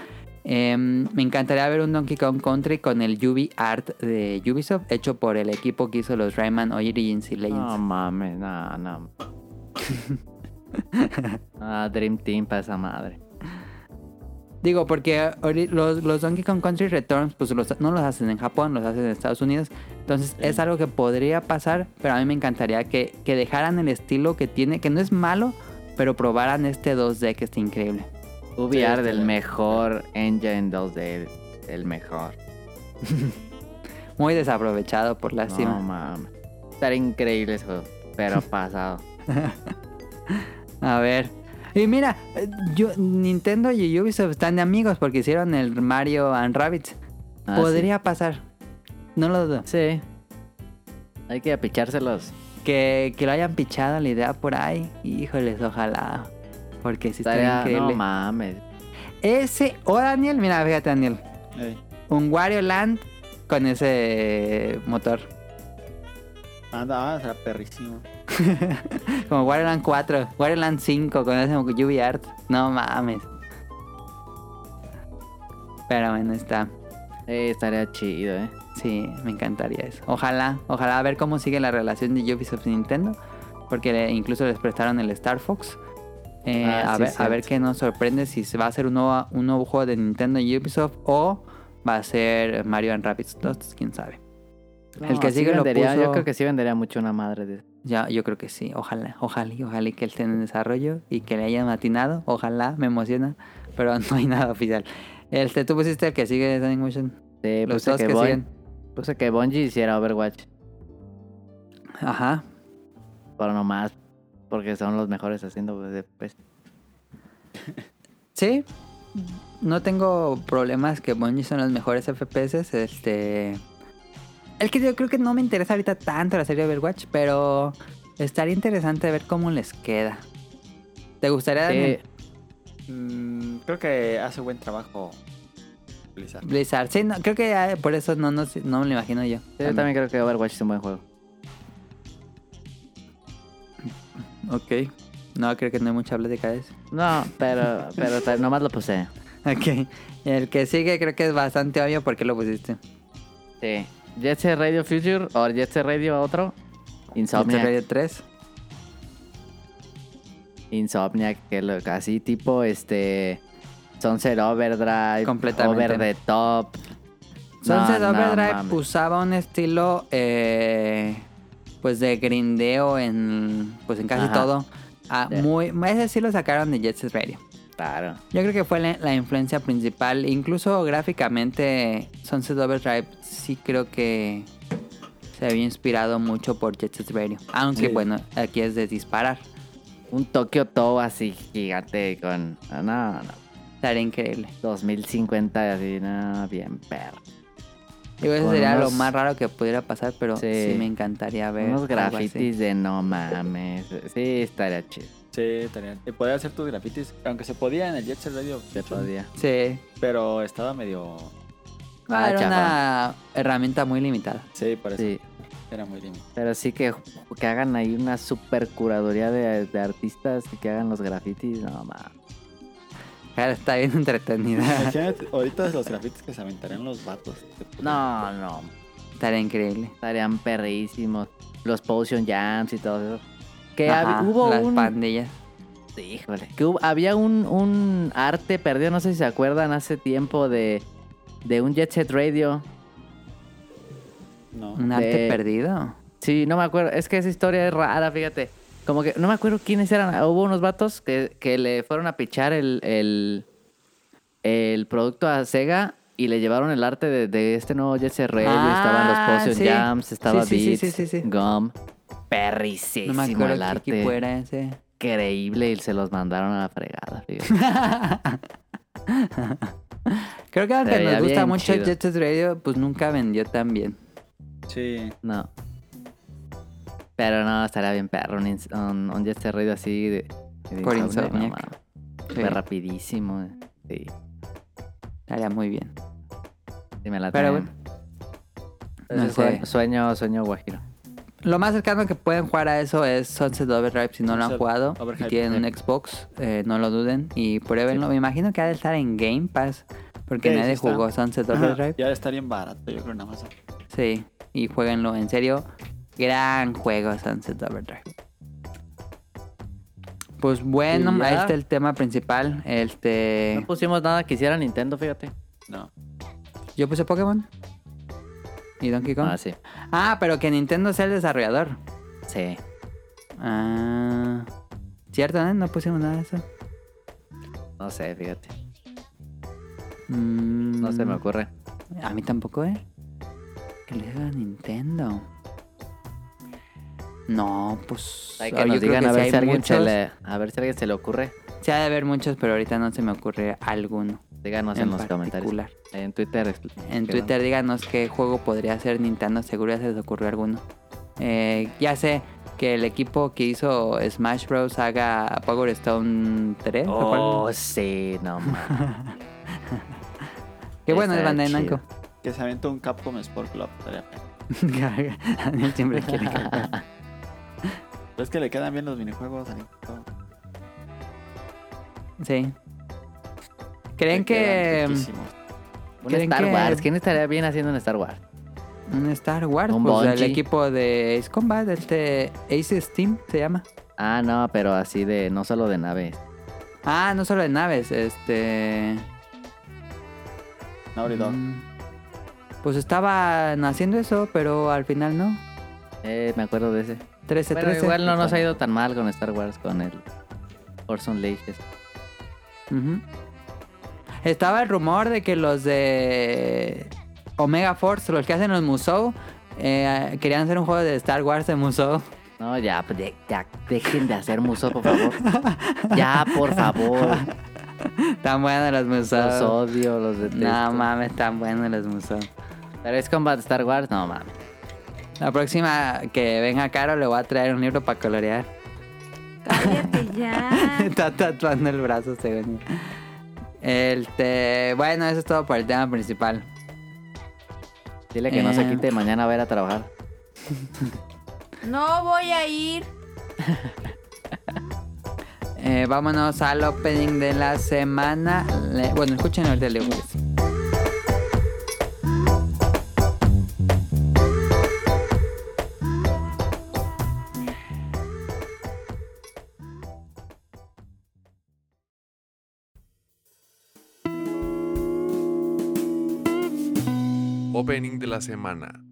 Speaker 1: Em, me encantaría ver un Donkey Kong Country con el Yubi Art de Ubisoft, hecho por el equipo que hizo los Rayman Origins y Legends.
Speaker 2: No mames, no, no. ah, Dream Team para esa madre.
Speaker 1: Digo, porque ori- los, los Donkey Kong Country Returns, pues los- no los hacen en Japón, los hacen en Estados Unidos. Entonces es algo que podría pasar, pero a mí me encantaría que, que dejaran el estilo que tiene, que no es malo, pero probaran este 2D que está increíble.
Speaker 2: UBR
Speaker 4: está
Speaker 2: del
Speaker 4: bien.
Speaker 2: mejor Engine 2D, el mejor.
Speaker 1: Muy desaprovechado, por
Speaker 2: No
Speaker 1: lástima.
Speaker 2: mames. Estará increíble eso, pero pasado.
Speaker 1: A ver. Y mira, eh, yo, Nintendo y Ubisoft están de amigos porque hicieron el Mario and Rabbits.
Speaker 2: Ah, sí.
Speaker 1: podría pasar. No lo dudo.
Speaker 2: Sí. Hay que apichárselos.
Speaker 1: Que, que lo hayan pichado la idea por ahí. Híjoles, ojalá. Porque sí estaría
Speaker 2: Estaría, no
Speaker 1: increíble.
Speaker 2: mames.
Speaker 1: Ese, o Daniel, mira, fíjate Daniel,
Speaker 4: Ey.
Speaker 1: un Wario Land con ese motor,
Speaker 4: Anda, ah, será perrísimo.
Speaker 1: como Wario Land 4, Wario Land 5 con ese UV Art, no mames. Pero bueno, está,
Speaker 2: Eh, estaría chido, eh.
Speaker 1: sí, me encantaría eso. Ojalá, ojalá a ver cómo sigue la relación de Ubisoft y Nintendo, porque le- incluso les prestaron el Star Fox. Eh,
Speaker 2: Ah,
Speaker 1: a,
Speaker 2: sí,
Speaker 1: ver, a ver
Speaker 2: cierto.
Speaker 1: qué nos sorprende si se va a hacer un nuevo, un nuevo juego de Nintendo y Ubisoft o va a ser Mario and Rabbids 2, quién sabe. El que
Speaker 2: sí
Speaker 1: sigue lo
Speaker 2: vendería,
Speaker 1: puso-
Speaker 2: Yo creo que sí vendería mucho una madre de
Speaker 1: Ya, yo creo que sí. Ojalá, ojalá, y ojalá y que él esté en desarrollo y que le hayan atinado. Ojalá, me emociona, pero no hay nada oficial. Este, tú pusiste el que sigue de Sonic Motion.
Speaker 2: Sí,
Speaker 1: Los
Speaker 2: puse
Speaker 1: dos
Speaker 2: que,
Speaker 1: que
Speaker 2: Bun-
Speaker 1: siguen.
Speaker 2: puse que Bungie hiciera Overwatch.
Speaker 1: Ajá.
Speaker 2: Pero nomás, porque son los mejores haciendo pues, de- pues.
Speaker 1: Sí. No tengo problemas que Bungie son los mejores FPS. Este. El que yo creo que no me interesa ahorita tanto la serie de Overwatch, pero estaría interesante ver cómo les queda. ¿Te gustaría
Speaker 2: Sí,
Speaker 1: Daniel?
Speaker 4: Mm, creo que hace buen trabajo Blizzard.
Speaker 1: Blizzard? Sí, no, creo que ah, por eso no, no, sé- no me lo imagino yo.
Speaker 2: sí, yo también creo que Overwatch es un buen juego.
Speaker 1: Ok. No, creo que no hay mucha plática de eso.
Speaker 2: No, pero, pero ta- nomás lo puse.
Speaker 1: Ok. El que sigue creo que es bastante obvio por qué lo pusiste.
Speaker 2: Sí. Jet Set Radio Future o Jet Set Radio otro.
Speaker 1: Insomnia.
Speaker 2: Insomniac.
Speaker 1: Radio 3.
Speaker 2: Insomniac, que lo así tipo este Sunset Overdrive,
Speaker 1: Completamente.
Speaker 2: Over the Top.
Speaker 1: Sunset
Speaker 2: No, no
Speaker 1: Overdrive
Speaker 2: mames.
Speaker 1: usaba un estilo eh, pues de grindeo en pues en casi
Speaker 2: Ajá.
Speaker 1: todo. Ah,
Speaker 2: Sí.
Speaker 1: muy, ese sí lo sacaron de Jet Set Radio.
Speaker 2: Claro.
Speaker 1: Yo creo que fue la, la influencia principal. Incluso gráficamente, Sunset Overdrive sí creo que se había inspirado mucho por Jet Set Radio. Aunque
Speaker 4: Sí.
Speaker 1: bueno, aquí es de disparar.
Speaker 2: Un Tokyo Toe así gigante con ah, no, no,
Speaker 1: Estaría increíble.
Speaker 2: 2050 así, no, bien perro.
Speaker 1: Digo, eso
Speaker 2: Con
Speaker 1: sería lo
Speaker 2: unos-
Speaker 1: más raro que pudiera pasar, pero sí,
Speaker 2: Sí.
Speaker 1: me encantaría ver.
Speaker 2: Unos
Speaker 1: algo así.
Speaker 2: grafitis de no mames. Sí, estaría chido.
Speaker 4: Sí, tenía. Y podía hacer tus grafitis, aunque se podía en el Jet Set Radio,
Speaker 2: Yo podía.
Speaker 1: Sí.
Speaker 4: pero estaba medio...
Speaker 1: Va a
Speaker 2: Ah,
Speaker 1: haber
Speaker 2: chafa.
Speaker 1: una herramienta muy limitada.
Speaker 4: Sí, por eso.
Speaker 2: Sí.
Speaker 4: Era muy lindo.
Speaker 2: Pero sí que, que hagan ahí una super curaduría de, de artistas y que hagan los grafitis, no mames.
Speaker 1: Claro, está bien entretenida.
Speaker 4: Imagínate, ahorita los grafitis que se aventarían los vatos.
Speaker 2: No, no,
Speaker 1: Estaría increíble.
Speaker 2: estarían perrísimos. Los potion jams y todo eso. Que
Speaker 1: Ajá,
Speaker 2: hab- hubo
Speaker 1: las
Speaker 2: un...
Speaker 1: pandillas.
Speaker 2: Híjole. Que hubo- había un, un arte perdido, no sé si se acuerdan, hace tiempo de, de un Jet Set Radio.
Speaker 4: No.
Speaker 1: Un arte
Speaker 2: De-
Speaker 1: perdido.
Speaker 2: Sí, no me acuerdo. Es que esa historia es rara, fíjate. Como que no me acuerdo quiénes eran. Hubo unos vatos que, que le fueron a pichar el, el, el producto a Sega y le llevaron el arte de, de este nuevo Jet Set Radio.
Speaker 1: Ah,
Speaker 2: estaban los Potion
Speaker 1: sí.
Speaker 2: Jams, estaba
Speaker 1: Sí, sí, sí,
Speaker 2: Beats,
Speaker 1: sí, sí, sí.
Speaker 2: Gum. Perricísimo
Speaker 1: No me acuerdo
Speaker 2: el
Speaker 1: qué
Speaker 2: arte.
Speaker 1: equipo era ese.
Speaker 2: Increíble y se los mandaron a la fregada, fíjate.
Speaker 1: Creo que aunque
Speaker 2: Se veía
Speaker 1: nos gusta
Speaker 2: bien
Speaker 1: mucho
Speaker 2: chido.
Speaker 1: Jet Set Radio, pues nunca vendió tan bien.
Speaker 4: Sí.
Speaker 2: No. Pero no, estaría bien perro un, ins- un, un Jet Set Radio así de, de
Speaker 1: Por
Speaker 2: insomnio, no
Speaker 1: Insomniac.
Speaker 2: mames.
Speaker 1: Sí,
Speaker 2: Fue rapidísimo. eh. Sí,
Speaker 1: estaría muy bien.
Speaker 2: sí me la
Speaker 1: Pero
Speaker 2: traen.
Speaker 1: no sé.
Speaker 2: Ese sue- Sueño, sueño guajiro.
Speaker 1: Lo más cercano que pueden jugar a eso es Sunset Overdrive si no lo han
Speaker 4: Sunset
Speaker 1: jugado. Si
Speaker 4: Overdrive,
Speaker 1: tienen un Xbox, eh, no lo duden y pruébenlo. Me imagino que ha de estar en Game Pass porque
Speaker 4: Sí, sí
Speaker 1: nadie
Speaker 4: está.
Speaker 1: jugó Sunset Overdrive.
Speaker 4: Ya está bien barato, yo creo en Amazon.
Speaker 1: Sí, y jueguenlo en serio. Gran juego Sunset Overdrive. Pues bueno,
Speaker 2: Y ya.
Speaker 1: ahí está el tema principal. Este,
Speaker 2: No pusimos nada que hiciera Nintendo, fíjate.
Speaker 4: No.
Speaker 1: yo puse Pokémon. ¿Y Donkey Kong?
Speaker 2: Ah, sí.
Speaker 1: Ah, pero que Nintendo sea el desarrollador.
Speaker 2: Sí.
Speaker 1: Ah, cierto, ¿eh? ¿no? No pusimos nada de eso.
Speaker 2: No sé, fíjate.
Speaker 1: Mm,
Speaker 2: No se me ocurre.
Speaker 1: A mí tampoco, ¿eh? Que le haga Nintendo. No, pues.
Speaker 2: Hay
Speaker 1: ah,
Speaker 2: que
Speaker 1: yo
Speaker 2: nos
Speaker 1: creo
Speaker 2: digan a
Speaker 1: sí
Speaker 2: ver
Speaker 1: hay
Speaker 2: si alguien se
Speaker 1: muchos.
Speaker 2: le, a ver si alguien se le ocurre.
Speaker 1: Se ha de haber muchos, pero ahorita no se me ocurre alguno.
Speaker 2: Díganos en,
Speaker 1: en
Speaker 2: los comentarios.
Speaker 1: particular.
Speaker 2: En Twitter. expl-
Speaker 1: En
Speaker 2: que
Speaker 1: Twitter díganos qué juego podría ser Nintendo, seguro ya se les ocurrió alguno. Eh, ya sé que el equipo que hizo Smash Bros. haga Power Stone 3.
Speaker 2: no.
Speaker 1: ¿o
Speaker 2: Oh,
Speaker 1: cuál?
Speaker 2: sí, no. ma-
Speaker 1: Qué bueno es
Speaker 2: está
Speaker 1: Bandai Namco.
Speaker 2: chido.
Speaker 4: Que se aventó un Capcom Sport Club. estaría bien.
Speaker 1: Daniel siempre quiere que-
Speaker 4: Pero es que le quedan bien los minijuegos. a Nintendo.
Speaker 1: Sí.
Speaker 4: Le
Speaker 1: ¿Creen que mm,
Speaker 4: quedan riquísimos.
Speaker 2: Un
Speaker 1: ¿Creen
Speaker 2: Star
Speaker 1: que-
Speaker 2: Wars. ¿Quién estaría bien haciendo un Star Wars?
Speaker 1: mm, un Star Wars?
Speaker 2: Un
Speaker 1: pues, el
Speaker 2: Bungie?
Speaker 1: equipo de Ace Combat, este Ace Steam se llama.
Speaker 2: Ah, no, pero así de. No solo de naves.
Speaker 1: Ah, no solo de naves, este.
Speaker 4: Naughty Dog.
Speaker 1: Mm. Pues estaban haciendo eso, pero al final no.
Speaker 2: Eh, me acuerdo de ese.
Speaker 1: 13,
Speaker 2: Pero
Speaker 1: 13.
Speaker 2: igual no nos ha ido tan mal con Star Wars, con el Force Unleashed.
Speaker 1: Ujú. Estaba el rumor de que los de Omega Force, los que hacen los Musou, eh, querían hacer un juego de Star Wars de Musou.
Speaker 2: No, ya, pues, de- ya, dejen de hacer muso, por favor. Ya, por favor.
Speaker 1: Tan buenos los
Speaker 2: Los
Speaker 1: Musou.
Speaker 2: odio, los detesto.
Speaker 1: No mames, tan buenos los Musou.
Speaker 2: Pero es Combat Star Wars, no mames.
Speaker 1: La próxima que venga Caro le voy a traer un libro para colorear.
Speaker 3: Cállate ya.
Speaker 1: Está tatuando el brazo, según. yo. Este, bueno, eso es todo por el tema principal.
Speaker 2: Dile que no se
Speaker 1: Eh.
Speaker 2: quite, mañana va a ir a trabajar.
Speaker 3: No voy a ir.
Speaker 1: Eh, vámonos al opening de la semana. Le- bueno, escuchen ahorita el audio, pues.
Speaker 5: Opening de la semana.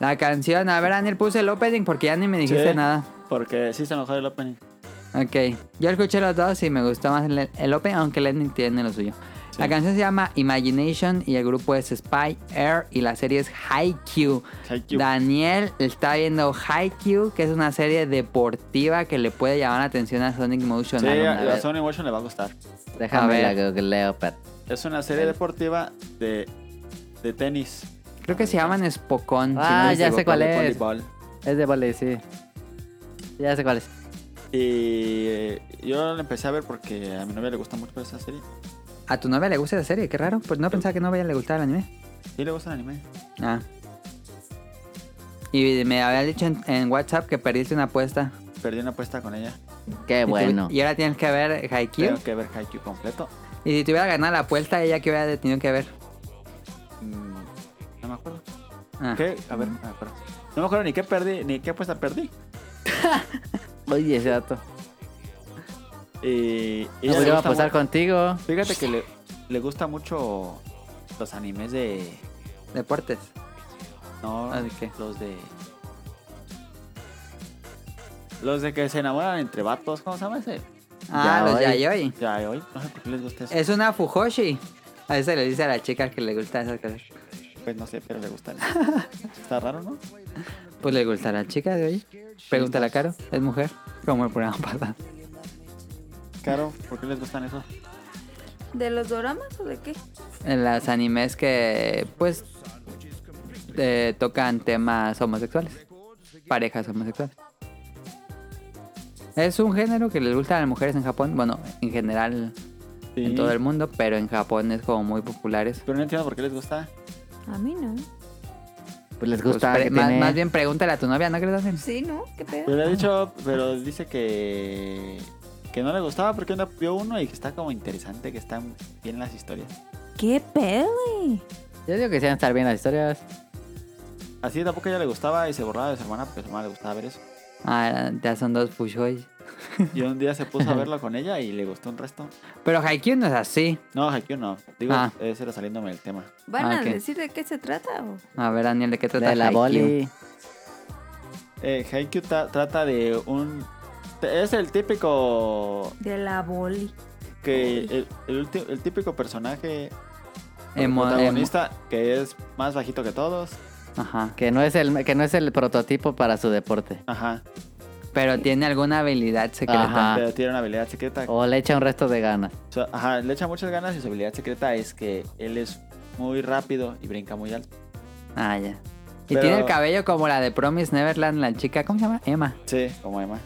Speaker 5: La canción, a ver, Daniel, puse el opening porque ya ni me dijiste
Speaker 4: Sí.
Speaker 1: nada.
Speaker 4: Porque sí se enojó el opening.
Speaker 1: Ok, yo escuché los dos y me gustó más el, el opening, aunque Lenny tiene lo suyo. La canción se llama Imagination y el grupo es Spy Air y la serie es Haikyuu.
Speaker 4: Haikyuu.
Speaker 1: Daniel está viendo Haikyuu, que es una serie deportiva que le puede llamar la atención a Sonic Motion.
Speaker 4: Sí,
Speaker 1: alguna
Speaker 4: a, a
Speaker 1: vez.
Speaker 4: Sony Motion le va a gustar.
Speaker 2: Déjame
Speaker 1: A ver.
Speaker 2: la googleo, Pat.
Speaker 4: Es una serie deportiva de, de tenis.
Speaker 1: Creo que se llaman Spokon.
Speaker 2: Ah,
Speaker 1: me
Speaker 2: ya
Speaker 1: equivoco.
Speaker 2: sé cuál
Speaker 4: de
Speaker 2: es.
Speaker 4: voleibol.
Speaker 2: Es de vale, sí. Ya sé cuál es.
Speaker 4: Y eh, yo la empecé a ver porque a mi novia le gusta mucho esa serie.
Speaker 1: ¿A tu novia le gusta la serie? Qué raro, pues no pensaba que no vaya le gustaba el anime.
Speaker 4: Sí, le gusta el anime.
Speaker 1: Ah. Y me había dicho en, en WhatsApp que perdiste una apuesta.
Speaker 4: Perdí una apuesta con ella.
Speaker 2: Qué
Speaker 1: Y tu-
Speaker 2: bueno.
Speaker 1: Y ahora tienes que ver Haikyuu.
Speaker 4: Tengo que ver Haikyuu completo.
Speaker 1: Y si te hubiera ganado la apuesta, ella que hubiera tenido que ver.
Speaker 4: Mm, No me acuerdo.
Speaker 1: Ah.
Speaker 4: ¿Qué? A ver, no me acuerdo. No me acuerdo ni qué perdí, ni qué apuesta perdí.
Speaker 2: Oye, ese dato.
Speaker 4: Y, y
Speaker 2: No,
Speaker 4: ella
Speaker 2: pues
Speaker 4: le
Speaker 2: yo voy a
Speaker 4: gusta
Speaker 2: pasar
Speaker 4: mu-
Speaker 2: contigo.
Speaker 4: Fíjate que le, le gusta mucho los animes de...
Speaker 1: Deportes.
Speaker 4: No,
Speaker 1: Ah, ¿de qué?
Speaker 4: los de... Los de que se enamoran entre vatos, ¿cómo se llama ese?
Speaker 1: Ah, los
Speaker 2: Yaoi.
Speaker 1: Yayoi.
Speaker 4: Ya, hoy no sé por qué les gusta eso.
Speaker 1: Es una Fujoshi. A veces le dice a las chicas que le gusta esas cosas.
Speaker 4: Pues no sé, pero le gustan. Está raro, ¿no?
Speaker 1: Pues le gusta a la chica de hoy. Pregúntale a Caro, es mujer. Como el programa pasado.
Speaker 4: Claro, ¿por qué les gustan eso?
Speaker 3: ¿De los doramas o de qué?
Speaker 1: En los animes que, pues, eh, tocan temas homosexuales. Parejas homosexuales. Es un género que les gusta a las mujeres en Japón. Bueno, en general
Speaker 4: Sí.
Speaker 1: en todo el mundo, pero en Japón es como muy populares.
Speaker 4: Pero no entiendo por qué les gusta.
Speaker 3: A mí no.
Speaker 2: Pues les
Speaker 1: Pues,
Speaker 2: gusta.
Speaker 1: pre-
Speaker 2: que
Speaker 1: más,
Speaker 2: tiene-
Speaker 1: más bien pregúntale a tu novia, ¿no crees? Daniel?
Speaker 3: Sí, ¿no? ¿Qué
Speaker 4: Yo
Speaker 3: pedo?
Speaker 4: le he dicho, pero dice que... Que no le gustaba porque no vio uno y que está como interesante, que están bien las historias.
Speaker 3: ¿Qué pedo?
Speaker 2: Yo digo que sí van a estar bien las historias.
Speaker 4: Así tampoco a ella le gustaba y se borraba de su hermana porque a su hermana le gustaba ver eso.
Speaker 1: Ah, ya son dos Fushois.
Speaker 4: Y un día se puso a verlo con ella y le gustó un resto.
Speaker 1: Pero Haikyuu no es así.
Speaker 4: No, Haikyuu no. Digo, eh,
Speaker 1: Ah.
Speaker 4: ese era saliéndome del tema.
Speaker 3: ¿Van
Speaker 1: Ah,
Speaker 3: a
Speaker 1: ok.
Speaker 3: decir de qué se trata? o?
Speaker 1: A ver, Daniel, ¿de qué trata
Speaker 2: De la
Speaker 1: Haikyuu?
Speaker 2: boli.
Speaker 4: Eh, Haikyuu ta- trata de un... Es el típico...
Speaker 3: De la boli.
Speaker 4: que el, el ulti- el típico personaje... el
Speaker 1: Emo-
Speaker 4: protagonista que es más bajito que todos.
Speaker 1: emo- Ajá.
Speaker 2: Que no es el que no es el prototipo para su deporte.
Speaker 4: Ajá.
Speaker 1: Pero tiene alguna habilidad secreta.
Speaker 2: Ajá. Ah.
Speaker 4: Pero tiene una habilidad secreta.
Speaker 2: O le echa un resto de ganas.
Speaker 4: O sea, ajá, le echa muchas ganas y su habilidad secreta es que él es muy rápido y brinca muy alto.
Speaker 1: Ah, ya. Y
Speaker 4: Pero-
Speaker 1: tiene el cabello como la de Promise Neverland, la chica, ¿cómo se llama? Emma.
Speaker 4: Sí, Hmm. como Emma.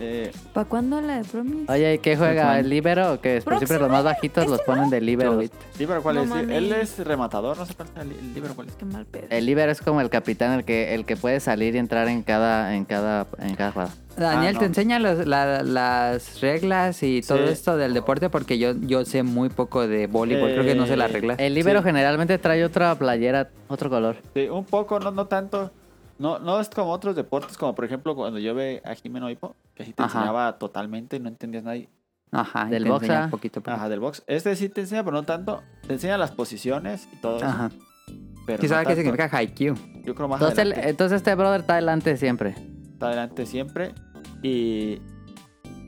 Speaker 4: Eh,
Speaker 3: ¿Para cuándo la de Promise?
Speaker 2: Oye, ¿y qué juega?
Speaker 1: Próximo.
Speaker 2: ¿El libero o qué? Por siempre los más bajitos los ponen de libero.
Speaker 4: ¿Libero cuál
Speaker 3: No
Speaker 4: es?
Speaker 3: mames.
Speaker 4: Él es rematador, no sé cuál es el- el libero cuál es.
Speaker 3: Qué mal pedo.
Speaker 2: El libero es como el capitán, el que, el que puede salir y entrar en cada, en cada, en cada jugada.
Speaker 1: Daniel,
Speaker 4: Ah, no.
Speaker 1: te enseña los- la- las reglas y todo
Speaker 4: Sí.
Speaker 1: esto del deporte porque yo, yo sé muy poco de voleibol, creo que no sé las
Speaker 4: Eh,
Speaker 1: reglas.
Speaker 2: El libero generalmente trae otra playera, otro color.
Speaker 4: Sí, un poco, no, no tanto. No, no es como otros deportes, como por ejemplo cuando yo ve a Jimeno Hipo, que así te
Speaker 1: Ajá.
Speaker 4: enseñaba totalmente y no entendías nadie.
Speaker 1: Ajá,
Speaker 2: del
Speaker 1: te enseña
Speaker 2: boxa.
Speaker 1: un poquito. pero-
Speaker 4: Ajá, del box. Este sí te enseña, pero no tanto. Te enseña las posiciones y todo. eso,
Speaker 1: Ajá.
Speaker 4: Pero
Speaker 1: ¿Sí
Speaker 4: no
Speaker 1: sabes qué
Speaker 4: tanto.
Speaker 1: significa Haikyuu?
Speaker 4: Yo creo más
Speaker 2: Entonces, el-
Speaker 4: adelante.
Speaker 2: entonces este brother está adelante siempre.
Speaker 4: está adelante siempre. Y, y,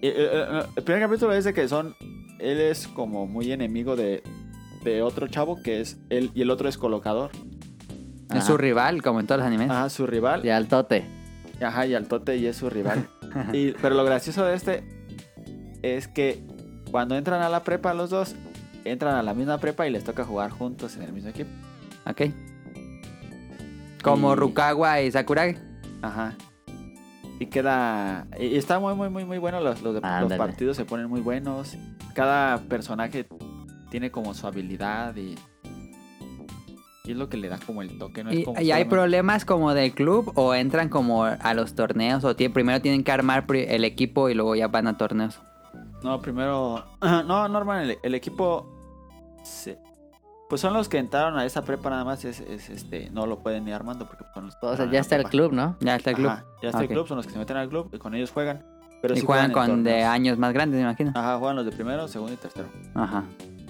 Speaker 4: eh, eh, el primer capítulo es de que son. Él es como muy enemigo de, de otro chavo que es él y el otro es colocador.
Speaker 1: Es su rival, como en todos los animes.
Speaker 4: Ajá, su rival.
Speaker 2: Y al tote.
Speaker 4: Ajá, y al tote y es su rival. Y- pero lo gracioso de este es que cuando entran a la prepa los dos, entran a la misma prepa y les toca jugar juntos en el mismo equipo.
Speaker 1: Ok. Como
Speaker 4: Y-
Speaker 1: Rukawa y Sakuragi.
Speaker 4: Ajá. Y queda. Y y está muy, muy, muy, muy bueno. Los, los, los
Speaker 2: Ándale.
Speaker 4: partidos se ponen muy buenos. Cada personaje tiene como su habilidad y. Y es lo que le da como el toque, ¿no? Es
Speaker 1: ¿Y,
Speaker 4: como
Speaker 1: y hay
Speaker 4: solamente-
Speaker 1: problemas como del club o entran como a los torneos? ¿O tie- primero tienen que armar pri- el equipo y luego ya van a torneos?
Speaker 4: No, primero. No, Norman, el, el equipo. se- Pues son los que entraron a esa prepa nada más. Es, es, este, no lo pueden ir armando porque son los que
Speaker 2: O sea,
Speaker 4: entraron a
Speaker 2: ya
Speaker 4: la
Speaker 2: está el
Speaker 4: prepa.
Speaker 2: club, ¿no?
Speaker 1: Ya está el club.
Speaker 4: Ajá, ya está
Speaker 1: Ah,
Speaker 4: el
Speaker 1: ok.
Speaker 4: club, son los que se meten al club y con ellos juegan. Pero
Speaker 1: y
Speaker 4: sí
Speaker 1: juegan
Speaker 4: en
Speaker 1: con de
Speaker 4: torneos. Ah.
Speaker 1: años más grandes, me imagino.
Speaker 4: Ajá, juegan los de primero, segundo y tercero.
Speaker 1: Ajá.
Speaker 2: Boli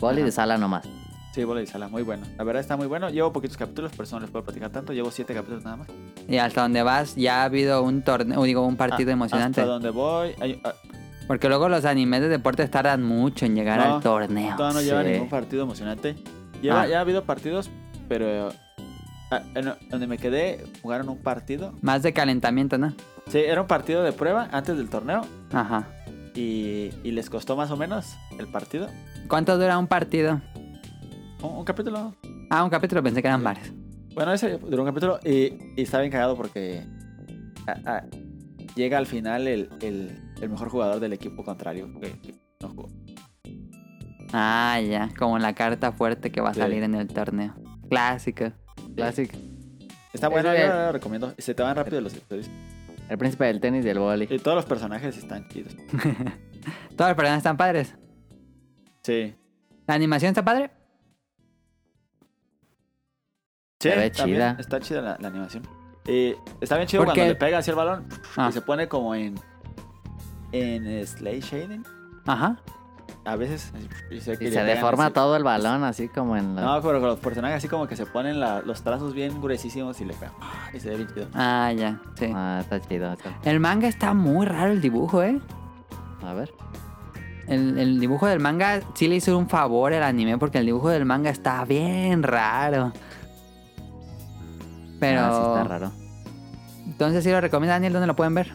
Speaker 4: Ajá.
Speaker 2: de sala nomás.
Speaker 4: Sí, Bola y Sala, muy bueno. La verdad está muy bueno. Llevo poquitos capítulos, pero eso no les puedo platicar tanto. Llevo siete capítulos nada más.
Speaker 1: Y hasta donde vas ya ha habido un torneo, digo, un partido
Speaker 4: Ah,
Speaker 1: emocionante.
Speaker 4: Hasta donde voy. Ay, ah,
Speaker 1: Porque luego los animes de deportes tardan mucho en llegar
Speaker 4: No,
Speaker 1: al torneo.
Speaker 4: todavía no lleva
Speaker 2: sí.
Speaker 4: ningún partido emocionante. Lleva,
Speaker 1: Ah.
Speaker 4: Ya ha habido partidos, pero ah, en- donde me quedé jugaron un partido.
Speaker 1: Más de calentamiento, ¿no?
Speaker 4: Sí, era un partido de prueba antes del torneo
Speaker 1: Ajá.
Speaker 4: y, y les costó más o menos el partido.
Speaker 1: ¿Cuánto dura un partido?
Speaker 4: Un, un capítulo.
Speaker 1: Ah, un capítulo, pensé que eran varios.
Speaker 4: Bueno, ese duró un capítulo y, y está bien cagado porque ah, ah, llega al final el, el- el mejor jugador del equipo contrario que- que no jugó.
Speaker 1: Ah, ya, como la carta fuerte que va a
Speaker 4: Sí.
Speaker 1: salir en el torneo. Clásico.
Speaker 2: Clásico.
Speaker 4: Está bueno,
Speaker 2: Ese-
Speaker 4: yo lo recomiendo. Se te van rápido los episodios.
Speaker 2: El príncipe del tenis y del boli.
Speaker 4: Y todos los personajes están chidos.
Speaker 1: Todos los personajes están padres.
Speaker 4: Sí.
Speaker 1: ¿La animación está padre?
Speaker 4: Sí,
Speaker 2: Se ve
Speaker 4: también
Speaker 2: chida.
Speaker 4: Está chida la, la animación. Y está bien chido
Speaker 1: ¿Por
Speaker 4: cuando
Speaker 1: qué?
Speaker 4: le pega hacia el balón
Speaker 1: Ah,
Speaker 4: y se pone como en. En eh, Slay Shading.
Speaker 1: Ajá.
Speaker 4: A veces. Y se,
Speaker 2: Y se deforma todo el balón, así como en la...
Speaker 4: No, pero con los personajes así como que se ponen la- los trazos bien gruesísimos y le pegan. Y se ve bien chido.
Speaker 1: Ah, ya, sí.
Speaker 2: Ah, está chido. está-
Speaker 1: El manga está muy raro el dibujo, ¿eh?
Speaker 2: A ver.
Speaker 1: El, el dibujo del manga sí le hizo un favor al anime porque el dibujo del manga está bien raro. Pero...
Speaker 2: Ah, sí está raro.
Speaker 1: Entonces sí lo recomiendo, Daniel, ¿dónde lo pueden ver?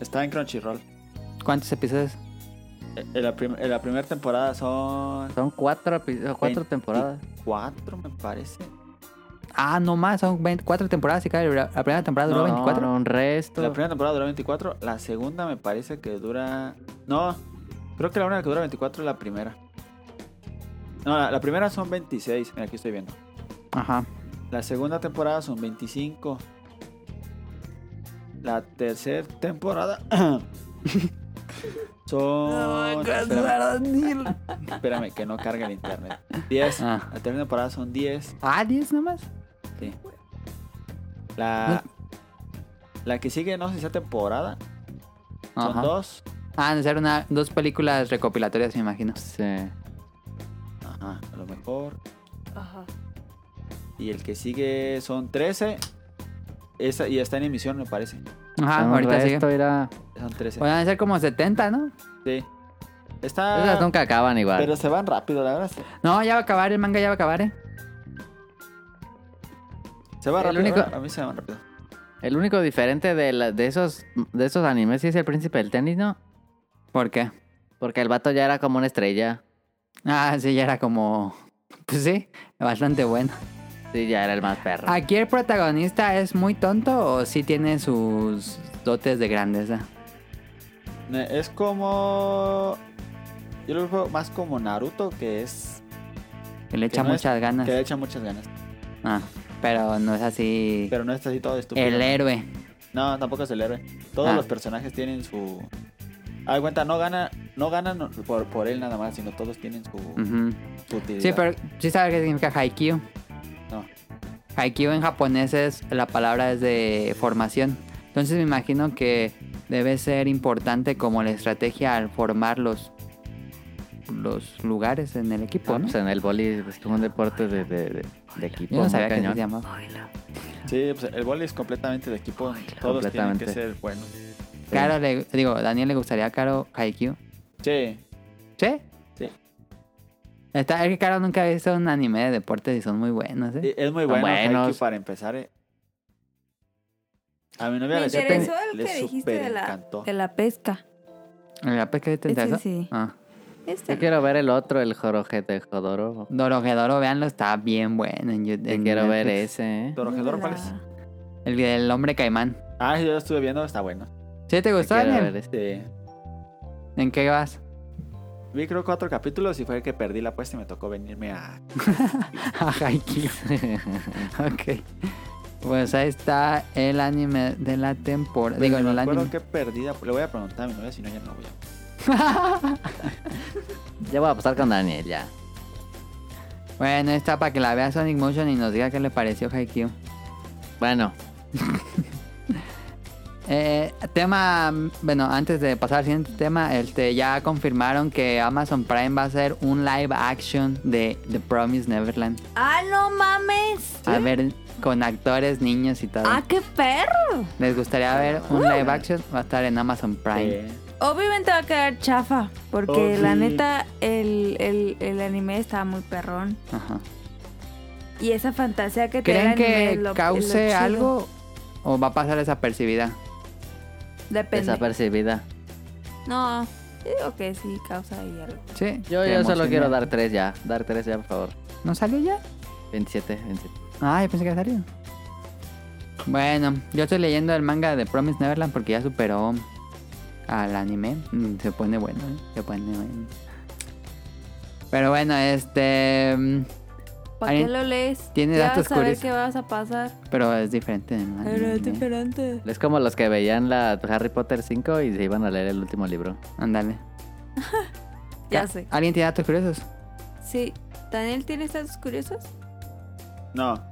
Speaker 4: Está en Crunchyroll. Eh,
Speaker 1: ¿Cuántos episodios?
Speaker 4: En en la, prim- en la primera temporada son.
Speaker 2: Son cuatro, epi- cuatro
Speaker 4: Veinti-
Speaker 2: temporadas.
Speaker 4: Cuatro, me parece.
Speaker 1: Ah, no más, son 24 temporadas y cada la primera temporada duró
Speaker 4: No,
Speaker 1: 24.
Speaker 2: No, un resto.
Speaker 4: La primera temporada duró 24, la segunda me parece que dura... No, creo que la única que dura 24 es la primera. No, la, la primera son 26, mira, aquí estoy viendo.
Speaker 1: Ajá.
Speaker 4: La segunda temporada son 25. La tercera temporada... Son. espérame, espérame, que no carga el internet. 10.
Speaker 1: Ah.
Speaker 4: La tercera temporada son 10.
Speaker 1: Ah, 10 nomás.
Speaker 4: Sí. La. La que sigue, no sé si sea temporada. Son
Speaker 1: Ajá.
Speaker 4: dos.
Speaker 1: Ah, no, ser una, dos películas recopilatorias, me imagino.
Speaker 2: Sí.
Speaker 4: Ajá, a lo mejor.
Speaker 3: Ajá.
Speaker 4: Y el que sigue son 13. Esa, y está en emisión, me parece.
Speaker 1: Ajá,
Speaker 2: Vamos a
Speaker 1: ahorita
Speaker 2: ver
Speaker 1: sigue.
Speaker 2: Esto irá...
Speaker 4: Son 13.
Speaker 1: Podrían ser como 70, ¿no?
Speaker 4: Sí.
Speaker 2: Esas
Speaker 4: Está.
Speaker 2: nunca acaban igual.
Speaker 4: Pero se van rápido, la verdad.
Speaker 1: No, ya va a acabar, el manga ya va a acabar, ¿eh?
Speaker 4: Se va
Speaker 2: El
Speaker 4: rápido.
Speaker 2: único-
Speaker 4: A mí se van rápido.
Speaker 2: El único diferente de, la- de esos de esos animes sí es el príncipe del tenis, ¿no?
Speaker 1: ¿Por qué?
Speaker 2: Porque el vato ya era como una estrella.
Speaker 1: Ah, sí, ya era como... Pues sí, bastante bueno.
Speaker 2: Sí, ya era el más perro.
Speaker 1: ¿Aquí el protagonista es muy tonto o sí tiene sus dotes de grandeza?
Speaker 4: Ne- Es como. Yo lo veo más como Naruto, que es.
Speaker 1: Que le echa
Speaker 4: no es-
Speaker 1: muchas ganas.
Speaker 4: Que le echa muchas ganas.
Speaker 1: Ah, pero no es así...
Speaker 4: Pero no está así todo estúpido.
Speaker 1: el héroe.
Speaker 4: No, tampoco es el héroe. Todos
Speaker 1: Ah.
Speaker 4: los personajes tienen su. Ah, de cuenta, no gana, no ganan por, por él nada más, sino todos tienen su,
Speaker 1: Ujú.
Speaker 4: su utilidad.
Speaker 1: Mm. Sí, pero sí sabes qué significa haikyuu.
Speaker 4: No.
Speaker 1: Haikyuu en japonés es la palabra es de formación. Entonces me imagino que debe ser importante como la estrategia al formar los, los lugares en el equipo,
Speaker 2: Ah,
Speaker 1: ¿no?
Speaker 2: pues en el boli es como un deporte de, de, de- de equipo.
Speaker 1: Yo no
Speaker 2: muy
Speaker 1: sabía que así
Speaker 2: cañón.
Speaker 1: se llamaba.
Speaker 4: Sí, pues el boli es completamente de equipo. todos tienen que
Speaker 2: completamente.
Speaker 4: ser buenos.
Speaker 1: Caro le, digo, Daniel le gustaría a Caro Haikyuu.
Speaker 4: Sí,
Speaker 1: ¿Sí?
Speaker 4: Sí.
Speaker 1: Está, es que Caro nunca ha visto un anime de deportes y son muy buenos, ¿eh?
Speaker 4: e- es muy
Speaker 2: Son
Speaker 4: bueno Haikyuu
Speaker 2: buenos.
Speaker 4: para empezar. eh. A mi novia
Speaker 3: Me
Speaker 4: le super-
Speaker 3: interesó el
Speaker 4: le
Speaker 3: que dijiste de la,
Speaker 4: superencantó.
Speaker 3: de la pesca.
Speaker 1: ¿La pues, pesca de
Speaker 3: Ese
Speaker 1: Tentazo?
Speaker 3: sí.
Speaker 1: Ah.
Speaker 3: Este
Speaker 2: Yo quiero ver el otro, el jorojete Jodoro.
Speaker 1: Dorojedoro, véanlo, está bien bueno en
Speaker 2: Yo
Speaker 1: YouTube.
Speaker 2: quiero ver ese, ¿eh?
Speaker 4: ¿Dorojedoro cuál es?
Speaker 1: El del hombre caimán.
Speaker 4: Ah, yo lo estuve viendo, está bueno.
Speaker 1: ¿Sí te
Speaker 2: Yo
Speaker 1: gustó,
Speaker 2: quiero
Speaker 1: Daniel?
Speaker 2: ver ese.
Speaker 4: Sí.
Speaker 1: ¿En qué vas?
Speaker 4: Vi creo cuatro capítulos y fue el que perdí la apuesta y me tocó venirme a...
Speaker 1: A Haikyuu. ok. Pues ahí está el anime de la temporada. Digo,
Speaker 4: Ni me
Speaker 1: el
Speaker 4: acuerdo
Speaker 1: anime.
Speaker 4: qué perdida... Le voy a preguntar a mi novia, si no ya no voy a...
Speaker 2: Ya voy a pasar con Daniel, ya.
Speaker 1: Bueno, está para que la vea Sonic Motion y nos diga qué le pareció Haikyuu.
Speaker 2: Bueno,
Speaker 1: Eh, tema, bueno, antes de pasar al siguiente tema, este, ya confirmaron que Amazon Prime va a hacer un live action de The Promised Neverland.
Speaker 3: ¡Ah, no mames!
Speaker 1: A ver, con actores, niños y todo.
Speaker 3: ¡Ah, qué perro!
Speaker 1: ¿Les gustaría ver un live action? Va a estar en Amazon Prime.
Speaker 4: Eh,
Speaker 3: Obviamente va a quedar chafa, porque
Speaker 4: Oh,
Speaker 3: la
Speaker 4: sí.
Speaker 3: neta, el, el, el anime estaba muy perrón.
Speaker 1: Ajá.
Speaker 3: Y esa fantasía que te da
Speaker 1: ¿Creen
Speaker 3: el anime es
Speaker 1: que
Speaker 3: lo- es lo
Speaker 1: cause
Speaker 3: chido.
Speaker 1: algo o va a pasar desapercibida?
Speaker 3: Depende.
Speaker 2: desapercibida.
Speaker 3: No, yo digo que sí, causa ahí algo.
Speaker 1: Sí.
Speaker 2: Yo,
Speaker 1: te
Speaker 2: yo solo
Speaker 1: emociona.
Speaker 2: quiero dar tres ya. Dar tres ya, por favor.
Speaker 1: ¿No salió ya?
Speaker 2: 27, 27.
Speaker 1: Ah, yo pensé que había salido. Bueno, yo estoy leyendo el manga de Promise Neverland porque ya superó al anime. Mm, Se pone bueno, ¿eh? se pone bueno. Pero bueno, este. mm,
Speaker 3: ¿Para
Speaker 1: Alguien
Speaker 3: qué lo lees?
Speaker 1: tiene
Speaker 3: Ya
Speaker 1: datos
Speaker 3: vas a ver
Speaker 1: curiosos.
Speaker 3: qué vas a pasar.
Speaker 1: Pero es diferente. ¿no?
Speaker 3: Pero es
Speaker 1: Anime. ¿eh?
Speaker 3: diferente.
Speaker 2: Es como los que veían la Harry Potter 5 y se iban a leer el último libro.
Speaker 1: Ándale.
Speaker 3: Ya sé.
Speaker 1: ¿Alguien tiene datos curiosos?
Speaker 3: Sí. ¿Daniel tienes datos curiosos?
Speaker 4: No,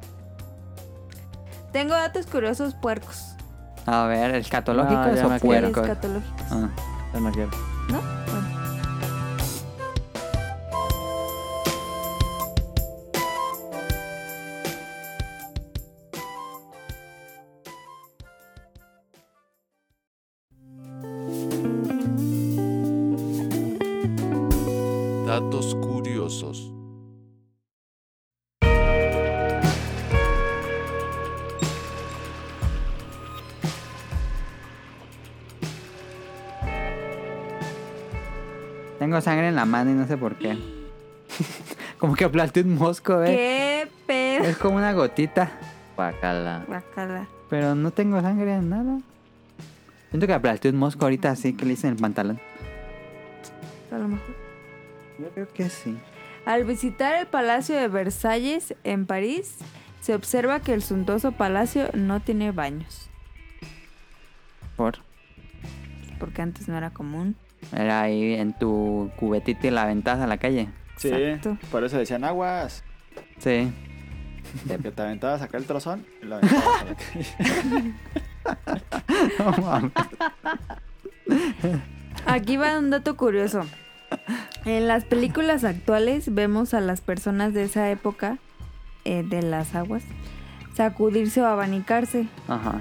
Speaker 3: Tengo datos curiosos puercos.
Speaker 1: A ver, ¿escatológicos
Speaker 4: Ah,
Speaker 2: No, yo
Speaker 1: o
Speaker 2: no quiero.
Speaker 1: puercos?
Speaker 3: Escatológicos.
Speaker 1: Ah.
Speaker 2: Yo no quiero.
Speaker 3: ¿No? Bueno.
Speaker 7: Datos curiosos.
Speaker 1: Tengo sangre en la mano y no sé por qué. como que aplasté un mosco, ¿eh?
Speaker 3: ¿Qué pedo?
Speaker 1: Es como una gotita.
Speaker 2: Guacala.
Speaker 3: Guacala.
Speaker 1: Pero no tengo sangre en nada. Siento que aplasté un mosco ahorita así que le hice en el pantalón.
Speaker 3: A lo mejor.
Speaker 1: Yo creo que sí.
Speaker 3: Al visitar el Palacio de Versalles en París, se observa que el suntuoso palacio no tiene baños,
Speaker 1: Por.
Speaker 3: porque antes no era común.
Speaker 1: Era ahí en tu cubetito y la ventaja a la calle.
Speaker 4: Sí,
Speaker 3: Exacto.
Speaker 4: por eso decían aguas.
Speaker 1: Sí.
Speaker 4: Que te aventabas acá el trozón y lo aventabas a la calle.
Speaker 1: No mames.
Speaker 3: Aquí va un dato curioso. En las películas actuales vemos a las personas de esa época, eh, de las aguas, sacudirse o abanicarse.
Speaker 1: Ajá.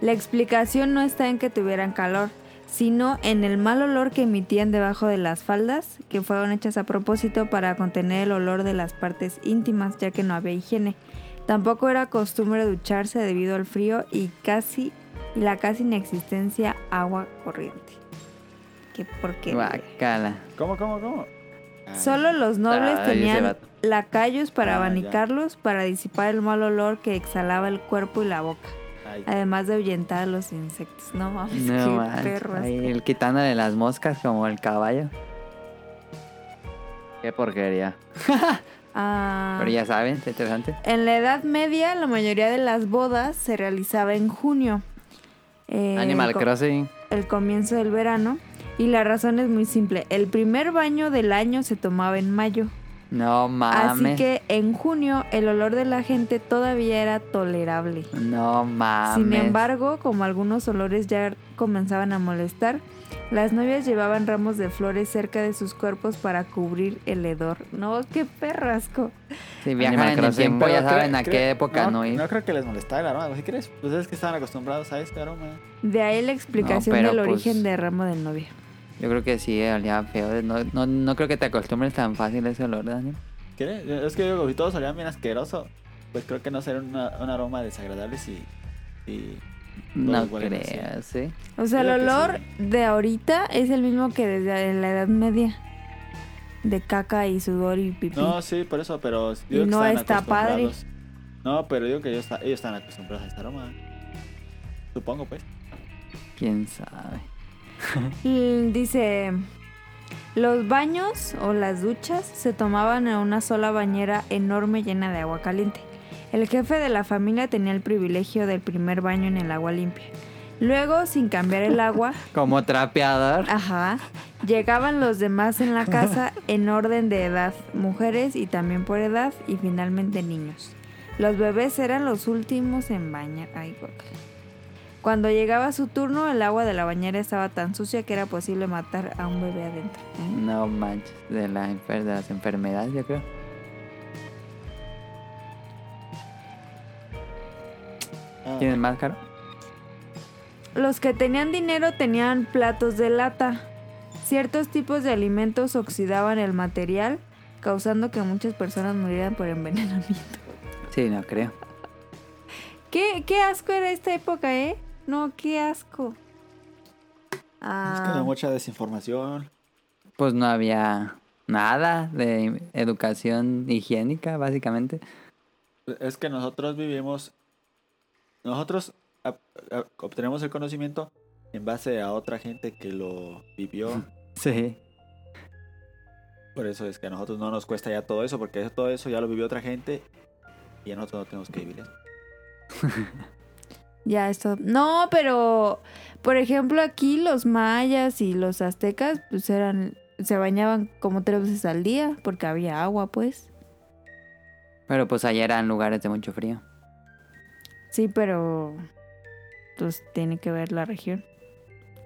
Speaker 3: La explicación no está en que tuvieran calor, sino en el mal olor que emitían debajo de las faldas, que fueron hechas a propósito para contener el olor de las partes íntimas, ya que no había higiene. Tampoco era costumbre ducharse debido al frío y casi y la casi inexistencia agua corriente. Que porque
Speaker 1: Guacala.
Speaker 4: ¿Cómo, cómo, cómo? Ay,
Speaker 3: solo los nobles
Speaker 2: Ay, ese
Speaker 3: tenían
Speaker 2: vato.
Speaker 3: lacayos para
Speaker 4: Ah, ya.
Speaker 3: abanicarlos para disipar el mal olor que exhalaba el cuerpo y la boca.
Speaker 4: ay.
Speaker 3: Además de ahuyentar a los insectos. No mames,
Speaker 1: No
Speaker 3: qué
Speaker 1: manches.
Speaker 3: perro
Speaker 1: Ahí
Speaker 3: asco.
Speaker 1: el quitándole las moscas como el caballo.
Speaker 2: Qué porquería.
Speaker 3: Ah,
Speaker 1: Pero ya saben, está interesante.
Speaker 3: En la Edad Media, la mayoría de las bodas se realizaba en junio. eh,
Speaker 2: Animal
Speaker 3: el co-
Speaker 2: Crossing.
Speaker 3: El comienzo del verano. Y la razón es muy simple. El primer baño del año se tomaba en mayo.
Speaker 1: No mames.
Speaker 3: Así que en junio el olor de la gente todavía era tolerable.
Speaker 1: No mames.
Speaker 3: Sin embargo, como algunos olores ya comenzaban a molestar, las novias llevaban ramos de flores cerca de sus cuerpos para cubrir el hedor. No, qué perrasco.
Speaker 1: Si viajan
Speaker 2: Animal
Speaker 1: en el
Speaker 2: Crossing.
Speaker 1: tiempo, ya
Speaker 4: Pero creo-
Speaker 1: saben a
Speaker 4: creo-
Speaker 1: qué época no, ir.
Speaker 4: No creo que les molestaba el aroma. ¿Sí crees? Pues es que estaban acostumbrados a este aroma.
Speaker 3: De ahí la explicación
Speaker 1: pero
Speaker 3: del
Speaker 1: pues-
Speaker 3: origen de ramo de novia.
Speaker 1: Yo creo que sí, olía feo. No, no, no creo que te acostumbres tan fácil a ese olor, Daniel.
Speaker 4: ¿Crees? Es que digo, si todos olían bien asqueroso, pues creo que no sería una- un aroma desagradable si... si
Speaker 1: No
Speaker 4: todos huelen así.
Speaker 1: creo, sí.
Speaker 3: O sea, el
Speaker 4: Creo que
Speaker 3: olor de ahorita es el mismo que desde la Edad Media. De caca y sudor y pipí.
Speaker 4: No, sí, por eso, pero digo
Speaker 3: Y
Speaker 4: que
Speaker 3: no
Speaker 4: estaban
Speaker 3: está padre.
Speaker 4: acostumbrados. No, pero digo que ellos, esta- ellos están acostumbrados a este aroma. Supongo, pues.
Speaker 1: Quién sabe.
Speaker 3: Mm, Dice, los baños o las duchas se tomaban en una sola bañera enorme llena de agua caliente. El jefe de la familia tenía el privilegio del primer baño en el agua limpia. Luego, sin cambiar el agua,
Speaker 1: Como trapeador.
Speaker 3: ajá, llegaban los demás en la casa en orden de edad, mujeres y también por edad y finalmente niños. Los bebés eran los últimos en bañar. Ay, guácala. Cuando llegaba su turno, el agua de la bañera estaba tan sucia que era posible matar a un bebé adentro.
Speaker 1: No manches. De, la enfer- de las enfermedades, yo creo.
Speaker 4: Ah,
Speaker 1: ¿Tienes más caro?
Speaker 3: Los que tenían dinero tenían platos de lata. Ciertos tipos de alimentos oxidaban el material, causando que muchas personas murieran por envenenamiento.
Speaker 1: Sí, no creo.
Speaker 3: ¿Qué, qué asco era esta época, eh? No, qué asco.
Speaker 4: Es que
Speaker 3: Ah,
Speaker 4: había mucha desinformación.
Speaker 1: Pues no había nada de educación higiénica, básicamente.
Speaker 4: Es que nosotros vivimos, nosotros ap- a- obtenemos el conocimiento en base a otra gente que lo vivió.
Speaker 1: Sí.
Speaker 4: Por eso es que a nosotros no nos cuesta ya todo eso, porque eso- todo eso ya lo vivió otra gente y a nosotros no tenemos que vivir eso.
Speaker 3: ya esto. No, pero por ejemplo aquí los mayas y los aztecas pues eran se bañaban como tres veces al día porque había agua, pues.
Speaker 1: Pero pues allá eran lugares de mucho frío.
Speaker 3: Sí, pero pues tiene que ver la región.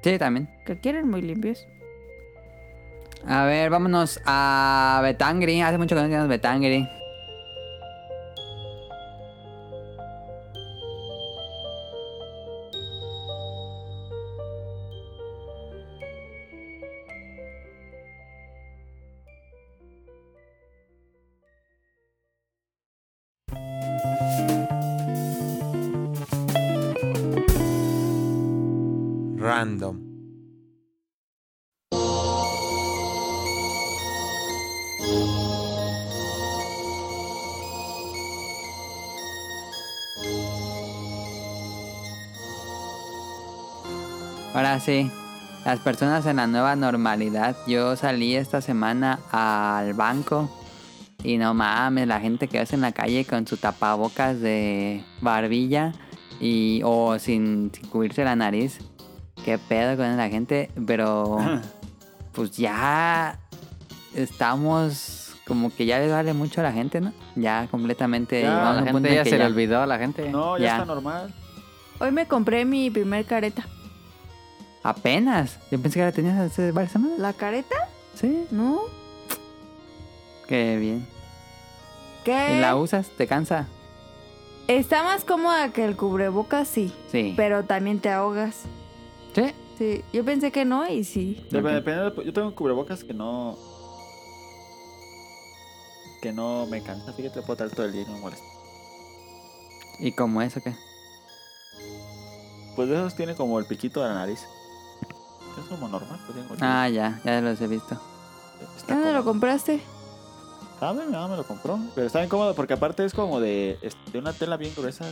Speaker 1: Sí, también.
Speaker 3: Que quieren muy limpios.
Speaker 1: A ver, vámonos a Betangri. Hace mucho que no teníamos Betangri.
Speaker 7: Random.
Speaker 1: Ahora sí, las personas en la nueva normalidad. Yo salí esta semana al banco y no mames, la gente que ves en la calle con su tapabocas de barbilla y o sin, sin cubrirse la nariz. Qué pedo con la gente, pero pues ya estamos como que ya le vale mucho a la gente, ¿no? Ya completamente
Speaker 2: Ya,
Speaker 1: llegamos a
Speaker 2: la
Speaker 1: un punto
Speaker 2: gente
Speaker 1: en
Speaker 2: ya
Speaker 1: que
Speaker 2: se le
Speaker 1: ya-
Speaker 2: olvidó a la gente.
Speaker 4: No, ya,
Speaker 1: Ya.
Speaker 4: está normal.
Speaker 3: Hoy me compré mi primer careta.
Speaker 1: apenas. Yo pensé que la tenías hace varias semanas.
Speaker 3: ¿La careta?
Speaker 1: Sí,
Speaker 3: No.
Speaker 1: qué bien.
Speaker 3: ¿Qué?
Speaker 1: ¿Y la usas? ¿Te cansa?
Speaker 3: Está más cómoda que el cubrebocas, sí.
Speaker 1: Sí.
Speaker 3: Pero también te ahogas.
Speaker 1: Sí.
Speaker 3: Sí, yo pensé que no y sí.
Speaker 4: Dep-
Speaker 1: Ok.
Speaker 4: dependiendo de- yo tengo un cubrebocas que no. Que no me cansa, así que te lo puedo traer todo el día y no me molesta.
Speaker 1: ¿Y cómo es o qué?
Speaker 4: Pues de esos tiene como el piquito de la nariz. Es como normal, pues tengo.
Speaker 1: Ah, ya, ya los he visto.
Speaker 4: está
Speaker 3: ¿Dónde lo
Speaker 4: cómodo.
Speaker 3: compraste?
Speaker 4: Ah, mi mamá me lo compró. Pero está bien cómodo porque aparte es como de, es de una tela bien gruesa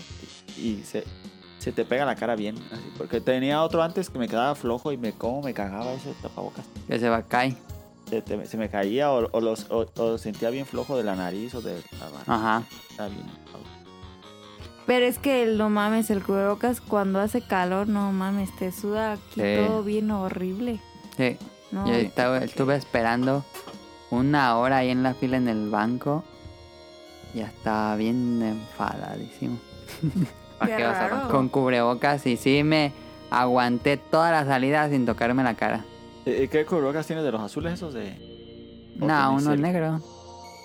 Speaker 4: y se, se te pega la cara bien. Así, porque tenía otro antes que me quedaba flojo y me como me cagaba ese tapabocas.
Speaker 1: Que se va a caer.
Speaker 4: Se, te- se me caía o, o los, o, o sentía bien flojo de la nariz o de la barra.
Speaker 1: Ajá.
Speaker 4: Está bien.
Speaker 3: Pero es que el- no mames, el cubrebocas cuando hace calor, no mames, te suda aquí
Speaker 2: Sí.
Speaker 3: todo bien horrible.
Speaker 1: Sí.
Speaker 3: No,
Speaker 1: Yo estaba- estuve esperando una hora ahí en la fila en el banco. Ya estaba bien enfadadísimo.
Speaker 2: ¿Para
Speaker 3: Qué
Speaker 2: qué vas a-
Speaker 3: raro.
Speaker 1: Con cubrebocas y sí me aguanté toda la salida sin tocarme la cara.
Speaker 4: Eh, eh, ¿Qué cubrebocas tienes de los azules esos de...? o
Speaker 1: no,
Speaker 4: tenés
Speaker 1: uno
Speaker 4: el-
Speaker 1: negro.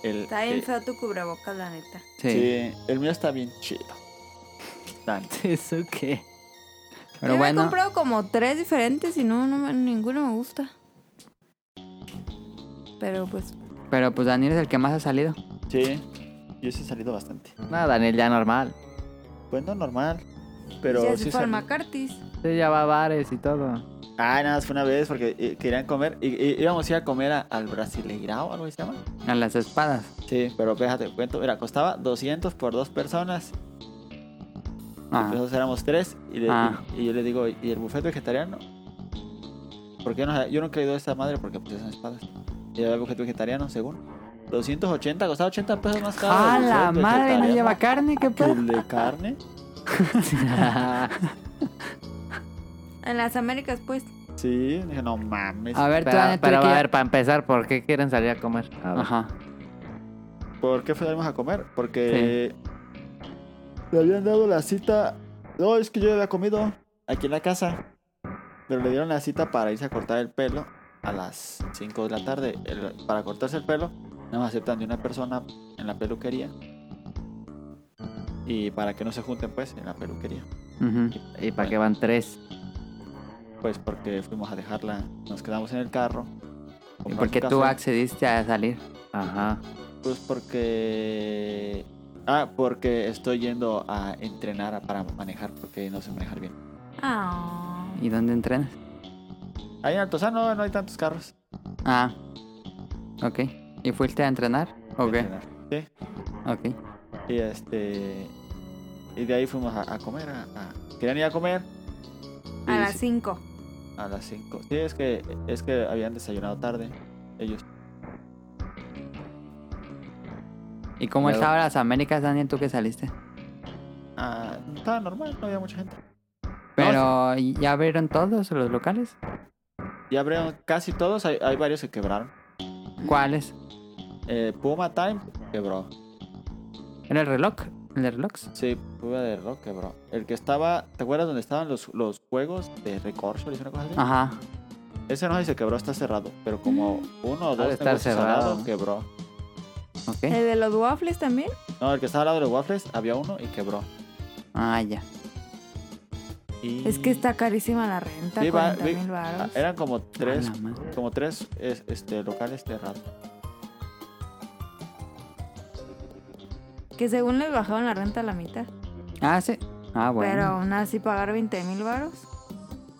Speaker 4: el-
Speaker 3: Está bien
Speaker 4: eh,
Speaker 3: feo tu cubrebocas, la neta.
Speaker 1: Sí.
Speaker 4: sí, el mío está bien chido. Tan-
Speaker 2: ¿Eso qué?
Speaker 1: Pero
Speaker 3: yo me he
Speaker 1: bueno,
Speaker 3: comprado como tres diferentes y no, no me- ninguno me gusta. Pero pues,
Speaker 1: pero pues Daniel es el que más ha salido.
Speaker 4: Sí, yo sí he salido bastante.
Speaker 2: No, Daniel, ya normal.
Speaker 4: Pues no normal, pero
Speaker 3: ya
Speaker 4: sí
Speaker 3: se
Speaker 4: he
Speaker 3: fue al
Speaker 4: salido.
Speaker 3: Macartis.
Speaker 2: Sí, ya va a bares y todo.
Speaker 4: Ah, nada, más fue una vez porque eh, querían comer. Y, y- íbamos a ir a comer a- al Brasileirao, algo así se llama.
Speaker 1: A las espadas.
Speaker 4: Sí, pero fíjate, cuento. Mira, costaba 200 por dos personas.
Speaker 1: Ah,
Speaker 4: Nosotros éramos tres. Y, le-
Speaker 1: Ah.
Speaker 4: y, y yo le digo, ¿y el buffet vegetariano? Porque no, yo no he creído esta madre porque pues son espadas. Y era el buffet vegetariano, según. 280, costaba 80 pesos más caro.
Speaker 1: ¡Ah,
Speaker 4: el
Speaker 1: la madre!
Speaker 4: buffet
Speaker 1: ¿No
Speaker 4: vegetariano
Speaker 1: lleva carne? ¿Qué
Speaker 4: que
Speaker 1: pedo?
Speaker 4: el de carne.
Speaker 3: En las Américas, pues.
Speaker 4: Sí, dije, no mames.
Speaker 1: A ver, tú,
Speaker 2: Pero,
Speaker 1: Daniel, tú
Speaker 2: pero
Speaker 1: que
Speaker 2: a
Speaker 1: ya-
Speaker 2: ver, para empezar, ¿por qué quieren salir a comer? eh, A ver.
Speaker 1: Ajá.
Speaker 4: ¿Por qué fuimos a comer? Porque le habían dado la cita. No, es que yo ya había comido aquí en la casa. Pero le dieron la cita para irse a cortar el pelo a las 5 de la tarde. El- para cortarse el pelo, nada más aceptan de una persona en la peluquería. Y para que no se junten, pues, en la peluquería.
Speaker 1: Ujú.
Speaker 2: ¿Y para qué van tres?
Speaker 4: Pues porque fuimos a dejarla, nos quedamos en el carro.
Speaker 1: ¿Y
Speaker 4: compramos
Speaker 1: por qué
Speaker 4: un
Speaker 1: tú
Speaker 4: café.
Speaker 1: accediste a salir?
Speaker 2: Ajá.
Speaker 4: Pues porque. Ah, porque estoy yendo a entrenar para manejar, porque no sé manejar bien.
Speaker 3: Ah.
Speaker 1: ¿Y dónde entrenas?
Speaker 4: Ahí en Altozano no hay tantos carros.
Speaker 1: Ah, ok. ¿Y fuiste a entrenar?
Speaker 4: para
Speaker 1: Ok,
Speaker 4: entrenar. Sí.
Speaker 1: ok.
Speaker 4: Y este. Y de ahí fuimos a, a comer. A, a- Querían ir a comer. y
Speaker 3: A las
Speaker 4: sí,
Speaker 3: 5.
Speaker 4: a las 5. Sí, es que, es que habían desayunado tarde. Ellos.
Speaker 1: ¿Y cómo
Speaker 2: Luego-
Speaker 1: estaba las Américas, Daniel, tú que saliste?
Speaker 4: Ah, estaba normal, no había mucha gente.
Speaker 1: Pero, ¿ya abrieron todos los locales?
Speaker 4: Ya abrieron casi todos. Hay, hay varios que quebraron.
Speaker 1: ¿Cuáles?
Speaker 4: Eh, Puma Time quebró.
Speaker 1: ¿Era el reloj? ¿El de relojes?
Speaker 4: Sí, Puma de Rock bro. El que estaba, ¿te acuerdas dónde estaban los, los juegos de Record? una cosa así?
Speaker 1: Ajá.
Speaker 4: Ese no sé si se quebró, está cerrado. Pero como uno o
Speaker 2: Ha de
Speaker 4: dos
Speaker 2: estar
Speaker 4: negocios al
Speaker 2: cerrado,
Speaker 4: lado,
Speaker 2: ¿no?
Speaker 4: quebró.
Speaker 1: Ok.
Speaker 3: ¿El de los waffles también?
Speaker 4: No, el que estaba al lado de los waffles, había uno y quebró.
Speaker 1: Ah, ya.
Speaker 4: Y-
Speaker 3: Es que está carísima la renta,
Speaker 4: Sí, va-
Speaker 3: 40
Speaker 4: vi-
Speaker 3: mil
Speaker 4: ah,
Speaker 3: baros.
Speaker 4: Eran como tres,
Speaker 1: A Ah, la madre.
Speaker 4: como tres es- este, locales cerrados.
Speaker 3: Que según les bajaron la renta a la mitad.
Speaker 1: Ah, sí. Ah,
Speaker 3: Pero
Speaker 1: bueno.
Speaker 3: aún así pagar 20 mil baros.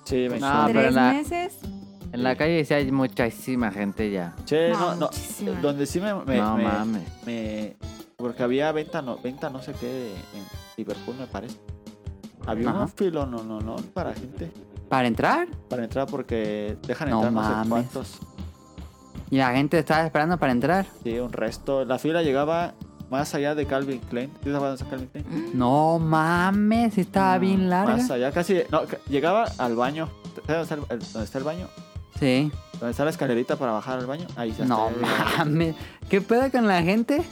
Speaker 4: Sí, me-
Speaker 1: Ah,
Speaker 2: No, pero
Speaker 3: Tres
Speaker 2: la-
Speaker 3: meses.
Speaker 2: En la calle sí hay muchísima gente ya.
Speaker 4: che, no,
Speaker 3: no,
Speaker 4: no.
Speaker 3: muchísima.
Speaker 4: Donde sí me, me-
Speaker 2: no
Speaker 4: me-
Speaker 2: mames.
Speaker 4: me- porque había venta no, venta no sé qué en Liverpool me parece. Había
Speaker 1: Ajá.
Speaker 4: un filo, no, no, no, para gente.
Speaker 1: ¿Para entrar?
Speaker 4: para entrar porque dejan
Speaker 1: No
Speaker 4: entrar no, sé
Speaker 1: mames.
Speaker 4: cuántos.
Speaker 1: ¿Y la gente estaba esperando para entrar?
Speaker 4: Sí, un resto. La fila llegaba más allá de Calvin Klein. ¿Sí sabes dónde está Calvin Klein?
Speaker 1: No mames, estaba bien larga.
Speaker 4: Más allá, casi. No, ca- llegaba al baño. ¿Sabes dónde está el, el- dónde está el baño?
Speaker 1: Sí.
Speaker 4: ¿Dónde está la escalerita para bajar al baño? Ahí está.
Speaker 1: No mames. ¿Qué pedo con la gente?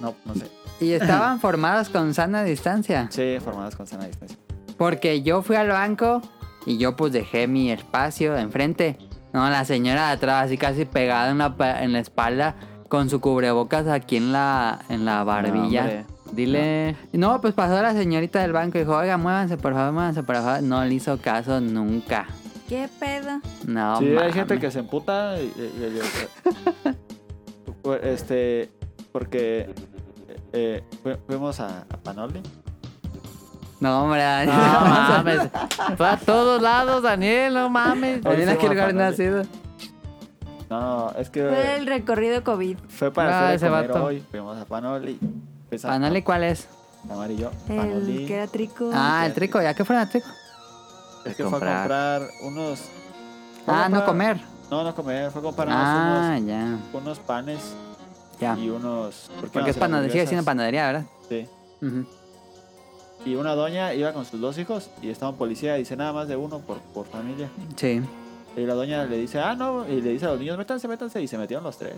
Speaker 4: No, no sé.
Speaker 1: Y estaban formados con sana distancia.
Speaker 4: Sí, formadas con sana distancia.
Speaker 1: Porque yo fui al banco y yo pues dejé mi espacio enfrente. No, la señora de atrás así casi pegada en la, pe- en la espalda con su cubrebocas aquí en la, en la barbilla.
Speaker 2: hombre. Dile.
Speaker 1: No, pues pasó la señorita del banco y dijo, oiga, muévanse por favor, muévanse por favor. No le hizo caso nunca.
Speaker 3: ¿Qué pedo?
Speaker 1: No,
Speaker 4: sí, hay
Speaker 1: mames.
Speaker 4: gente que se emputa y, y- y- y- Pues, este porque eh, fu- fuimos a, a Panoli.
Speaker 1: No, hombre.
Speaker 2: No mames. Fue a todos lados, Daniel, no mames.
Speaker 4: Hoy
Speaker 1: Adivina
Speaker 4: fuimos
Speaker 1: qué
Speaker 4: a
Speaker 1: lugar no ha
Speaker 4: Panoli.
Speaker 1: sido.
Speaker 4: No, es
Speaker 3: Fue
Speaker 4: que
Speaker 3: el recorrido COVID.
Speaker 4: fue
Speaker 2: Ah,
Speaker 4: para hacer
Speaker 2: ese
Speaker 4: el comer
Speaker 2: vato.
Speaker 4: hoy. Fuimos a Panoli. Fuimos a-
Speaker 1: Panoli, ¿cuál es?
Speaker 4: Tamara y yo.
Speaker 3: El
Speaker 4: Panoli.
Speaker 3: que era trico.
Speaker 1: Ah, el trico. ¿Ya qué fuera el trico?
Speaker 4: Es que fue a
Speaker 2: Comprar.
Speaker 4: comprar unos. fue a
Speaker 1: Ah, no
Speaker 4: comprar-
Speaker 1: comer.
Speaker 4: No, no comer. Fue a comprar
Speaker 1: Ah, ya.
Speaker 4: unos, unos panes
Speaker 1: Ya.
Speaker 4: y unos. ¿por qué no
Speaker 1: Porque es
Speaker 4: hacer
Speaker 1: panadería, sigue siendo
Speaker 4: hamburguesas?
Speaker 1: panadería, ¿verdad?
Speaker 4: Sí.
Speaker 1: Ujú.
Speaker 4: Y una doña iba con sus dos hijos y estaba un policía y dice nada más de uno por, por familia.
Speaker 1: Sí.
Speaker 4: Y la doña le dice, ah, no, y le dice a los niños, métanse, métanse, y se metieron los tres.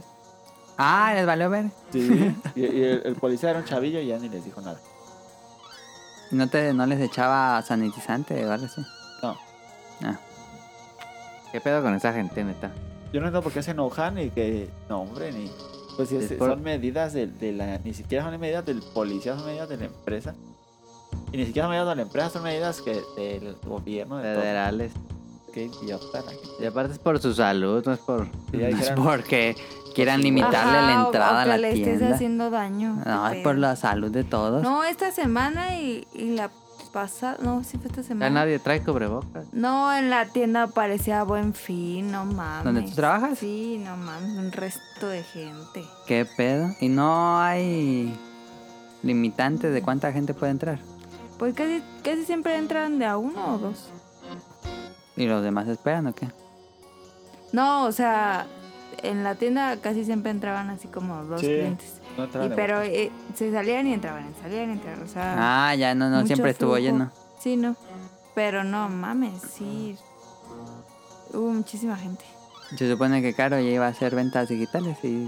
Speaker 1: Ah, les valió ver.
Speaker 4: Sí, y, y el, el policía era un chavillo y ya ni les dijo nada.
Speaker 1: ¿Y no, te, no les echaba sanitizante o algo así?
Speaker 4: No.
Speaker 1: Ah.
Speaker 2: ¿Qué pedo con esa gente, neta?
Speaker 4: Yo no entiendo por qué se enojan y que, no, hombre, ni... Pues si es-
Speaker 2: Es por-
Speaker 4: son medidas de, de la... Ni siquiera son medidas del policía, son medidas de la empresa. Y ni siquiera son medidas de la empresa, son medidas que del gobierno, de todo.
Speaker 2: Federales.
Speaker 4: Qué idiota la gente.
Speaker 2: Y aparte es por su salud, no es por.
Speaker 4: Y ahí
Speaker 1: No es
Speaker 4: dijeron,
Speaker 1: porque quieran limitarle
Speaker 3: Ajá,
Speaker 1: la
Speaker 3: o-
Speaker 1: entrada
Speaker 3: o
Speaker 1: a
Speaker 3: que
Speaker 1: la
Speaker 3: le estés
Speaker 1: tienda.
Speaker 3: haciendo daño.
Speaker 1: No,
Speaker 3: qué
Speaker 1: es por
Speaker 3: pedo.
Speaker 1: la salud de todos.
Speaker 3: No, esta semana y, y la pasada. No, sí fue esta
Speaker 2: Ya
Speaker 3: semana.
Speaker 2: nadie trae cubrebocas.
Speaker 3: No, en la tienda aparecía buen fin, no mames.
Speaker 1: ¿Dónde tú trabajas?
Speaker 3: Sí, no mames, un resto de gente.
Speaker 1: ¿Qué pedo? Y no hay limitantes de cuánta gente puede entrar.
Speaker 3: Pues casi, casi siempre entran de a uno o dos.
Speaker 1: ¿Y los demás esperan o qué?
Speaker 3: No, o sea, en la tienda casi siempre entraban así como dos
Speaker 4: Sí.
Speaker 3: clientes.
Speaker 4: no
Speaker 3: Y,
Speaker 4: entraron de
Speaker 3: pero
Speaker 4: vuelta.
Speaker 3: eh, se salían y entraban, salían y entraban. O sea,
Speaker 1: Ah, ya no, no,
Speaker 3: mucho
Speaker 1: siempre estuvo
Speaker 3: flujo.
Speaker 1: lleno.
Speaker 3: Sí, no. Pero no mames, sí. Hubo muchísima gente.
Speaker 1: Se supone que Caro ya iba a hacer ventas digitales y...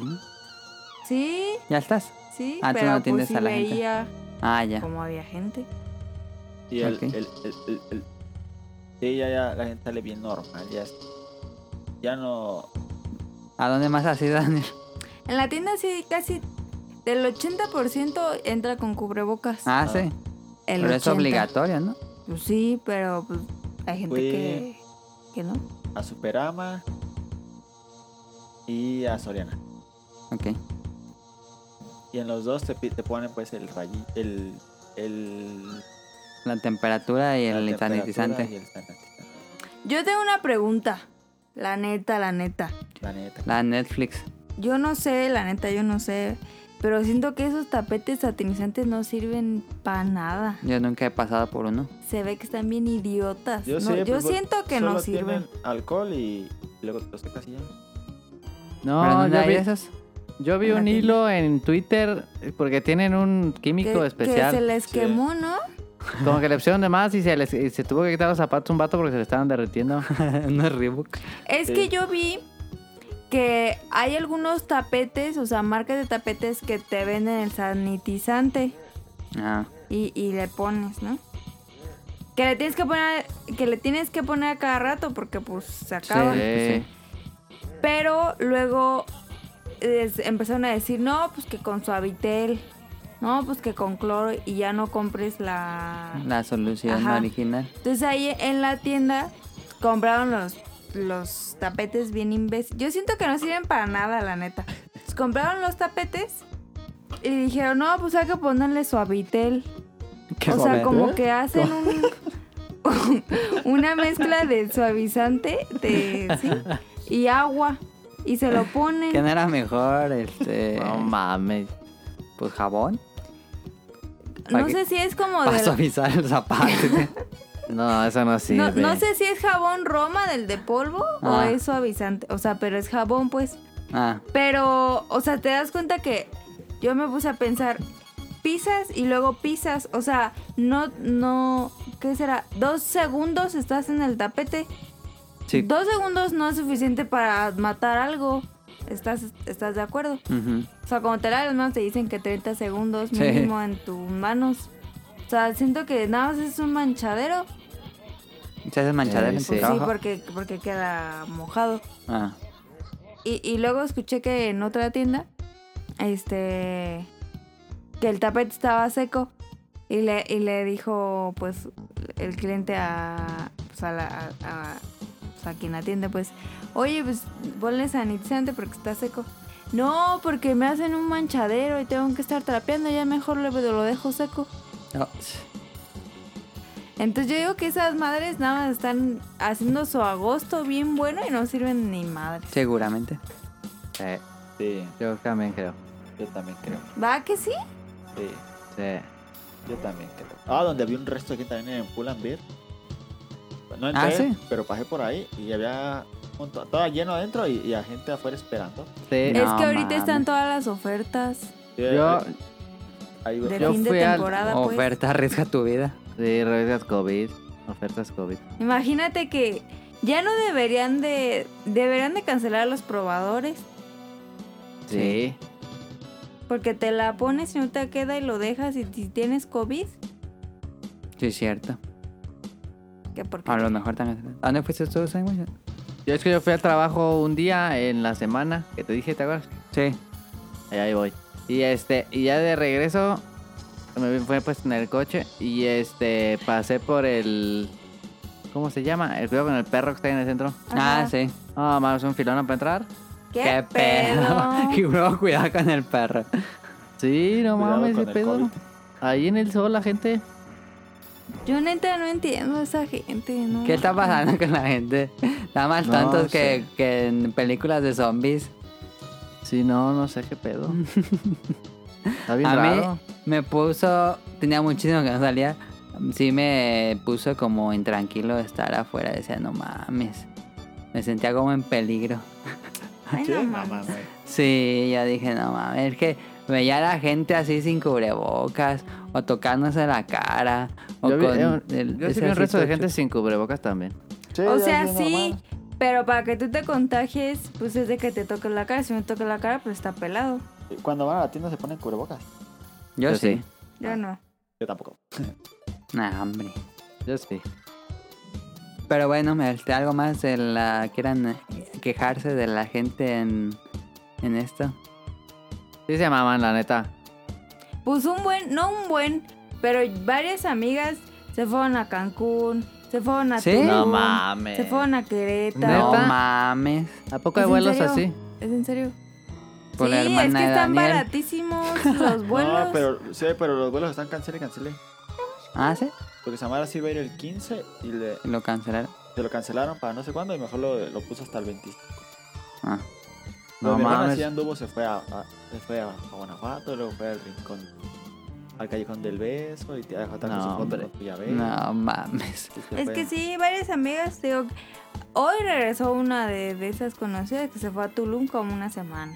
Speaker 3: Sí,
Speaker 1: ¿Ya estás?
Speaker 3: sí.
Speaker 1: Ah, tú
Speaker 3: pero
Speaker 1: no
Speaker 3: pues
Speaker 1: atiendes
Speaker 3: sí
Speaker 1: a la gente.
Speaker 3: veía
Speaker 1: Ah, ya.
Speaker 3: cómo había gente.
Speaker 4: Y el,
Speaker 1: ok.
Speaker 4: el, el, el- el- Sí, ya, ya, la gente sale bien normal, ya... es- Ya no...
Speaker 1: ¿A dónde más has ido, Daniel?
Speaker 3: En la tienda sí, casi del 80% entra con cubrebocas.
Speaker 1: Ah,
Speaker 4: Ah,
Speaker 1: sí.
Speaker 3: El
Speaker 1: Pero es
Speaker 3: 80.
Speaker 1: obligatorio, ¿no?
Speaker 3: Pues sí, pero pues, hay gente
Speaker 4: Fui-
Speaker 3: que, que no.
Speaker 4: A Superama y a Soriana.
Speaker 1: Ok.
Speaker 4: Y en los dos te, pi- te ponen pues el rayi- el, el,
Speaker 1: La temperatura y
Speaker 4: la
Speaker 1: el
Speaker 4: temperatura y
Speaker 1: sanitizante.
Speaker 4: el sanitizante.
Speaker 3: Yo tengo una pregunta. La neta, la neta.
Speaker 4: La neta.
Speaker 1: La Netflix.
Speaker 3: Yo no sé, la neta, yo no sé. Pero siento que esos tapetes satinizantes no sirven para nada.
Speaker 1: Yo nunca he pasado por uno.
Speaker 3: Se ve que están bien idiotas. No, Yo,
Speaker 4: sé, pues,
Speaker 3: siento que
Speaker 4: solo
Speaker 3: no sirven.
Speaker 4: tienen alcohol y y luego te los secas y ya.
Speaker 1: ¿Pero
Speaker 2: No,
Speaker 1: dónde
Speaker 2: yo
Speaker 1: hay
Speaker 2: vi,
Speaker 1: esos?
Speaker 2: yo vi
Speaker 3: En la
Speaker 2: un
Speaker 3: tienda.
Speaker 2: hilo en Twitter eh, porque tienen un
Speaker 3: Que,
Speaker 2: químico
Speaker 3: que
Speaker 2: especial.
Speaker 3: se les
Speaker 4: Sí.
Speaker 3: quemó, ¿no?
Speaker 2: Como que le pusieron de más y se, les- y se tuvo que quitar los zapatos un vato porque se le estaban derritiendo.
Speaker 1: no es Reebok.
Speaker 3: Es
Speaker 4: Sí.
Speaker 3: que yo vi que hay algunos tapetes, o sea, marcas de tapetes que te venden el sanitizante
Speaker 1: Ah,
Speaker 3: y, y le pones, ¿no? Que le tienes que poner, que le tienes que poner a cada rato porque pues se acaba.
Speaker 2: Sí.
Speaker 3: Pero luego es- empezaron a decir, no, pues que con suavitel, no, pues que con cloro y ya no compres la...
Speaker 1: la solución
Speaker 3: Ajá.
Speaker 1: original.
Speaker 3: Entonces ahí en la tienda compraron los, los tapetes bien imbéciles. Yo siento que no sirven para nada, la neta. Entonces, compraron los tapetes y dijeron, no, pues hay que ponerle suavitel. O sea, como que hacen un, una mezcla de suavizante de, ¿sí? y agua y se lo
Speaker 1: ¿Qué no
Speaker 3: ponen.
Speaker 1: era mejor? Este,
Speaker 2: No mames.
Speaker 1: pues jabón.
Speaker 3: No sé si es como
Speaker 1: Para
Speaker 3: de...
Speaker 1: suavizar el zapato.
Speaker 2: No, eso no sirve.
Speaker 3: No, no sé si es jabón Roma del de polvo o
Speaker 1: Ah.
Speaker 3: es suavizante. O sea, pero es jabón, pues.
Speaker 1: ah,
Speaker 3: Pero, o sea, te das cuenta que yo me puse a pensar, pisas y luego pisas, o sea, no, no, ¿qué será? Dos segundos estás en el tapete
Speaker 1: Sí.
Speaker 3: Dos segundos no es suficiente para matar algo. ¿Estás, estás de acuerdo?
Speaker 1: Ujú.
Speaker 3: O sea, cuando te lavas las manos te dicen que 30 segundos
Speaker 1: Sí.
Speaker 3: mínimo en tus manos. O sea, siento que nada más es un manchadero.
Speaker 1: ¿Se hace manchadera
Speaker 2: Eh,
Speaker 1: en tu
Speaker 2: sí.
Speaker 3: Pues sí,
Speaker 1: trabajo?
Speaker 3: porque, porque queda mojado.
Speaker 1: Ah.
Speaker 3: Y, y luego escuché que en otra tienda, este, que el tapete estaba seco. Y le, y le dijo, pues, el cliente a, pues, a, la, a- a- pues, a quien atiende, pues, oye, pues, ponle sanitizante porque está seco. No, porque me hacen un manchadero y tengo que estar trapeando, ya mejor lo, lo dejo seco.
Speaker 1: No.
Speaker 3: Entonces yo digo que esas madres nada más están haciendo su agosto bien bueno y no sirven ni madres.
Speaker 1: Seguramente.
Speaker 2: Sí,
Speaker 4: Sí,
Speaker 2: yo también creo.
Speaker 4: yo también creo.
Speaker 3: ¿Va que sí?
Speaker 4: Sí,
Speaker 2: Sí.
Speaker 4: yo también creo. Ah, donde había un resto aquí también en Pull&Bear. No entré,
Speaker 1: Ah, ¿sí?
Speaker 4: pero pasé por ahí y había... un to- Estaba lleno adentro y, y a gente afuera esperando.
Speaker 2: Sí.
Speaker 3: es
Speaker 1: No
Speaker 3: que ahorita
Speaker 1: mames.
Speaker 3: están todas las ofertas
Speaker 4: Sí,
Speaker 2: Yo,
Speaker 4: ahí- ahí-
Speaker 3: de
Speaker 2: Yo
Speaker 3: fin de
Speaker 2: fui al
Speaker 3: temporada, pues.
Speaker 1: Oferta, arriesga tu vida.
Speaker 2: sí, revisas COVID, ofertas COVID.
Speaker 3: Imagínate que ya no deberían de deberían de cancelar a los probadores
Speaker 2: Sí.
Speaker 3: porque te la pones y no te queda y lo dejas y si tienes COVID,
Speaker 1: Sí, es cierto.
Speaker 3: que porque
Speaker 1: A lo mejor también. ¿A dónde fuiste tú, Simon?
Speaker 2: Yo es que yo fui al trabajo un día en la semana, que te dije, ¿te acuerdas?
Speaker 1: Sí.
Speaker 2: Y ahí voy. Y este, y ya de regreso me fue pues en el coche y este pasé por el ¿cómo se llama? El cuidado con el perro que está ahí en el centro.
Speaker 3: Ajá.
Speaker 1: Ah, sí.
Speaker 2: Ah, más un filón para entrar.
Speaker 3: ¿Qué,
Speaker 1: Qué
Speaker 3: Ah.
Speaker 1: pedo. Y luego cuidado con el perro.
Speaker 2: Sí, no
Speaker 4: Cuidado
Speaker 2: mames,
Speaker 4: con
Speaker 2: qué
Speaker 4: el
Speaker 2: pedo.
Speaker 4: COVID.
Speaker 2: Ahí en el sol la gente.
Speaker 3: Yo neta no entiendo a esa gente, no.
Speaker 1: ¿Qué está pasando con la gente? Nada más
Speaker 4: No
Speaker 1: tantos
Speaker 4: sé.
Speaker 1: que, que en películas de zombies.
Speaker 2: Sí, no, no sé qué pedo. Está bien
Speaker 1: A
Speaker 2: raro.
Speaker 1: mí me puso, tenía muchísimo que no salía. Sí me puso como intranquilo estar afuera. Decía, no mames. Me sentía como en peligro.
Speaker 3: Ay,
Speaker 4: Sí,
Speaker 3: no
Speaker 4: no
Speaker 3: mames.
Speaker 4: mames.
Speaker 1: Sí, yo dije, no mames, es que veía a la gente así sin cubrebocas, o tocándose la cara, o
Speaker 2: Yo vi,
Speaker 1: con
Speaker 2: eh, un-
Speaker 1: el-
Speaker 2: yo sí
Speaker 1: ese
Speaker 2: vi un
Speaker 1: así
Speaker 2: resto de
Speaker 1: tocho.
Speaker 2: gente sin cubrebocas también.
Speaker 4: Sí,
Speaker 3: O
Speaker 4: ya
Speaker 3: sea,
Speaker 4: es
Speaker 3: sí,
Speaker 4: normal.
Speaker 3: pero para que tú te contagies, pues es de que te toque la cara. Si me toca la cara, pues está pelado.
Speaker 4: Cuando van a la tienda se ponen cubrebocas.
Speaker 1: Yo,
Speaker 2: Yo
Speaker 1: sí.
Speaker 3: Yo no.
Speaker 4: Yo tampoco.
Speaker 1: Nah, hombre.
Speaker 2: Yo sí.
Speaker 1: Pero bueno, este, algo más de la quieran quejarse de la gente en, en esto.
Speaker 2: Sí se maman, la neta.
Speaker 3: Pues un buen, no un buen, pero varias amigas se fueron a Cancún, se fueron a
Speaker 1: ¿Sí?
Speaker 3: Tulum,
Speaker 2: No mames.
Speaker 3: se fueron a
Speaker 1: No
Speaker 3: Querétaro.
Speaker 2: ¿Neta?
Speaker 1: mames.
Speaker 2: ¿A poco
Speaker 3: ¿Es
Speaker 2: hay
Speaker 3: en
Speaker 2: vuelos
Speaker 3: serio?
Speaker 2: así?
Speaker 3: ¿Es en serio?
Speaker 1: Por
Speaker 3: sí,
Speaker 1: la hermana
Speaker 3: es que
Speaker 1: de
Speaker 3: están
Speaker 1: Daniel.
Speaker 3: baratísimos los vuelos.
Speaker 4: No, Ah, pero, sí, pero los vuelos están cancelados y cancelados.
Speaker 1: Ah, sí.
Speaker 4: Porque Samara sí iba a ir el 15 y le,
Speaker 1: Lo cancelaron.
Speaker 4: se lo cancelaron para no sé cuándo y mejor lo, lo puso hasta el 20.
Speaker 1: Ah.
Speaker 4: No,
Speaker 1: No
Speaker 4: mi hermana
Speaker 1: mames.
Speaker 4: sí anduvo, se fue, a, a- se fue a, a Guanajuato, luego fue al rincón, al callejón del beso y te dejó atrás
Speaker 2: No,
Speaker 4: con su foto
Speaker 2: hombre.
Speaker 4: con tu llave.
Speaker 1: No mames.
Speaker 4: Y se
Speaker 3: es
Speaker 4: fue.
Speaker 3: que sí, varias amigas, te digo, hoy regresó una de, de esas conocidas que se fue a Tulum como una semana.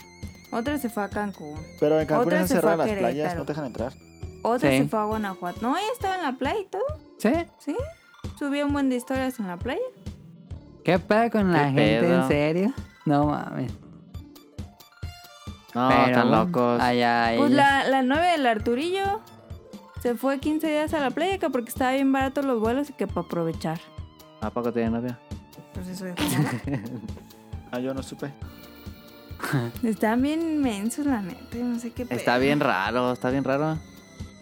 Speaker 3: Otra se fue a Cancún.
Speaker 4: Pero en Cancún
Speaker 3: Otra
Speaker 4: están
Speaker 3: se fue a
Speaker 4: cerradas las playas,
Speaker 3: Querétaro.
Speaker 4: no te dejan entrar.
Speaker 3: Otra
Speaker 1: Sí.
Speaker 3: se fue a Guanajuato. No, ella estaba en la playa y todo.
Speaker 1: ¿Sí?
Speaker 3: Subió un buen de historias en la playa.
Speaker 1: ¿Qué pedo con la
Speaker 2: ¿Qué
Speaker 1: gente?
Speaker 2: pedo?
Speaker 1: ¿En serio? No mames.
Speaker 2: No,
Speaker 1: Pero
Speaker 2: están
Speaker 1: bueno,
Speaker 2: locos.
Speaker 1: Allá ellos.
Speaker 3: Pues la, la novia del Arturillo se fue 15 días a la playa que porque estaba bien barato los vuelos y que para aprovechar.
Speaker 2: ¿A poco tiene novia?
Speaker 3: Pues eso dijo, ¿no?
Speaker 4: Ah, yo no supe.
Speaker 3: Están bien inmensos, la neta. yo No sé qué pedo.
Speaker 2: Está bien raro, está bien raro.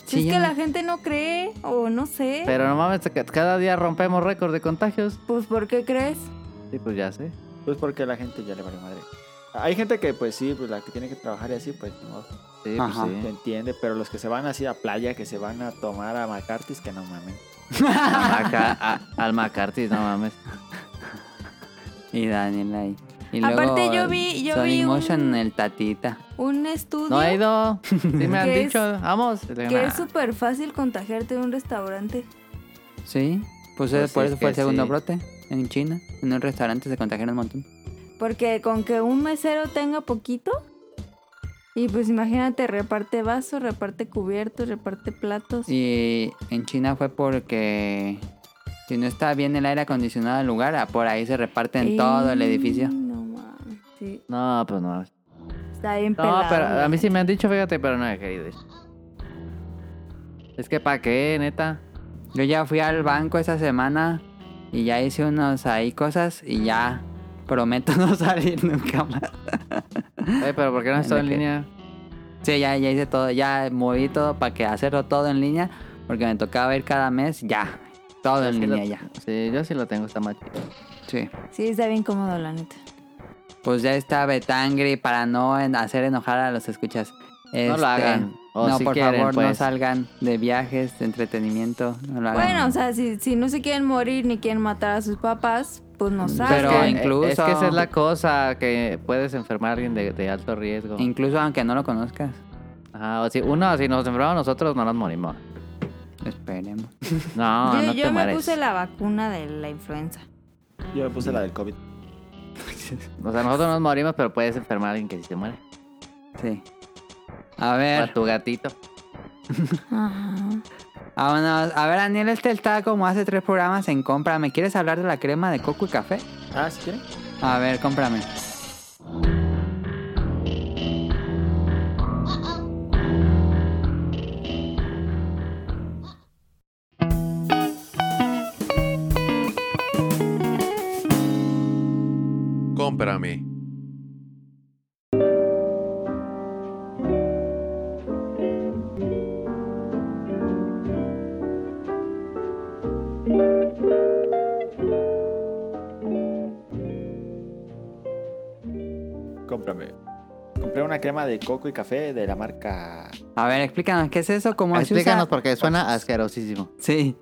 Speaker 3: Si
Speaker 1: Sí,
Speaker 3: es
Speaker 1: ya
Speaker 3: que
Speaker 1: no-
Speaker 3: la gente no cree o no sé.
Speaker 2: Pero no mames, ca- cada día rompemos récord de contagios.
Speaker 3: Pues ¿por qué crees?
Speaker 2: Sí, pues ya sé.
Speaker 4: Pues porque la gente ya le vale madre. Hay gente que, pues sí, pues la que tiene que trabajar y así, pues no
Speaker 2: Sí,
Speaker 1: Ajá.
Speaker 2: pues
Speaker 4: se
Speaker 2: sí.
Speaker 4: entiende. Pero los que se van así a playa, que se van a tomar a Macartis, que no mamen.
Speaker 2: A Maca- a- al McCarthy, no mames.
Speaker 1: Y Daniel ahí. Y
Speaker 3: Aparte,
Speaker 1: luego,
Speaker 3: yo vi- yo
Speaker 1: Sonic
Speaker 3: vi un-
Speaker 1: Motion en el Tatita.
Speaker 3: Un estudio
Speaker 2: No he ido. Sí me han
Speaker 3: ¿Qué es-
Speaker 2: dicho, vamos. Y le digo,
Speaker 3: que
Speaker 2: "Nah".
Speaker 3: es súper fácil contagiarte de un restaurante.
Speaker 1: Sí. Pues,
Speaker 2: Pues
Speaker 1: por
Speaker 2: es
Speaker 1: eso fue el
Speaker 2: que
Speaker 1: segundo
Speaker 2: sí.
Speaker 1: brote en China. En un restaurante se contagiaron un montón.
Speaker 3: Porque con que un mesero tenga poquito. Y pues imagínate, reparte vasos, reparte cubiertos, reparte platos.
Speaker 1: Y en China fue porque Si no está bien el aire acondicionado del lugar, ah, por ahí se reparte en
Speaker 3: Eh,
Speaker 1: todo el edificio.
Speaker 3: No mames. Sí.
Speaker 2: No, pues no.
Speaker 3: Está bien pelado.
Speaker 2: No, pero a mí
Speaker 3: güey.
Speaker 2: sí me han dicho, fíjate, pero no he querido ir. Es que pa' qué, neta.
Speaker 1: Yo ya fui al banco esa semana y ya hice unos ahí cosas y ya prometo no salir nunca más.
Speaker 2: Oye, pero ¿por qué no estoy en
Speaker 1: que-
Speaker 2: línea?
Speaker 1: Sí, ya, ya hice todo, ya moví todo para que hacerlo todo en línea, porque me tocaba ir cada mes, ya, todo en
Speaker 2: Sí,
Speaker 1: línea
Speaker 2: lo-
Speaker 1: ya.
Speaker 2: Sí, yo sí lo tengo, está más chido.
Speaker 1: Sí.
Speaker 3: Sí, está bien cómodo, la neta.
Speaker 1: Pues ya está Betangri para no en- hacer enojar a los escuchas.
Speaker 2: No
Speaker 1: Este,
Speaker 2: lo hagan. O
Speaker 1: no,
Speaker 2: si
Speaker 1: por
Speaker 2: quieren,
Speaker 1: favor, no
Speaker 2: pues.
Speaker 1: salgan de viajes, de entretenimiento, no lo hagan.
Speaker 3: Bueno, o sea, si, si no se quieren morir ni quieren matar a sus papás, pues no saben.
Speaker 1: Pero
Speaker 2: Es que-
Speaker 1: incluso-
Speaker 2: Es que esa es la cosa, que puedes enfermar a alguien de, de alto riesgo.
Speaker 1: Incluso aunque no lo conozcas,
Speaker 2: Ajá, Ah, o si, uno, si nos enfermamos nosotros, no nos morimos.
Speaker 1: esperemos.
Speaker 2: No,
Speaker 3: yo
Speaker 2: no
Speaker 3: yo
Speaker 2: te
Speaker 3: me
Speaker 2: mueres.
Speaker 3: puse la vacuna de la influenza.
Speaker 4: Yo me puse la del COVID.
Speaker 2: O sea, nosotros nos morimos, pero puedes enfermar a alguien que sí se muere.
Speaker 1: Sí. A
Speaker 2: O
Speaker 1: ver,
Speaker 2: a tu gatito.
Speaker 3: Ajá.
Speaker 1: vámonos. A ver, Daniel, este está como hace tres programas en Cómprame. ¿Quieres hablar de la crema de coco y café?
Speaker 4: Ah, si quieren.
Speaker 1: A ver, cómprame.
Speaker 7: Cómprame.
Speaker 4: Cómprame. Compré una crema de coco y café de la marca.
Speaker 1: A ver, explícanos, ¿qué es eso? ¿Cómo se
Speaker 2: Explícanos
Speaker 1: usa?
Speaker 2: porque suena asquerosísimo.
Speaker 1: Sí.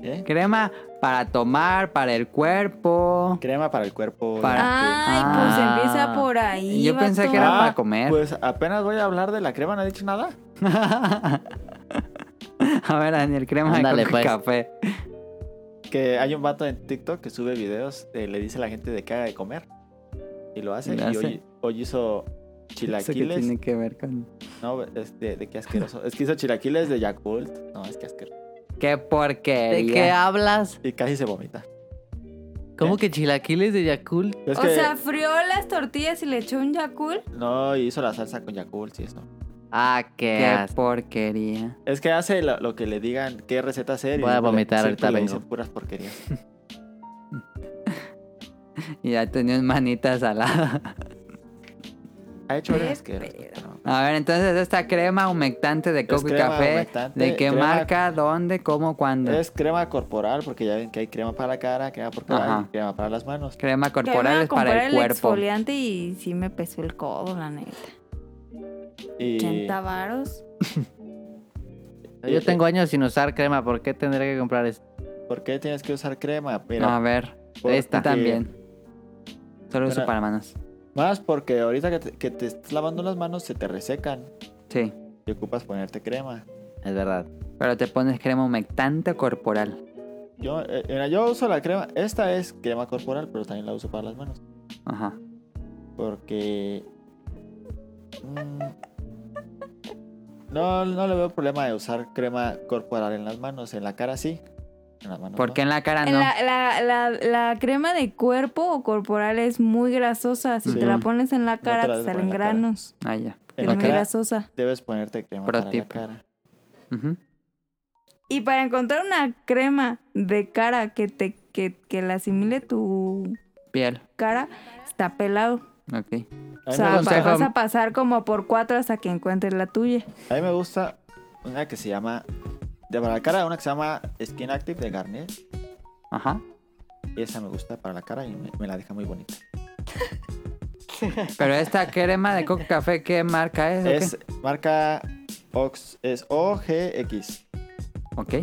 Speaker 4: ¿Eh?
Speaker 1: Crema para tomar, para el cuerpo.
Speaker 4: Crema para el cuerpo.
Speaker 1: Para-
Speaker 3: Ay, pues
Speaker 1: Ah.
Speaker 3: empieza por ahí.
Speaker 1: Yo pensé
Speaker 3: vato.
Speaker 1: que era para comer.
Speaker 4: Pues apenas voy a hablar de la crema, ¿no he dicho nada?
Speaker 1: A ver, Daniel, crema
Speaker 2: Ándale,
Speaker 1: de coco
Speaker 2: pues.
Speaker 1: y café.
Speaker 4: Que hay un vato en TikTok que sube videos, eh, le dice a la gente de que haga de comer. Y lo hace.
Speaker 1: Lo
Speaker 4: y
Speaker 1: hace.
Speaker 4: Hoy, hoy hizo
Speaker 1: Eso que
Speaker 4: chilaquiles.
Speaker 1: tiene que ver con...
Speaker 4: No, es de, de qué asqueroso. es que hizo chilaquiles de Yakult. No, es que asqueroso.
Speaker 1: ¡Qué
Speaker 2: ¿De
Speaker 1: porquería!
Speaker 2: qué hablas?
Speaker 4: Y casi se vomita.
Speaker 2: ¿Cómo
Speaker 4: ¿Cómo
Speaker 2: que chilaquiles de Yakult?
Speaker 4: Es
Speaker 3: o
Speaker 4: que
Speaker 3: sea, frió las tortillas y le echó un Yakul.
Speaker 4: no hizo la salsa con Yakult, sí, eso.
Speaker 2: Ah, qué,
Speaker 1: ¡Qué
Speaker 2: asco.
Speaker 1: porquería!
Speaker 4: Es que hace lo, lo que le digan, qué receta hacer. y
Speaker 2: Voy a
Speaker 4: siempre le-
Speaker 2: vomitar,
Speaker 4: siempre
Speaker 2: ahorita
Speaker 4: le
Speaker 2: vengo.
Speaker 4: dicen puras porquerías.
Speaker 1: Y ya tenías manitas salada.
Speaker 4: Ha hecho varias
Speaker 3: Qué
Speaker 4: asquerosas, pero-
Speaker 1: A ver, entonces esta crema humectante de coco y
Speaker 4: crema
Speaker 1: café,
Speaker 4: humectante,
Speaker 1: ¿de qué
Speaker 4: crema-
Speaker 1: marca, dónde, cómo, cuándo?
Speaker 4: Es crema corporal, porque ya ven que hay crema para la cara, crema corporal,
Speaker 1: Ajá.
Speaker 4: y crema para las manos.
Speaker 1: Crema
Speaker 3: Que
Speaker 1: corporal
Speaker 3: me
Speaker 1: es para
Speaker 3: compré
Speaker 1: el cuerpo.
Speaker 3: exfoliante y sí me pesó el codo, la neta.
Speaker 4: Y
Speaker 3: 80 varos.
Speaker 2: Yo tengo años sin usar crema, ¿por qué tendré que comprar esto?
Speaker 4: ¿Por qué tienes que usar crema? Mira,
Speaker 2: Ah.
Speaker 1: A ver,
Speaker 4: porque-
Speaker 1: esta también. Solo uso
Speaker 4: Mira.
Speaker 1: para manos.
Speaker 4: Más porque ahorita que te, que te estás lavando las manos se te resecan
Speaker 1: Sí,
Speaker 4: y ocupas ponerte crema.
Speaker 2: Es verdad.
Speaker 1: pero te pones crema humectante corporal.
Speaker 4: Yo, eh, mira, yo uso la crema, esta es crema corporal, pero también la uso para las manos.
Speaker 1: Ajá.
Speaker 4: Porque... mm, no, no le veo problema de usar crema corporal en las manos, en la cara sí. En las manos
Speaker 1: ¿Por
Speaker 4: no.
Speaker 1: qué en la cara
Speaker 3: En
Speaker 1: Ah, no?
Speaker 3: la, la- la- la crema de cuerpo o corporal es muy grasosa. Si
Speaker 4: Sí.
Speaker 3: te la pones en la
Speaker 4: te la
Speaker 3: cara, te
Speaker 4: debes poner
Speaker 3: salen
Speaker 4: en la cara.
Speaker 3: granos.
Speaker 1: Ah, ya.
Speaker 4: En
Speaker 3: Es
Speaker 4: la
Speaker 3: muy
Speaker 4: cara
Speaker 3: grasosa.
Speaker 4: debes ponerte crema
Speaker 1: Pro
Speaker 4: para
Speaker 1: tip.
Speaker 4: la cara.
Speaker 1: Ujú.
Speaker 3: Y para encontrar una crema de cara que te que, que la asimile tu
Speaker 1: Piel,
Speaker 3: cara, está pelado.
Speaker 1: ok.
Speaker 4: A
Speaker 3: O
Speaker 4: mí, me
Speaker 3: sea, va-
Speaker 4: gusta,
Speaker 3: vas a pasar como por cuatro hasta que encuentres la tuya.
Speaker 4: a mí me gusta una que se llama... De para la cara, una que se llama Skin Active de Garnier.
Speaker 1: Ajá.
Speaker 4: Esa me gusta para la cara y me, me la deja muy bonita.
Speaker 1: Pero esta crema de coco y café, ¿qué marca es? o qué?
Speaker 4: Es marca Ox, es OGX.
Speaker 1: Ok.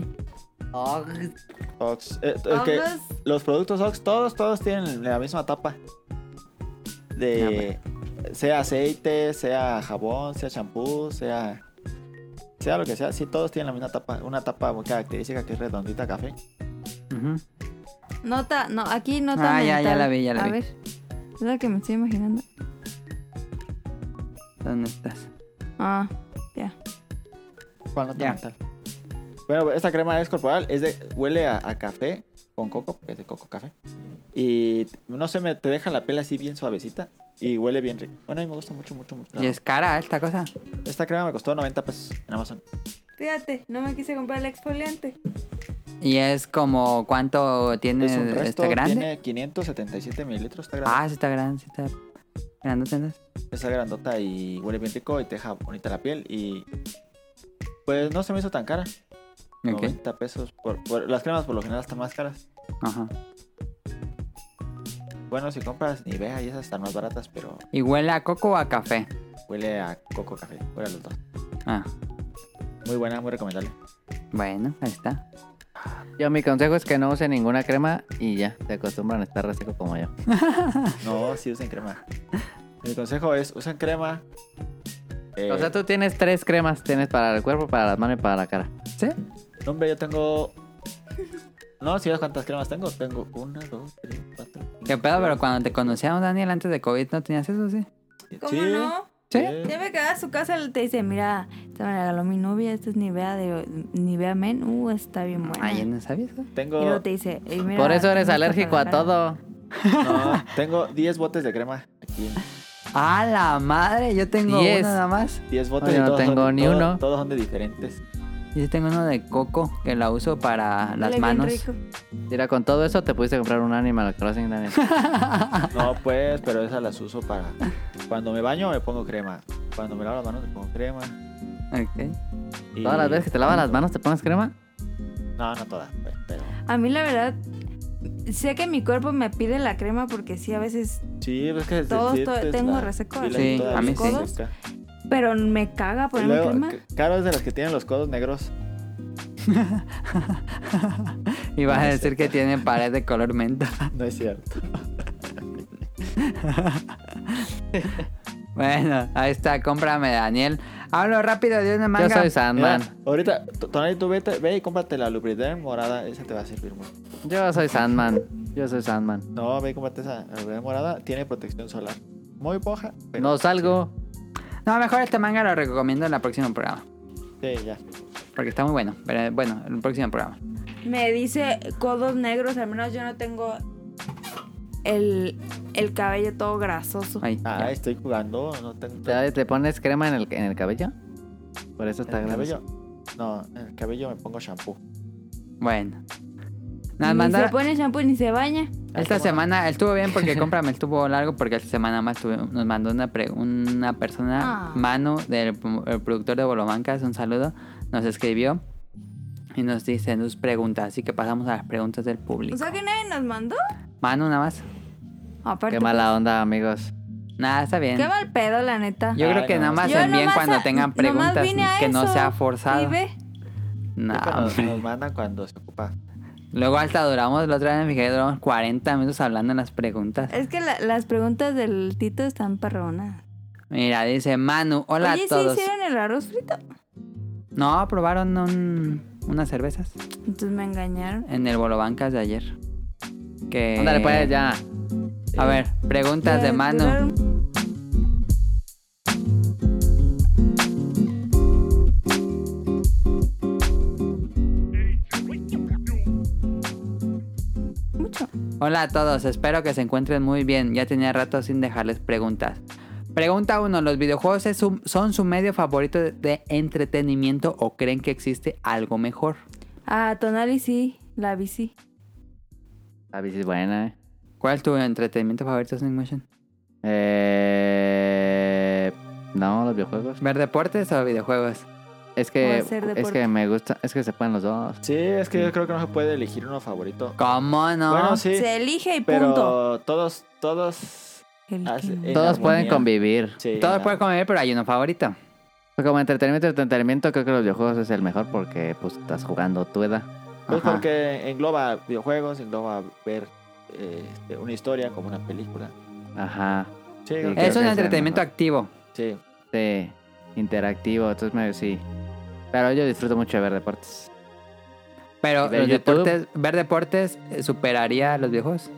Speaker 4: Ox, eh, es que
Speaker 3: Ox.
Speaker 4: los productos Ox, todos, todos tienen la misma tapa.
Speaker 1: Ah,
Speaker 4: De sea aceite, sea jabón, sea champú, sea sea lo que sea, sí todos tienen la misma tapa, una tapa muy característica que es redondita café.
Speaker 1: Ujú.
Speaker 3: Nota, no, aquí nota
Speaker 1: Ah, ya,
Speaker 3: mental.
Speaker 1: ya la vi, ya la
Speaker 3: a
Speaker 1: vi.
Speaker 3: ver, es la que me estoy imaginando.
Speaker 1: ¿Dónde estás?
Speaker 3: Ah,
Speaker 4: ¿Cuál no te
Speaker 1: Ya.
Speaker 4: mental? Bueno, esta crema es corporal, es de huele a, a café con coco, porque es de coco café. Y no sé, me, te deja la piel así bien suavecita y huele bien rico. Bueno, a mí me gusta mucho, mucho, mucho.
Speaker 1: Y es cara esta cosa.
Speaker 4: Esta crema me costó 90 pesos en Amazon.
Speaker 3: Fíjate, no me quise comprar el exfoliante.
Speaker 1: Y es como cuánto tiene
Speaker 4: es un resto,
Speaker 1: este grande.
Speaker 4: tiene 577 mililitros, está grande.
Speaker 1: Ah, sí está grande, sí está grande. ¿sí?
Speaker 4: Está grandota y huele bien rico y te deja bonita la piel y... Pues no se me hizo tan cara.
Speaker 1: Ok,
Speaker 4: 90 pesos. Por, por- las cremas por lo general están más caras.
Speaker 1: ajá.
Speaker 4: Bueno, si compras Nivea y esas están más baratas, pero
Speaker 1: ¿Y huele a coco o a café?
Speaker 4: huele a coco café. Huele a los dos.
Speaker 1: Ah,
Speaker 4: Muy buena, muy recomendable.
Speaker 1: bueno, ahí está.
Speaker 2: Yo mi consejo es que no use ninguna crema y ya, se acostumbran a estar reseco como yo.
Speaker 4: No, sí usen crema. Mi consejo es, usen crema. Eh,
Speaker 2: O sea, tú tienes tres cremas, tienes para el cuerpo, para las manos y para la cara.
Speaker 1: ¿Sí?
Speaker 4: no, hombre, yo tengo... No, si ves cuántas cremas tengo, tengo una, dos, tres, cuatro.
Speaker 1: ¿Qué
Speaker 4: cinco,
Speaker 1: pedo? Pero
Speaker 4: seis,
Speaker 1: cuando te conocíamos, Daniel, antes de COVID, ¿no tenías eso, sí?
Speaker 4: siete.
Speaker 3: ¿Cómo
Speaker 4: Sí,
Speaker 3: no?
Speaker 1: ¿Sí?
Speaker 3: Ya me quedaba a su casa y te dice, mira, esta me la regaló mi novia, esta es Nivea de Nivea Men, uh, está bien buena.
Speaker 1: Ay, yo no sabías, güey.
Speaker 3: Y luego
Speaker 4: Tengo,
Speaker 3: te dice, "Ey, mira,
Speaker 2: Por eso eres
Speaker 3: tengo esta
Speaker 2: alérgico a
Speaker 3: para la cara".
Speaker 2: todo.
Speaker 4: no,
Speaker 3: "Ah".
Speaker 4: tengo 10 botes de crema. Aquí,
Speaker 1: ¡A la madre! Yo tengo
Speaker 2: Diez.
Speaker 1: uno nada más.
Speaker 4: 10 botes
Speaker 2: Yo
Speaker 4: y
Speaker 2: no
Speaker 4: todos
Speaker 2: tengo
Speaker 4: son,
Speaker 2: ni
Speaker 4: todos-
Speaker 2: uno.
Speaker 4: Todos son de diferentes.
Speaker 1: Yo tengo uno de coco que la uso para
Speaker 3: Huele
Speaker 1: las
Speaker 3: bien
Speaker 1: manos.
Speaker 3: rico.
Speaker 2: Mira, con todo eso te pudiste comprar un Animal Crossing, Daniel.
Speaker 4: No, pues, pero esas las uso para... Cuando me baño me pongo crema. Cuando me lavo las manos me pongo crema.
Speaker 1: Ok.
Speaker 4: Y-
Speaker 2: Todas las veces que te lavas las manos te pones crema.
Speaker 4: No, no todas, pues, pero...
Speaker 3: A mí la verdad, sé que mi cuerpo me pide la crema porque sí, a veces,
Speaker 4: Sí, pues es que...
Speaker 3: Todos
Speaker 4: te
Speaker 3: to-
Speaker 4: sientes
Speaker 3: tengo
Speaker 4: la-
Speaker 3: reseco
Speaker 4: y la-
Speaker 1: así,
Speaker 4: toda
Speaker 1: a mí sí.
Speaker 4: reseca.
Speaker 3: pero me caga
Speaker 4: Y
Speaker 3: ponerme
Speaker 4: luego,
Speaker 3: crema.
Speaker 4: C- Caro es de las que tienen los codos negros.
Speaker 1: Y vas a
Speaker 4: No es
Speaker 1: decir que tiene pared de color menta.
Speaker 4: No es cierto.
Speaker 1: Bueno, ahí está, cómprame, Daniel. Hablo rápido de una
Speaker 2: Yo
Speaker 1: manga.
Speaker 2: soy Sandman.
Speaker 4: Mira, ahorita, T- Tonali, tú vete, ve y cómprate la Lubriderm morada. Esa te va a servir mucho.
Speaker 2: Yo soy Sandman. Yo soy Sandman.
Speaker 4: No, ve y cómprate esa la Lubriderm morada. Tiene protección solar. Muy poja, pero...
Speaker 2: No salgo.
Speaker 1: No, mejor este manga lo recomiendo en el próximo programa.
Speaker 4: Sí, ya.
Speaker 1: Porque está muy bueno. Pero eh, bueno, en el próximo programa.
Speaker 3: Me dice codos negros, al menos yo no tengo el, el cabello todo grasoso.
Speaker 1: Ahí.
Speaker 4: Ah,
Speaker 1: ya.
Speaker 4: estoy jugando. No tengo...
Speaker 2: ¿Te, te pones crema en el, en el cabello? Por eso está
Speaker 4: ¿En el
Speaker 2: grande.
Speaker 4: cabello? No, en el cabello me pongo shampoo.
Speaker 1: Bueno.
Speaker 3: ni
Speaker 1: Nos mandaron-
Speaker 3: se pone shampoo ni se baña.
Speaker 1: Esta semana estuvo bien porque cómprame estuvo largo porque esta semana más tuve- nos mandó una, pre- una persona,
Speaker 3: Ah.
Speaker 1: Manu, del el productor de Bolobancas, un saludo, nos escribió y nos dice nos preguntas, así que pasamos a las preguntas del público.
Speaker 3: O sea que nadie nos mandó.
Speaker 1: Manu, nada más.
Speaker 3: Aparte,
Speaker 2: Qué mala onda, amigos.
Speaker 1: Nada, está bien.
Speaker 3: qué mal pedo, la neta.
Speaker 1: Yo
Speaker 4: Ay,
Speaker 1: creo que
Speaker 4: no.
Speaker 1: nada más
Speaker 3: Yo
Speaker 1: envíen
Speaker 3: nomás
Speaker 1: cuando
Speaker 3: a-
Speaker 1: tengan
Speaker 3: nomás
Speaker 1: preguntas
Speaker 3: vine a
Speaker 1: que no
Speaker 3: eso,
Speaker 1: sea forzado.
Speaker 3: Y ve,
Speaker 1: No,
Speaker 4: Nunca nos,
Speaker 1: hombre.
Speaker 4: nos mandan cuando se ocupa.
Speaker 1: Luego hasta duramos, la otra vez me fijé, duramos 40 minutos hablando en las preguntas.
Speaker 3: es que la- las preguntas del Tito están perronas.
Speaker 1: Mira, dice Manu, hola
Speaker 3: Oye,
Speaker 1: a todos.
Speaker 3: ¿sí hicieron el arroz frito?
Speaker 1: No, probaron un- unas cervezas
Speaker 3: Entonces me engañaron.
Speaker 1: en el Bolobancas de ayer. Que...
Speaker 2: Ándale,
Speaker 4: Eh.
Speaker 2: pues ya.
Speaker 1: A ver, preguntas de
Speaker 3: Eh,
Speaker 1: Manu.
Speaker 3: duraron
Speaker 1: Hola a todos, espero que se encuentren muy bien. Ya tenía rato sin dejarles preguntas. Pregunta 1. ¿Los videojuegos es su- son su medio favorito de- de entretenimiento o creen que existe algo mejor?
Speaker 3: Ah, Tonali sí, la bici.
Speaker 2: La bici es buena, eh.
Speaker 1: ¿Cuál es tu entretenimiento favorito, Snake Motion?
Speaker 2: Eh, No, los videojuegos.
Speaker 1: ¿Ver deportes o videojuegos?
Speaker 2: Es que,
Speaker 3: hacer
Speaker 2: es
Speaker 3: deporte.
Speaker 2: que me gusta. Es que se pueden los dos.
Speaker 4: Sí, es que yo creo que no se puede elegir uno favorito.
Speaker 1: ¿Cómo no?
Speaker 4: Bueno, sí,
Speaker 3: Se elige y
Speaker 4: pero
Speaker 3: punto.
Speaker 4: todos, todos...
Speaker 3: El
Speaker 4: Ah,
Speaker 3: que
Speaker 4: sí,
Speaker 3: no.
Speaker 4: En eh.
Speaker 2: Todos pueden
Speaker 4: armonía.
Speaker 2: convivir.
Speaker 4: Sí,
Speaker 1: Todos
Speaker 4: la-
Speaker 1: pueden comer, pero hay uno favorito.
Speaker 2: Como entretenimiento, entretenimiento, creo que los videojuegos es el mejor porque pues estás jugando tu edad.
Speaker 4: Pues
Speaker 1: Ajá.
Speaker 4: porque engloba videojuegos, engloba ver eh, este, una historia como una película.
Speaker 2: Ajá.
Speaker 4: Sí,
Speaker 2: creo que
Speaker 1: Es un
Speaker 2: ese
Speaker 1: entretenimiento
Speaker 2: mejor.
Speaker 1: activo.
Speaker 4: Sí.
Speaker 2: Sí. este, Interactivo, entonces me sí. Pero yo disfruto mucho de ver deportes.
Speaker 1: Pero
Speaker 2: Y ver
Speaker 1: los
Speaker 2: YouTube.
Speaker 1: deportes, ver deportes eh, superaría a los viejos.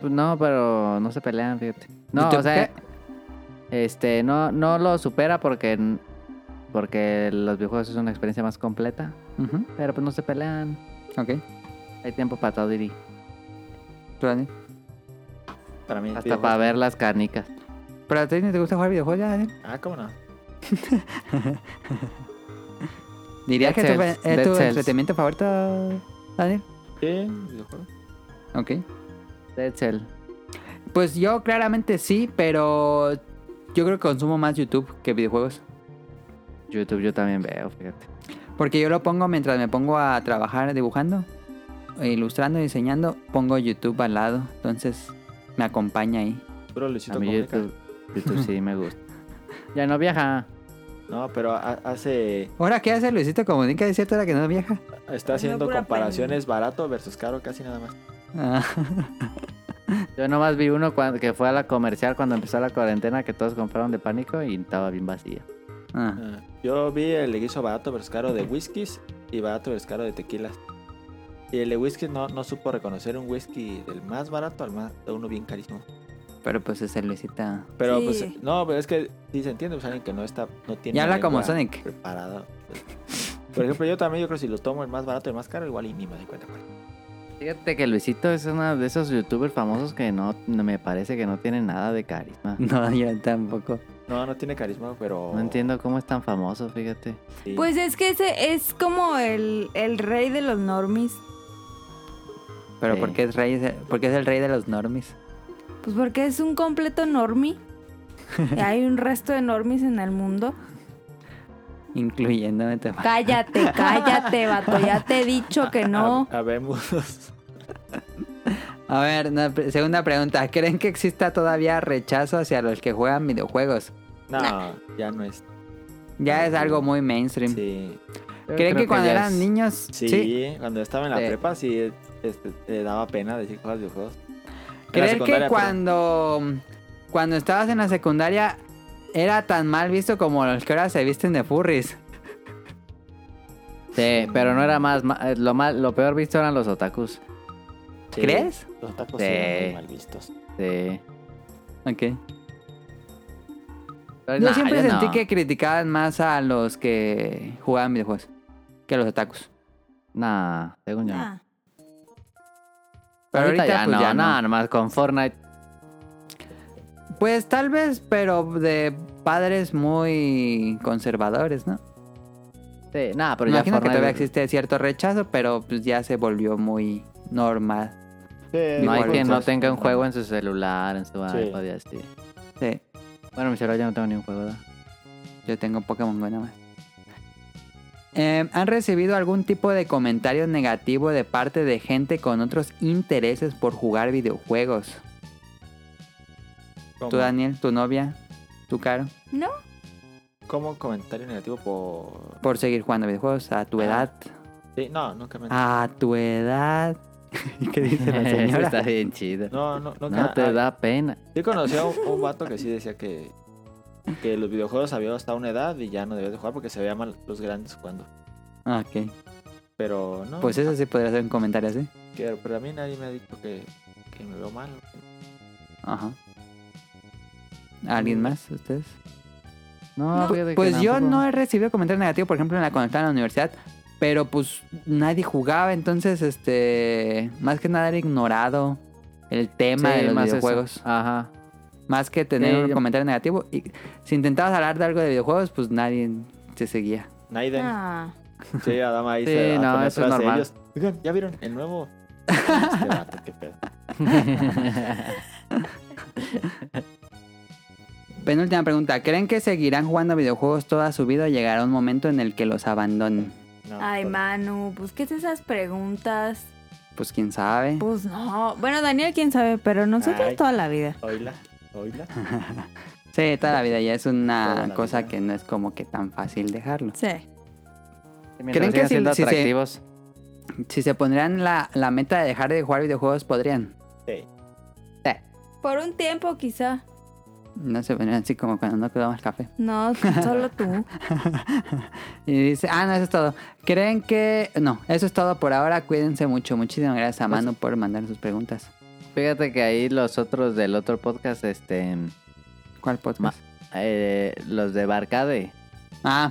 Speaker 2: Pues no, pero no se pelean, fíjate. No,
Speaker 1: ¿YouTube
Speaker 2: o sea, este, no, no lo supera porque, porque los videojuegos es una experiencia más completa,
Speaker 1: Ujú,
Speaker 2: pero pues no se pelean.
Speaker 1: Ok.
Speaker 2: Ahí Hay tiempo para todo, Diri.
Speaker 1: ¿Tú, Daniel?
Speaker 4: Para mí.
Speaker 2: Hasta
Speaker 4: videojuegos.
Speaker 2: para ver las canicas.
Speaker 1: ¿Pero a ti no te gusta jugar videojuegos ya, Daniel?
Speaker 4: Ah, ¿cómo no?
Speaker 1: ¿Dirías
Speaker 2: Dead
Speaker 1: que tu-
Speaker 2: Cells,
Speaker 1: es
Speaker 2: Dead
Speaker 1: tu
Speaker 2: Cells.
Speaker 1: entretenimiento favorito, Daniel?
Speaker 4: Sí, videojuegos.
Speaker 1: Ok.
Speaker 2: Dead Cell.
Speaker 1: Pues yo claramente sí, pero yo creo que consumo más YouTube que videojuegos.
Speaker 2: YouTube yo también veo, fíjate.
Speaker 1: Porque yo lo pongo mientras me pongo a trabajar dibujando, ilustrando, diseñando, pongo YouTube al lado. Entonces me acompaña ahí.
Speaker 4: Puro
Speaker 2: A
Speaker 4: Luisito
Speaker 2: mí
Speaker 4: Comunica.
Speaker 2: YouTube, YouTube sí me gusta. Ya no viaja.
Speaker 4: No, pero ha- hace.
Speaker 1: Ahora, ¿qué hace Luisito Comunica? ¿Es cierto la que no viaja?
Speaker 4: Está haciendo
Speaker 3: pura
Speaker 4: comparaciones barato versus caro, casi nada más.
Speaker 1: Ah,
Speaker 2: Yo nomás vi uno cuando, que fue a la comercial cuando empezó la cuarentena que todos compraron de pánico y estaba bien vacía.
Speaker 1: ah.
Speaker 4: Ah, Yo vi el guiso barato versus caro de whiskies y barato versus caro de tequilas. Y el de whisky no, no supo reconocer un whisky del más barato al más de uno bien carísimo.
Speaker 1: Pero pues es el Luisito.
Speaker 4: Pero
Speaker 3: Sí.
Speaker 4: pues, no, pero es que sí se entiende, pues alguien que no está, no tiene.
Speaker 1: Y habla como
Speaker 4: lengua
Speaker 1: Sonic.
Speaker 4: Preparada. Por ejemplo, yo también, yo creo que si lo tomo el más barato y el más caro, igual y ni me doy cuenta cuál.
Speaker 2: Fíjate que Luisito es uno de esos youtubers famosos que no, no me parece que no tiene nada de carisma.
Speaker 1: No, yo tampoco.
Speaker 4: No, no tiene carisma, pero.
Speaker 2: No entiendo cómo es tan famoso, fíjate.
Speaker 4: sí.
Speaker 3: Pues es que ese es como el, el rey de los normis.
Speaker 1: Pero
Speaker 2: Sí.
Speaker 1: ¿por, qué es rey, ¿por qué es el rey de los normis?
Speaker 3: Pues porque es un completo normi. Y Hay un resto de normis en el mundo.
Speaker 1: Incluyéndome te
Speaker 3: Cállate, cállate, vato. Ya te he dicho que no.
Speaker 4: A- Habemos.
Speaker 1: A ver, una pre- segunda pregunta. ¿Creen que exista todavía rechazo hacia los que juegan videojuegos?
Speaker 4: no, ya no es.
Speaker 1: Ya es algo muy mainstream.
Speaker 4: Mm. Sí.
Speaker 1: ¿Creen que, cuando eran niños?
Speaker 2: niños
Speaker 4: Sí, cuando estaba en la
Speaker 1: Sí.
Speaker 4: prepa sí este, te daba pena decir cosas de videojuegos. En la
Speaker 1: ¿Creen que
Speaker 4: secundaria,
Speaker 1: cuando, cuando estabas en la secundaria era tan mal visto como los que ahora se visten de furries?
Speaker 2: Sí, pero no era más. ma- eh, Lo, mal, lo peor visto eran los otakus.
Speaker 4: pero-
Speaker 1: ¿Crees?
Speaker 4: Los tacos
Speaker 2: Sí.
Speaker 4: eran muy mal vistos.
Speaker 2: Sí.
Speaker 1: Ok.
Speaker 2: Pero
Speaker 1: Yo
Speaker 2: no,
Speaker 1: siempre sentí
Speaker 2: no.
Speaker 1: que criticaban más a los que jugaban videojuegos que a los otakus.
Speaker 2: Nah, según yo. no.
Speaker 3: Ah,
Speaker 1: Pero ahorita,
Speaker 2: ya
Speaker 1: pues,
Speaker 2: no,
Speaker 1: ya no.
Speaker 2: no, nomás con Fortnite.
Speaker 1: Pues tal vez, pero de padres muy conservadores, ¿no?
Speaker 2: Sí, nada, pero ya
Speaker 1: Imagino que
Speaker 2: Fortnite.
Speaker 1: todavía existe cierto rechazo, pero pues ya se volvió muy normal.
Speaker 2: No hay
Speaker 1: Igual,
Speaker 2: quien no
Speaker 1: entonces,
Speaker 2: tenga un juego en su celular, en su
Speaker 4: Sí.
Speaker 2: iPod y así.
Speaker 1: Sí,
Speaker 2: Bueno, mi celular ya no tengo ni un juego, ¿verdad?
Speaker 1: yo tengo Pokémon Go nada más. Eh, ¿Han recibido algún tipo de comentario negativo de parte de gente con otros intereses por jugar videojuegos?
Speaker 4: Como,
Speaker 1: ¿Tú, Daniel, tu novia, tu caro?
Speaker 3: ¿No?
Speaker 4: como comentario negativo por...
Speaker 1: Por seguir jugando videojuegos a tu
Speaker 4: Ah.
Speaker 1: edad.
Speaker 4: Sí, no, nunca me...
Speaker 1: A tu edad. ¿Qué dice la
Speaker 2: Eso
Speaker 1: señora?
Speaker 2: está bien chido.
Speaker 4: No, no, nunca...
Speaker 2: No, te
Speaker 4: ah,
Speaker 2: da pena.
Speaker 4: Yo conocí a un, un vato que sí decía que, que los videojuegos había hasta una edad y ya no debías de jugar porque se veían mal los grandes jugando.
Speaker 1: Ok.
Speaker 4: Pero no,
Speaker 1: Pues eso sí podría ser un comentario así.
Speaker 4: que- pero a mí nadie me ha dicho que, que me veo mal.
Speaker 1: Ajá. ¿Alguien más? ¿Ustedes?
Speaker 2: No,
Speaker 1: Pu-
Speaker 2: fíjate que
Speaker 1: Pues yo
Speaker 2: tampoco.
Speaker 1: no he recibido comentarios negativos, por ejemplo, en la cuando estaba en la universidad, pero pues nadie jugaba, entonces este más que nada era ignorado el tema
Speaker 2: Sí,
Speaker 1: de los
Speaker 2: más eso.
Speaker 1: videojuegos,
Speaker 2: Ajá.
Speaker 1: más que tener
Speaker 2: Sí,
Speaker 1: un
Speaker 2: yo-
Speaker 1: comentario negativo y si intentabas hablar de algo de videojuegos, pues nadie te seguía.
Speaker 4: Naiden.
Speaker 3: ah.
Speaker 4: Sí, Adama ahí
Speaker 2: Sí,
Speaker 4: se va a
Speaker 2: no,
Speaker 4: poner
Speaker 2: eso es
Speaker 4: atrás de
Speaker 2: normal.
Speaker 4: ellos. Oigan, ¿ya vieron el nuevo? Este vato, qué pedo.
Speaker 1: Penúltima pregunta, ¿creen que seguirán jugando videojuegos toda su vida o llegará un momento en el que los abandonen?
Speaker 4: No,
Speaker 3: Ay,
Speaker 4: por-
Speaker 3: Manu, pues qué es esas preguntas.
Speaker 1: Pues quién sabe.
Speaker 3: Pues no. Bueno, Daniel, quién sabe, pero nosotros
Speaker 4: Ay.
Speaker 3: toda la vida.
Speaker 4: Oíla, oíla.
Speaker 1: Sí, toda la vida ya es
Speaker 4: Toda
Speaker 1: una
Speaker 4: la
Speaker 1: cosa
Speaker 4: vida.
Speaker 1: que no es como que tan fácil dejarlo.
Speaker 3: Sí.
Speaker 2: ¿Creen
Speaker 1: que
Speaker 2: que
Speaker 1: si-
Speaker 2: siendo
Speaker 1: si se-
Speaker 2: atractivos?
Speaker 1: Si se pondrían la, la meta de dejar de jugar videojuegos, podrían.
Speaker 4: Sí.
Speaker 3: Por un tiempo, quizá.
Speaker 1: No se pondrían así como cuando no tomamos café.
Speaker 3: No, solo tú.
Speaker 1: Y dice, ah, no, eso es todo. ¿Creen que...? No, eso es todo por ahora. Cuídense mucho. Muchísimas gracias a Manu por mandar sus preguntas.
Speaker 2: Fíjate que ahí los otros del otro podcast, este,
Speaker 1: ¿Cuál podcast?
Speaker 2: eh, los de Barcade.
Speaker 1: Ah,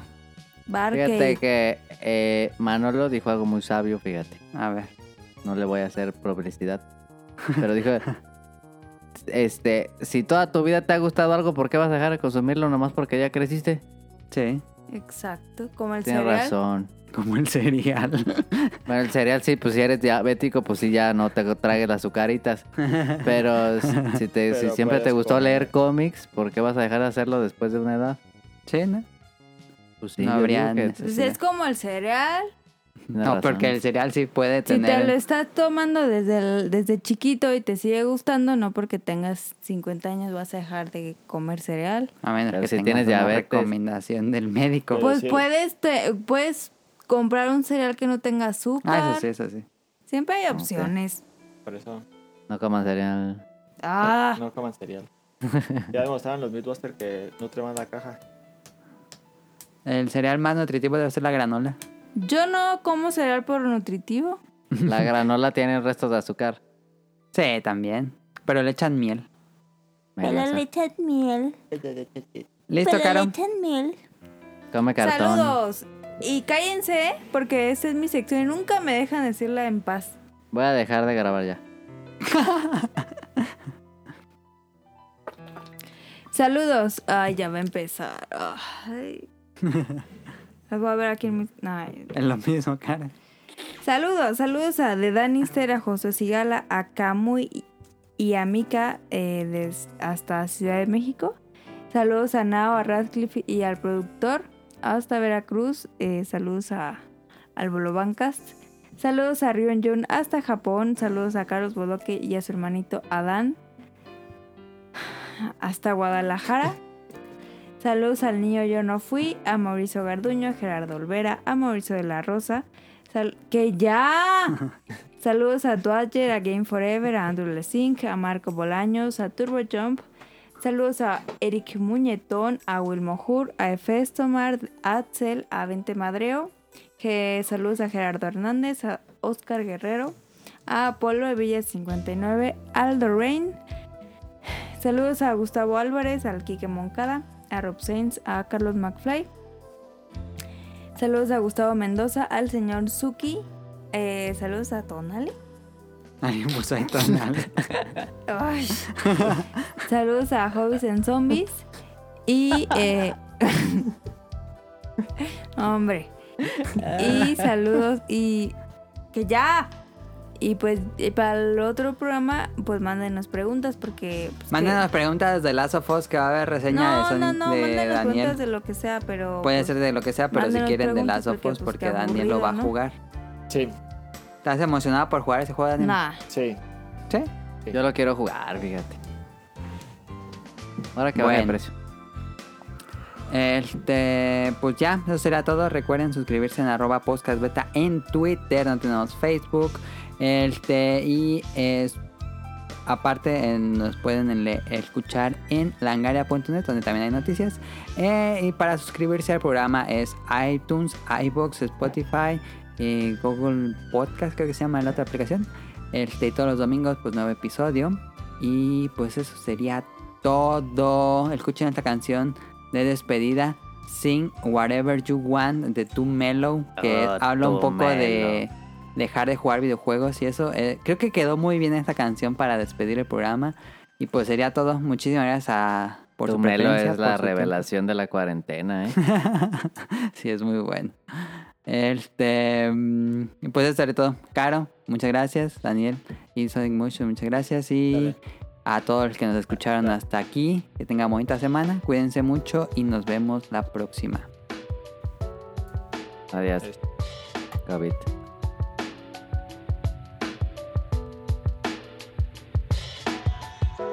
Speaker 3: Barque.
Speaker 2: Fíjate que eh, Manolo dijo algo muy sabio, fíjate.
Speaker 1: a ver.
Speaker 2: no le voy a hacer publicidad. Pero dijo, este, si toda tu vida te ha gustado algo, ¿por qué vas a dejar de consumirlo nomás porque ya creciste?
Speaker 1: Sí,
Speaker 3: Exacto, como el
Speaker 2: Tienes
Speaker 3: cereal.
Speaker 2: razón.
Speaker 1: como el cereal.
Speaker 2: Bueno, el cereal sí, pues si eres diabético, pues sí, ya no te tragues las azucaritas. Pero si, si te, si
Speaker 4: Pero
Speaker 2: siempre te
Speaker 4: puedes
Speaker 2: gustó
Speaker 4: comer.
Speaker 2: leer cómics, ¿por qué vas a dejar de hacerlo después de una edad?
Speaker 1: Sí, ¿no?
Speaker 2: Pues sí,
Speaker 1: No
Speaker 2: yo digo
Speaker 1: habría
Speaker 2: que-
Speaker 1: necesidad.
Speaker 3: Pues es como el cereal.
Speaker 2: tienes
Speaker 1: No,
Speaker 2: razón.
Speaker 1: porque el cereal sí puede
Speaker 3: Si te lo
Speaker 1: tener.
Speaker 3: estás tomando desde, el- desde chiquito y te sigue gustando, no porque tengas 50 años vas a dejar de comer cereal.
Speaker 1: A menos
Speaker 2: Pero
Speaker 1: que
Speaker 2: si
Speaker 1: tengas
Speaker 2: tienes
Speaker 1: una
Speaker 2: diabetes.
Speaker 1: recomendación del médico.
Speaker 4: Pero
Speaker 3: Pues
Speaker 4: sí.
Speaker 3: puedes, te- puedes comprar un cereal que no tenga azúcar.
Speaker 1: Ah, eso sí, eso sí.
Speaker 3: Siempre hay opciones.
Speaker 4: Por eso
Speaker 2: No coman cereal.
Speaker 3: Ah,
Speaker 4: no coman cereal. Ya demostraron los Mythbusters que nutre más la caja.
Speaker 1: El cereal más nutritivo debe ser la granola.
Speaker 3: yo no como cereal por nutritivo.
Speaker 2: La granola tiene restos de azúcar.
Speaker 1: Sí, también. Pero le echan miel.
Speaker 2: Me
Speaker 6: Pero le
Speaker 2: gusta.
Speaker 6: echan miel.
Speaker 1: Listo,
Speaker 6: Pero le
Speaker 1: Caro.
Speaker 6: echan miel.
Speaker 2: Come cartón.
Speaker 3: Saludos. Y cállense, porque esta es mi sección y nunca me dejan decirla en paz.
Speaker 2: Voy a dejar de grabar ya.
Speaker 3: Saludos. Ay, ya va a empezar. Ay. Las voy a ver aquí en mi... ay.
Speaker 1: Es lo mismo, Caro.
Speaker 3: Saludos, saludos a The Danister, a José Sigala, a Camuy y a Mika eh, des- hasta Ciudad de México. Saludos a Nao, a Radcliffe y al productor. Hasta Veracruz. eh, saludos a, al Bolobancast. Saludos a Rion Jun hasta Japón. Saludos a Carlos Bodoque y a su hermanito Adán. Hasta Guadalajara. Saludos al niño Yo No Fui, a Mauricio Garduño, a Gerardo Olvera, a Mauricio de la Rosa. Sal- ¡Que ya! Saludos a Dodger, a Game Forever, a Andrew Lessing, a Marco Bolaños, a Turbo Jump. Saludos a Eric Muñetón, a Wilmo Hur, a Efestomar, a Axel, a Vente Madreo. Que saludos a Gerardo Hernández, a Oscar Guerrero, a Apolo de Villa 59, Aldo Rain. Saludos a Gustavo Álvarez, al Quique Moncada, a Rob Sainz, a Carlos McFly. Saludos a Gustavo Mendoza, al señor Suki. Eh, saludos a Tonali.
Speaker 1: Alguien puso ahí tonal.
Speaker 3: Ay. Saludos a Hobbies en Zombies. Y. eh, hombre. Y saludos y. ¡Que ya! Y pues y para el otro programa, pues mándenos preguntas porque. pues, que-
Speaker 1: Mándenos preguntas de Last of Us que va a haber reseña de,
Speaker 3: No,
Speaker 1: Sonic-
Speaker 3: no, no,
Speaker 1: de
Speaker 3: mándenos
Speaker 1: Daniel.
Speaker 3: preguntas de lo que sea, pero.
Speaker 1: Puede
Speaker 3: pues,
Speaker 1: ser de lo que sea, pero si
Speaker 3: mándenos
Speaker 1: quieren de
Speaker 3: preguntas
Speaker 1: Last of
Speaker 3: porque,
Speaker 1: Us
Speaker 3: pues,
Speaker 1: porque
Speaker 3: qué
Speaker 1: Daniel lo va a
Speaker 3: aburrido, ¿no?
Speaker 1: jugar.
Speaker 4: Sí,
Speaker 1: ¿Estás emocionado por jugar ese juego, Daniel?
Speaker 3: Nah.
Speaker 4: sí.
Speaker 1: ¿Sí?
Speaker 2: Yo lo quiero jugar, fíjate. Ahora que
Speaker 1: Bueno.
Speaker 2: baje el precio.
Speaker 1: Este, pues ya, eso será todo. Recuerden suscribirse en arroba podcast beta en Twitter, no tenemos Facebook. Este, y es, aparte eh, nos pueden le- escuchar en langaria.net, donde también hay noticias. Eh, y para suscribirse al programa es iTunes, iBox, Spotify, eh, Google Podcast, creo que se llama la otra aplicación. Este, y todos los domingos, pues nuevo episodio. Y pues eso sería todo. Escuchen esta canción de despedida. Sing Whatever You Want de Too Mellow. Que
Speaker 2: Oh,
Speaker 1: habla un
Speaker 2: Too
Speaker 1: poco de dejar de jugar videojuegos y eso. Eh, creo que quedó muy bien esta canción para despedir el programa. Y pues sería todo. Muchísimas gracias a, por
Speaker 2: tu
Speaker 1: su
Speaker 2: melo
Speaker 1: preferencia,
Speaker 2: es
Speaker 1: por
Speaker 2: la
Speaker 1: su tiempo.
Speaker 2: revelación de la cuarentena, ¿eh?
Speaker 1: sí, es muy bueno. Este, mm, y pues eso sería todo. Caro, muchas gracias. Daniel y Sonic Motion, muchas gracias. Y a todos los que nos escucharon hasta aquí, que tengan bonita semana. Cuídense mucho y nos vemos la próxima.
Speaker 2: Adiós. COVID.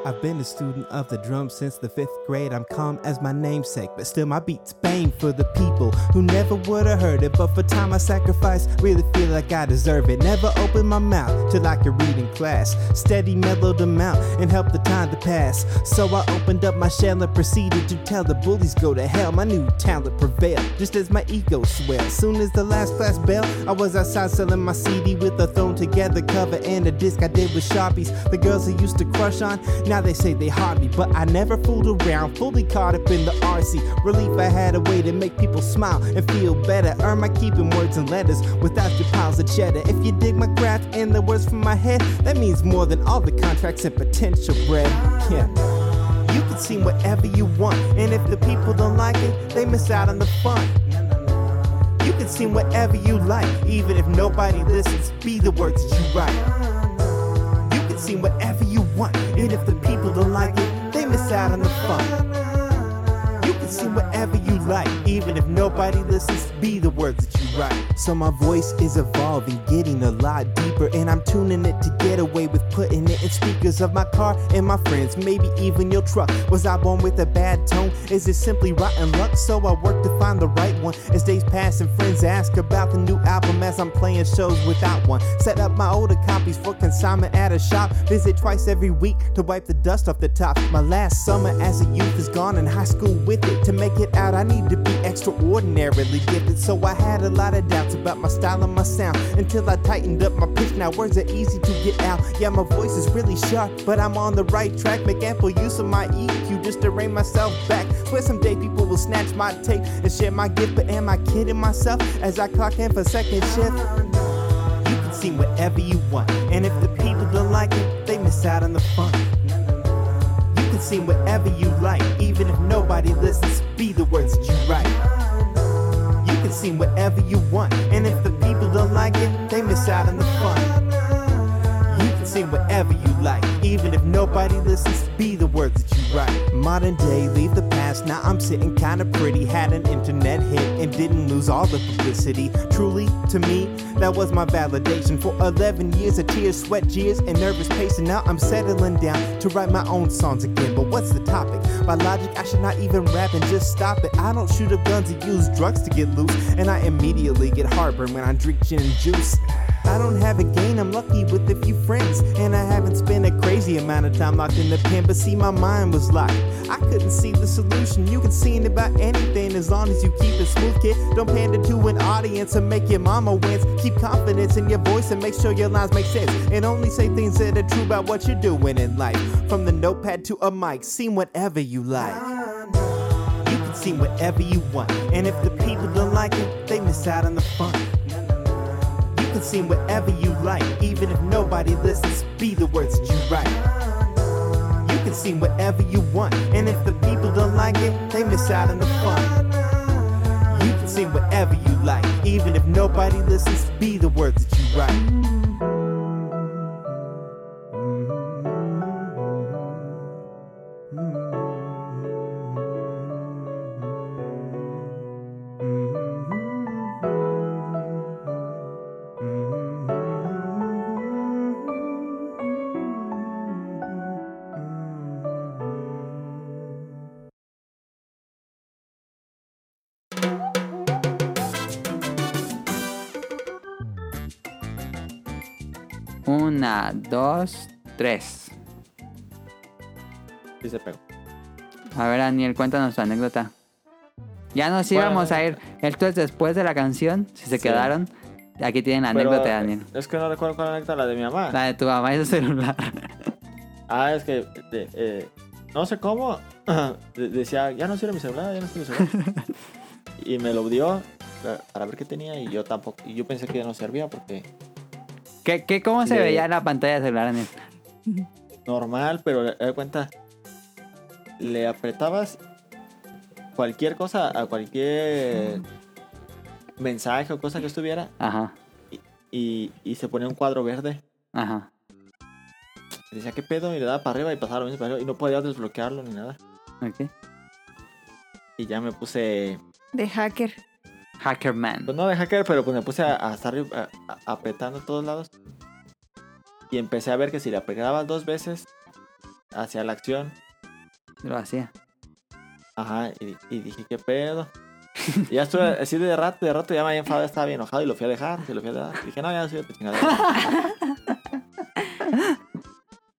Speaker 8: I've been a student of the drum since the fifth grade. I'm calm as my namesake, but still my beats bang for the people who never would have heard it. But for time I sacrificed, really feel like I deserve it. Never open my mouth till I could read in class. Steady mellowed them out and helped the time to pass. So I opened up my shell and proceeded to tell the bullies go to hell. My new talent prevailed, just as my ego swelled. Soon as the last class bell, I was outside selling my CD with a thrown together cover and a disc I did with Sharpies. The girls who used to crush on, now Now they say they hard me, but I never fooled around. Fully caught up in the RC. Relief I had a way to make people smile and feel better. Earn my keeping words and letters without your piles of cheddar. If you dig my craft and the words from my head, that means more than all the contracts and potential bread. Yeah. You can sing whatever you want, and if the people don't like it, they miss out on the fun. You can sing whatever you like, even if nobody listens, be the words that you write. You can sing whatever you want, and if the people don't like it, they miss out on the fun. You can sing whatever you like, even if nobody listens, be the words that you write. So my voice is evolving, getting a lot deeper, and I'm tuning it to get away with putting it in speakers of my car and my friends, maybe even your truck. Was I born with a bad tone? Is it simply rotten luck? So I work to find the right one. As days pass and friends ask about the new album as I'm playing shows without one. Set up my older copies for consignment at a shop. Visit twice every week to wipe the dust off the top. My last summer as a youth is gone in high school with it. To make it out, I need to be extraordinarily gifted. So I had a lot of doubts about my style and my sound until I tightened up my pitch. Now words are easy to get out. Yeah, my voice is really sharp, but I'm on the right track. Make ample use of my EQ just to rein myself back. Swear someday people will snatch my tape and share my gift, but am I kidding myself as I clock in for second shift? You can sing whatever you want, and if the people don't like it, they miss out on the fun. You can sing whatever you like, even if nobody listens, be the words that you write. You can sing whatever you want, and if the people don't like it, they miss out on the fun. You can sing whatever you like, even if nobody listens, be the words that you write. Modern day, leave the past, now I'm sitting kinda pretty. Had an internet hit and didn't lose all the publicity. Truly, to me, that was my validation. For 11 years of tears, sweat, jeers, and nervous pacing, now I'm settling down to write my own songs again. But what's the topic? By logic, I should not even rap and just stop it. I don't shoot up guns or use drugs to get loose, and I immediately get heartburn when I drink gin and juice. I don't have a gain, I'm lucky with a few friends. And I haven't spent a crazy amount of time locked in the pen, but see, my mind was locked. I couldn't see the solution. You can sing about anything as long as you keep it smooth, kid. Don't pander to an audience and make your mama wince. Keep confidence in your voice and make sure your lines make sense. And only say things that are true about what you're doing in life. From the notepad to a mic, sing whatever you like. You can sing whatever you want, and if the people don't like it, they miss out on the fun. You can sing whatever you like, even if nobody listens, be the words that you write. You can sing whatever you want, and if the people don't like it, they miss out on the fun. You can sing whatever you like, even if nobody listens, be the words that you write.
Speaker 1: Una, dos, tres.
Speaker 4: Sí se pegó.
Speaker 1: A ver, Daniel, cuéntanos tu anécdota. Ya nos íbamos a ir. Esto es después de la canción, si se
Speaker 4: Sí.
Speaker 1: quedaron. Aquí tienen la anécdota,
Speaker 4: Pero,
Speaker 1: Daniel.
Speaker 4: Es que no recuerdo cuál anécdota, la de mi mamá.
Speaker 1: La de tu mamá y su celular.
Speaker 4: Ah, es que de- eh, no sé cómo. de- decía, ya no sirve mi celular, ya no sirve mi celular. y me lo dio pa- para ver qué tenía y yo tampoco. Y yo pensé que ya no servía porque
Speaker 1: ¿Qué, qué, ¿Cómo se
Speaker 4: De-
Speaker 1: veía la pantalla del celular, Daniel?
Speaker 4: normal, pero le da cuenta. Le apretabas cualquier cosa a cualquier mensaje o cosa que estuviera
Speaker 1: Ajá,
Speaker 4: y, y se ponía un cuadro verde.
Speaker 1: ajá.
Speaker 4: Y decía, ¿qué pedo? Y le daba para arriba y pasaba lo mismo para arriba y no podía desbloquearlo ni nada.
Speaker 1: Ok.
Speaker 4: Y ya me puse
Speaker 3: De hacker.
Speaker 1: Hackerman.
Speaker 4: Pues no de hacker, pero pues me puse a, a estar a- a- apretando a todos lados. Y empecé a ver que si le apretaba dos veces hacia la acción,
Speaker 1: Lo hacía.
Speaker 4: ajá, y, y dije, ¿qué pedo? Y ya estuve así de rato, de rato ya me había enfadado, estaba bien enojado y lo fui a dejar, se lo fui a dejar. Y dije, no, ya soy de chingada.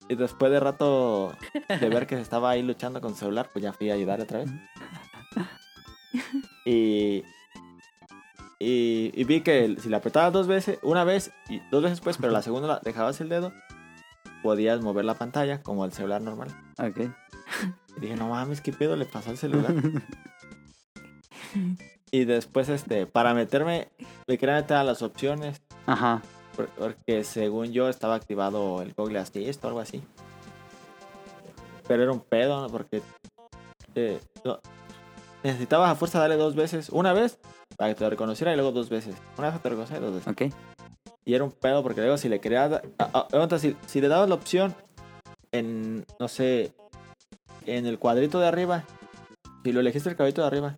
Speaker 4: Y después de rato de ver que se estaba ahí luchando con su celular, pues ya fui a ayudar otra vez. Y, y, y vi que el- si la apretaba dos veces, una vez y dos veces pues, pero la segunda la dejabas el dedo, podías mover la pantalla como el celular normal.
Speaker 1: Ok.
Speaker 4: Y dije, no mames, ¿qué pedo le pasó al celular? y después, este, para meterme, me quería meter a las opciones,
Speaker 1: Ajá.
Speaker 4: por- porque según yo estaba activado el Google Assist o algo así. Pero era un pedo, ¿no? porque eh, no- necesitabas a fuerza darle dos veces, una vez para que te lo reconociera y luego dos veces. Una vez que te reconociera y dos veces.
Speaker 1: Ok.
Speaker 4: Y era un pedo porque luego si le ah, querías... da- a- a- aguanta, si, si le dabas la opción en, no sé, en el cuadrito de arriba, si lo elegiste el cuadrito de arriba,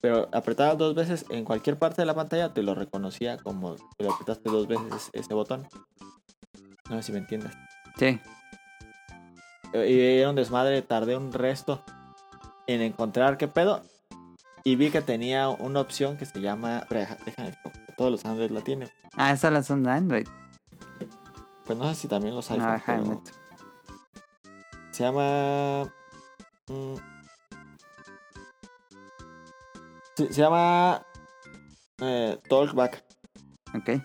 Speaker 4: pero apretabas dos veces en cualquier parte de la pantalla, te lo reconocía como que lo apretaste dos veces ese botón. No sé si me entiendes.
Speaker 1: Sí.
Speaker 4: Eh, Y era un desmadre, tardé un resto en encontrar qué pedo. Y vi que tenía una opción que se llama... espera, Déjame, todos los Android la tienen.
Speaker 1: Ah, esas las son de Android.
Speaker 4: Pues no sé si también los
Speaker 1: No,
Speaker 4: iPhone.
Speaker 1: ajá,
Speaker 4: pero
Speaker 1: exacto.
Speaker 4: Se llama. mm, se, se llama. eh, Talkback.
Speaker 1: Ok.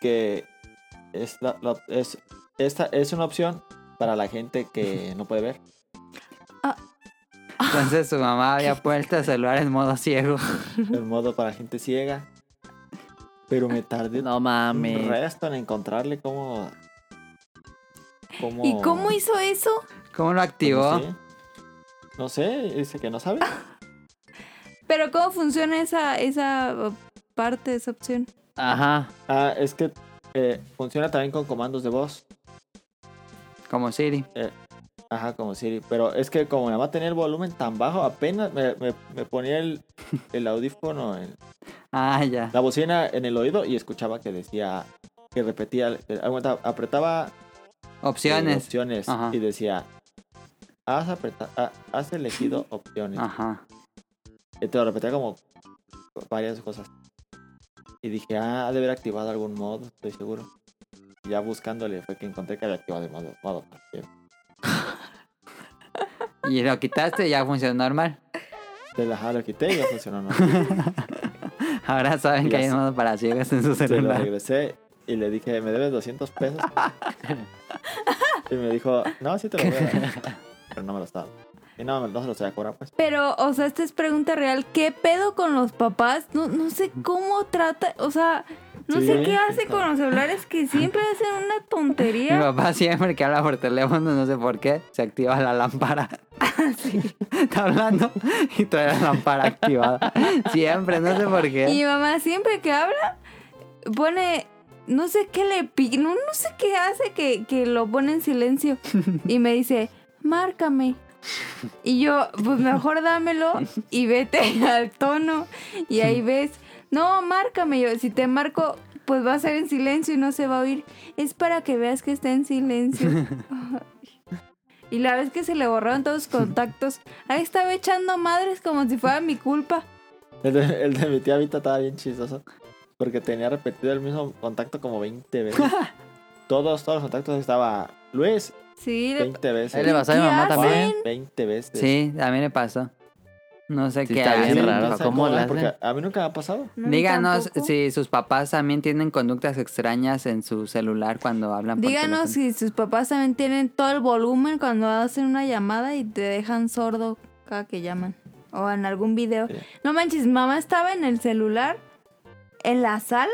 Speaker 4: Que es, la- la- es, esta es una opción para la gente que no puede ver.
Speaker 1: Entonces su mamá había puesto el celular en modo ciego.
Speaker 4: El modo para gente ciega. Pero me tardé
Speaker 2: No
Speaker 4: un
Speaker 2: mames.
Speaker 4: resto en encontrarle cómo. cómo
Speaker 3: ¿Y cómo hizo eso?
Speaker 1: ¿Cómo lo
Speaker 4: pues
Speaker 1: activó?
Speaker 4: no sé. No sé, dice que no sabe.
Speaker 3: Pero ¿cómo funciona esa, esa uh, parte, esa opción?
Speaker 2: Ajá.
Speaker 4: Ah, es que eh, funciona también con comandos de voz.
Speaker 1: Como Siri.
Speaker 4: Ajá, como Siri. Pero es que como nada más tenía el volumen tan bajo, apenas me, me- me ponía el, el audífono, en-
Speaker 1: Ah, ya.
Speaker 4: la bocina en el oído y escuchaba que decía, que repetía, eh, aguanta, apretaba eh,
Speaker 1: Opciones.
Speaker 4: opciones
Speaker 1: Ajá.
Speaker 4: y decía, has, apreta- ah, has elegido opciones.
Speaker 1: Ajá.
Speaker 4: Y te lo repetía como varias cosas. Y dije, ah, ha de haber activado algún modo, estoy seguro. Y ya buscándole fue que encontré que había activado el modo. modo pasivo.
Speaker 1: Y lo quitaste y ya funcionó normal.
Speaker 4: Te la- ah, lo quité y ya funcionó. ¿no?
Speaker 1: Ahora saben
Speaker 4: Y
Speaker 1: que hay
Speaker 4: las-
Speaker 1: un modo para ciegos en su
Speaker 4: Se lo
Speaker 1: celular.
Speaker 4: regresé y le dije, ¿me debes 200 pesos? y me dijo, no, sí te lo voy a dar. Pero no me lo estaba. Y no, no se los voy a cobrar, pues.
Speaker 3: Pero, o sea, esta es pregunta real. ¿Qué pedo con los papás? No, no sé cómo trata, o sea, no
Speaker 4: Sí,
Speaker 3: sé qué hace
Speaker 4: está.
Speaker 3: con los celulares que siempre hacen una
Speaker 1: Mi
Speaker 3: tontería.
Speaker 1: papá siempre que habla por teléfono, no sé por qué, se activa la lámpara.
Speaker 3: Ah,
Speaker 1: Está hablando y trae la lámpara activada. Siempre, no sé por qué.
Speaker 3: Y mi mamá siempre que habla pone, no sé qué le pique, no, no sé qué hace que, que lo pone en silencio. Y me dice, márcame. Y yo, pues mejor dámelo y vete al tono. Y ahí ves, no, márcame. Yo, si te marco, pues va a ser en silencio y no se va a oír. Es para que veas que está en silencio. Ay. y la vez que se le borraron todos los contactos, ahí estaba echando madres como si fuera mi culpa.
Speaker 4: El de, el de mi tía Vita estaba bien chistoso. Porque tenía repetido el mismo contacto como 20 veces. todos, todos los contactos estaba Luis
Speaker 3: Sí, le-
Speaker 4: 20
Speaker 2: Ahí le
Speaker 4: veces.
Speaker 2: pasó a mi
Speaker 3: ¿Qué
Speaker 2: mamá
Speaker 3: hacen?
Speaker 2: también.
Speaker 4: Juan, 20 veces.
Speaker 1: Sí, a mí me pasó. No sé
Speaker 2: Sí,
Speaker 1: qué.
Speaker 2: está bien
Speaker 1: hacen,
Speaker 2: raro,
Speaker 1: papá.
Speaker 4: ¿sabes
Speaker 2: ¿cómo la
Speaker 4: Porque
Speaker 2: hacen?
Speaker 4: a mí nunca me ha pasado.
Speaker 3: No, a mí
Speaker 1: Díganos
Speaker 3: tampoco.
Speaker 1: si sus papás también tienen conductas extrañas en su celular cuando hablan por
Speaker 3: Díganos
Speaker 1: teléfono.
Speaker 3: si sus papás también tienen todo el volumen cuando hacen una llamada y te dejan sordo cada que llaman. O en algún video.
Speaker 4: Sí.
Speaker 3: No manches, mamá estaba en el celular, en la sala,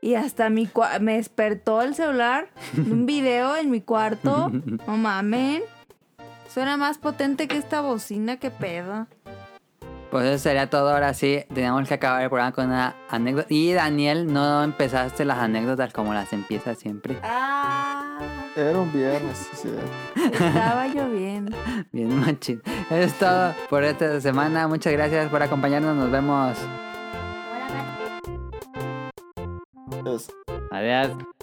Speaker 3: y hasta mi cua- me despertó el celular de un video en mi cuarto. No mamen. Suena más potente que esta bocina, qué pedo.
Speaker 1: Pues eso sería todo. Ahora sí, tenemos que acabar el programa con una anécdota. Y Daniel, no empezaste las anécdotas como las empieza siempre.
Speaker 3: Ah,
Speaker 4: Era un viernes, sí.
Speaker 3: estaba lloviendo.
Speaker 1: Bien, machín. Eso es todo por esta semana. Muchas gracias por acompañarnos. Nos vemos.
Speaker 4: Es-
Speaker 2: Adiós.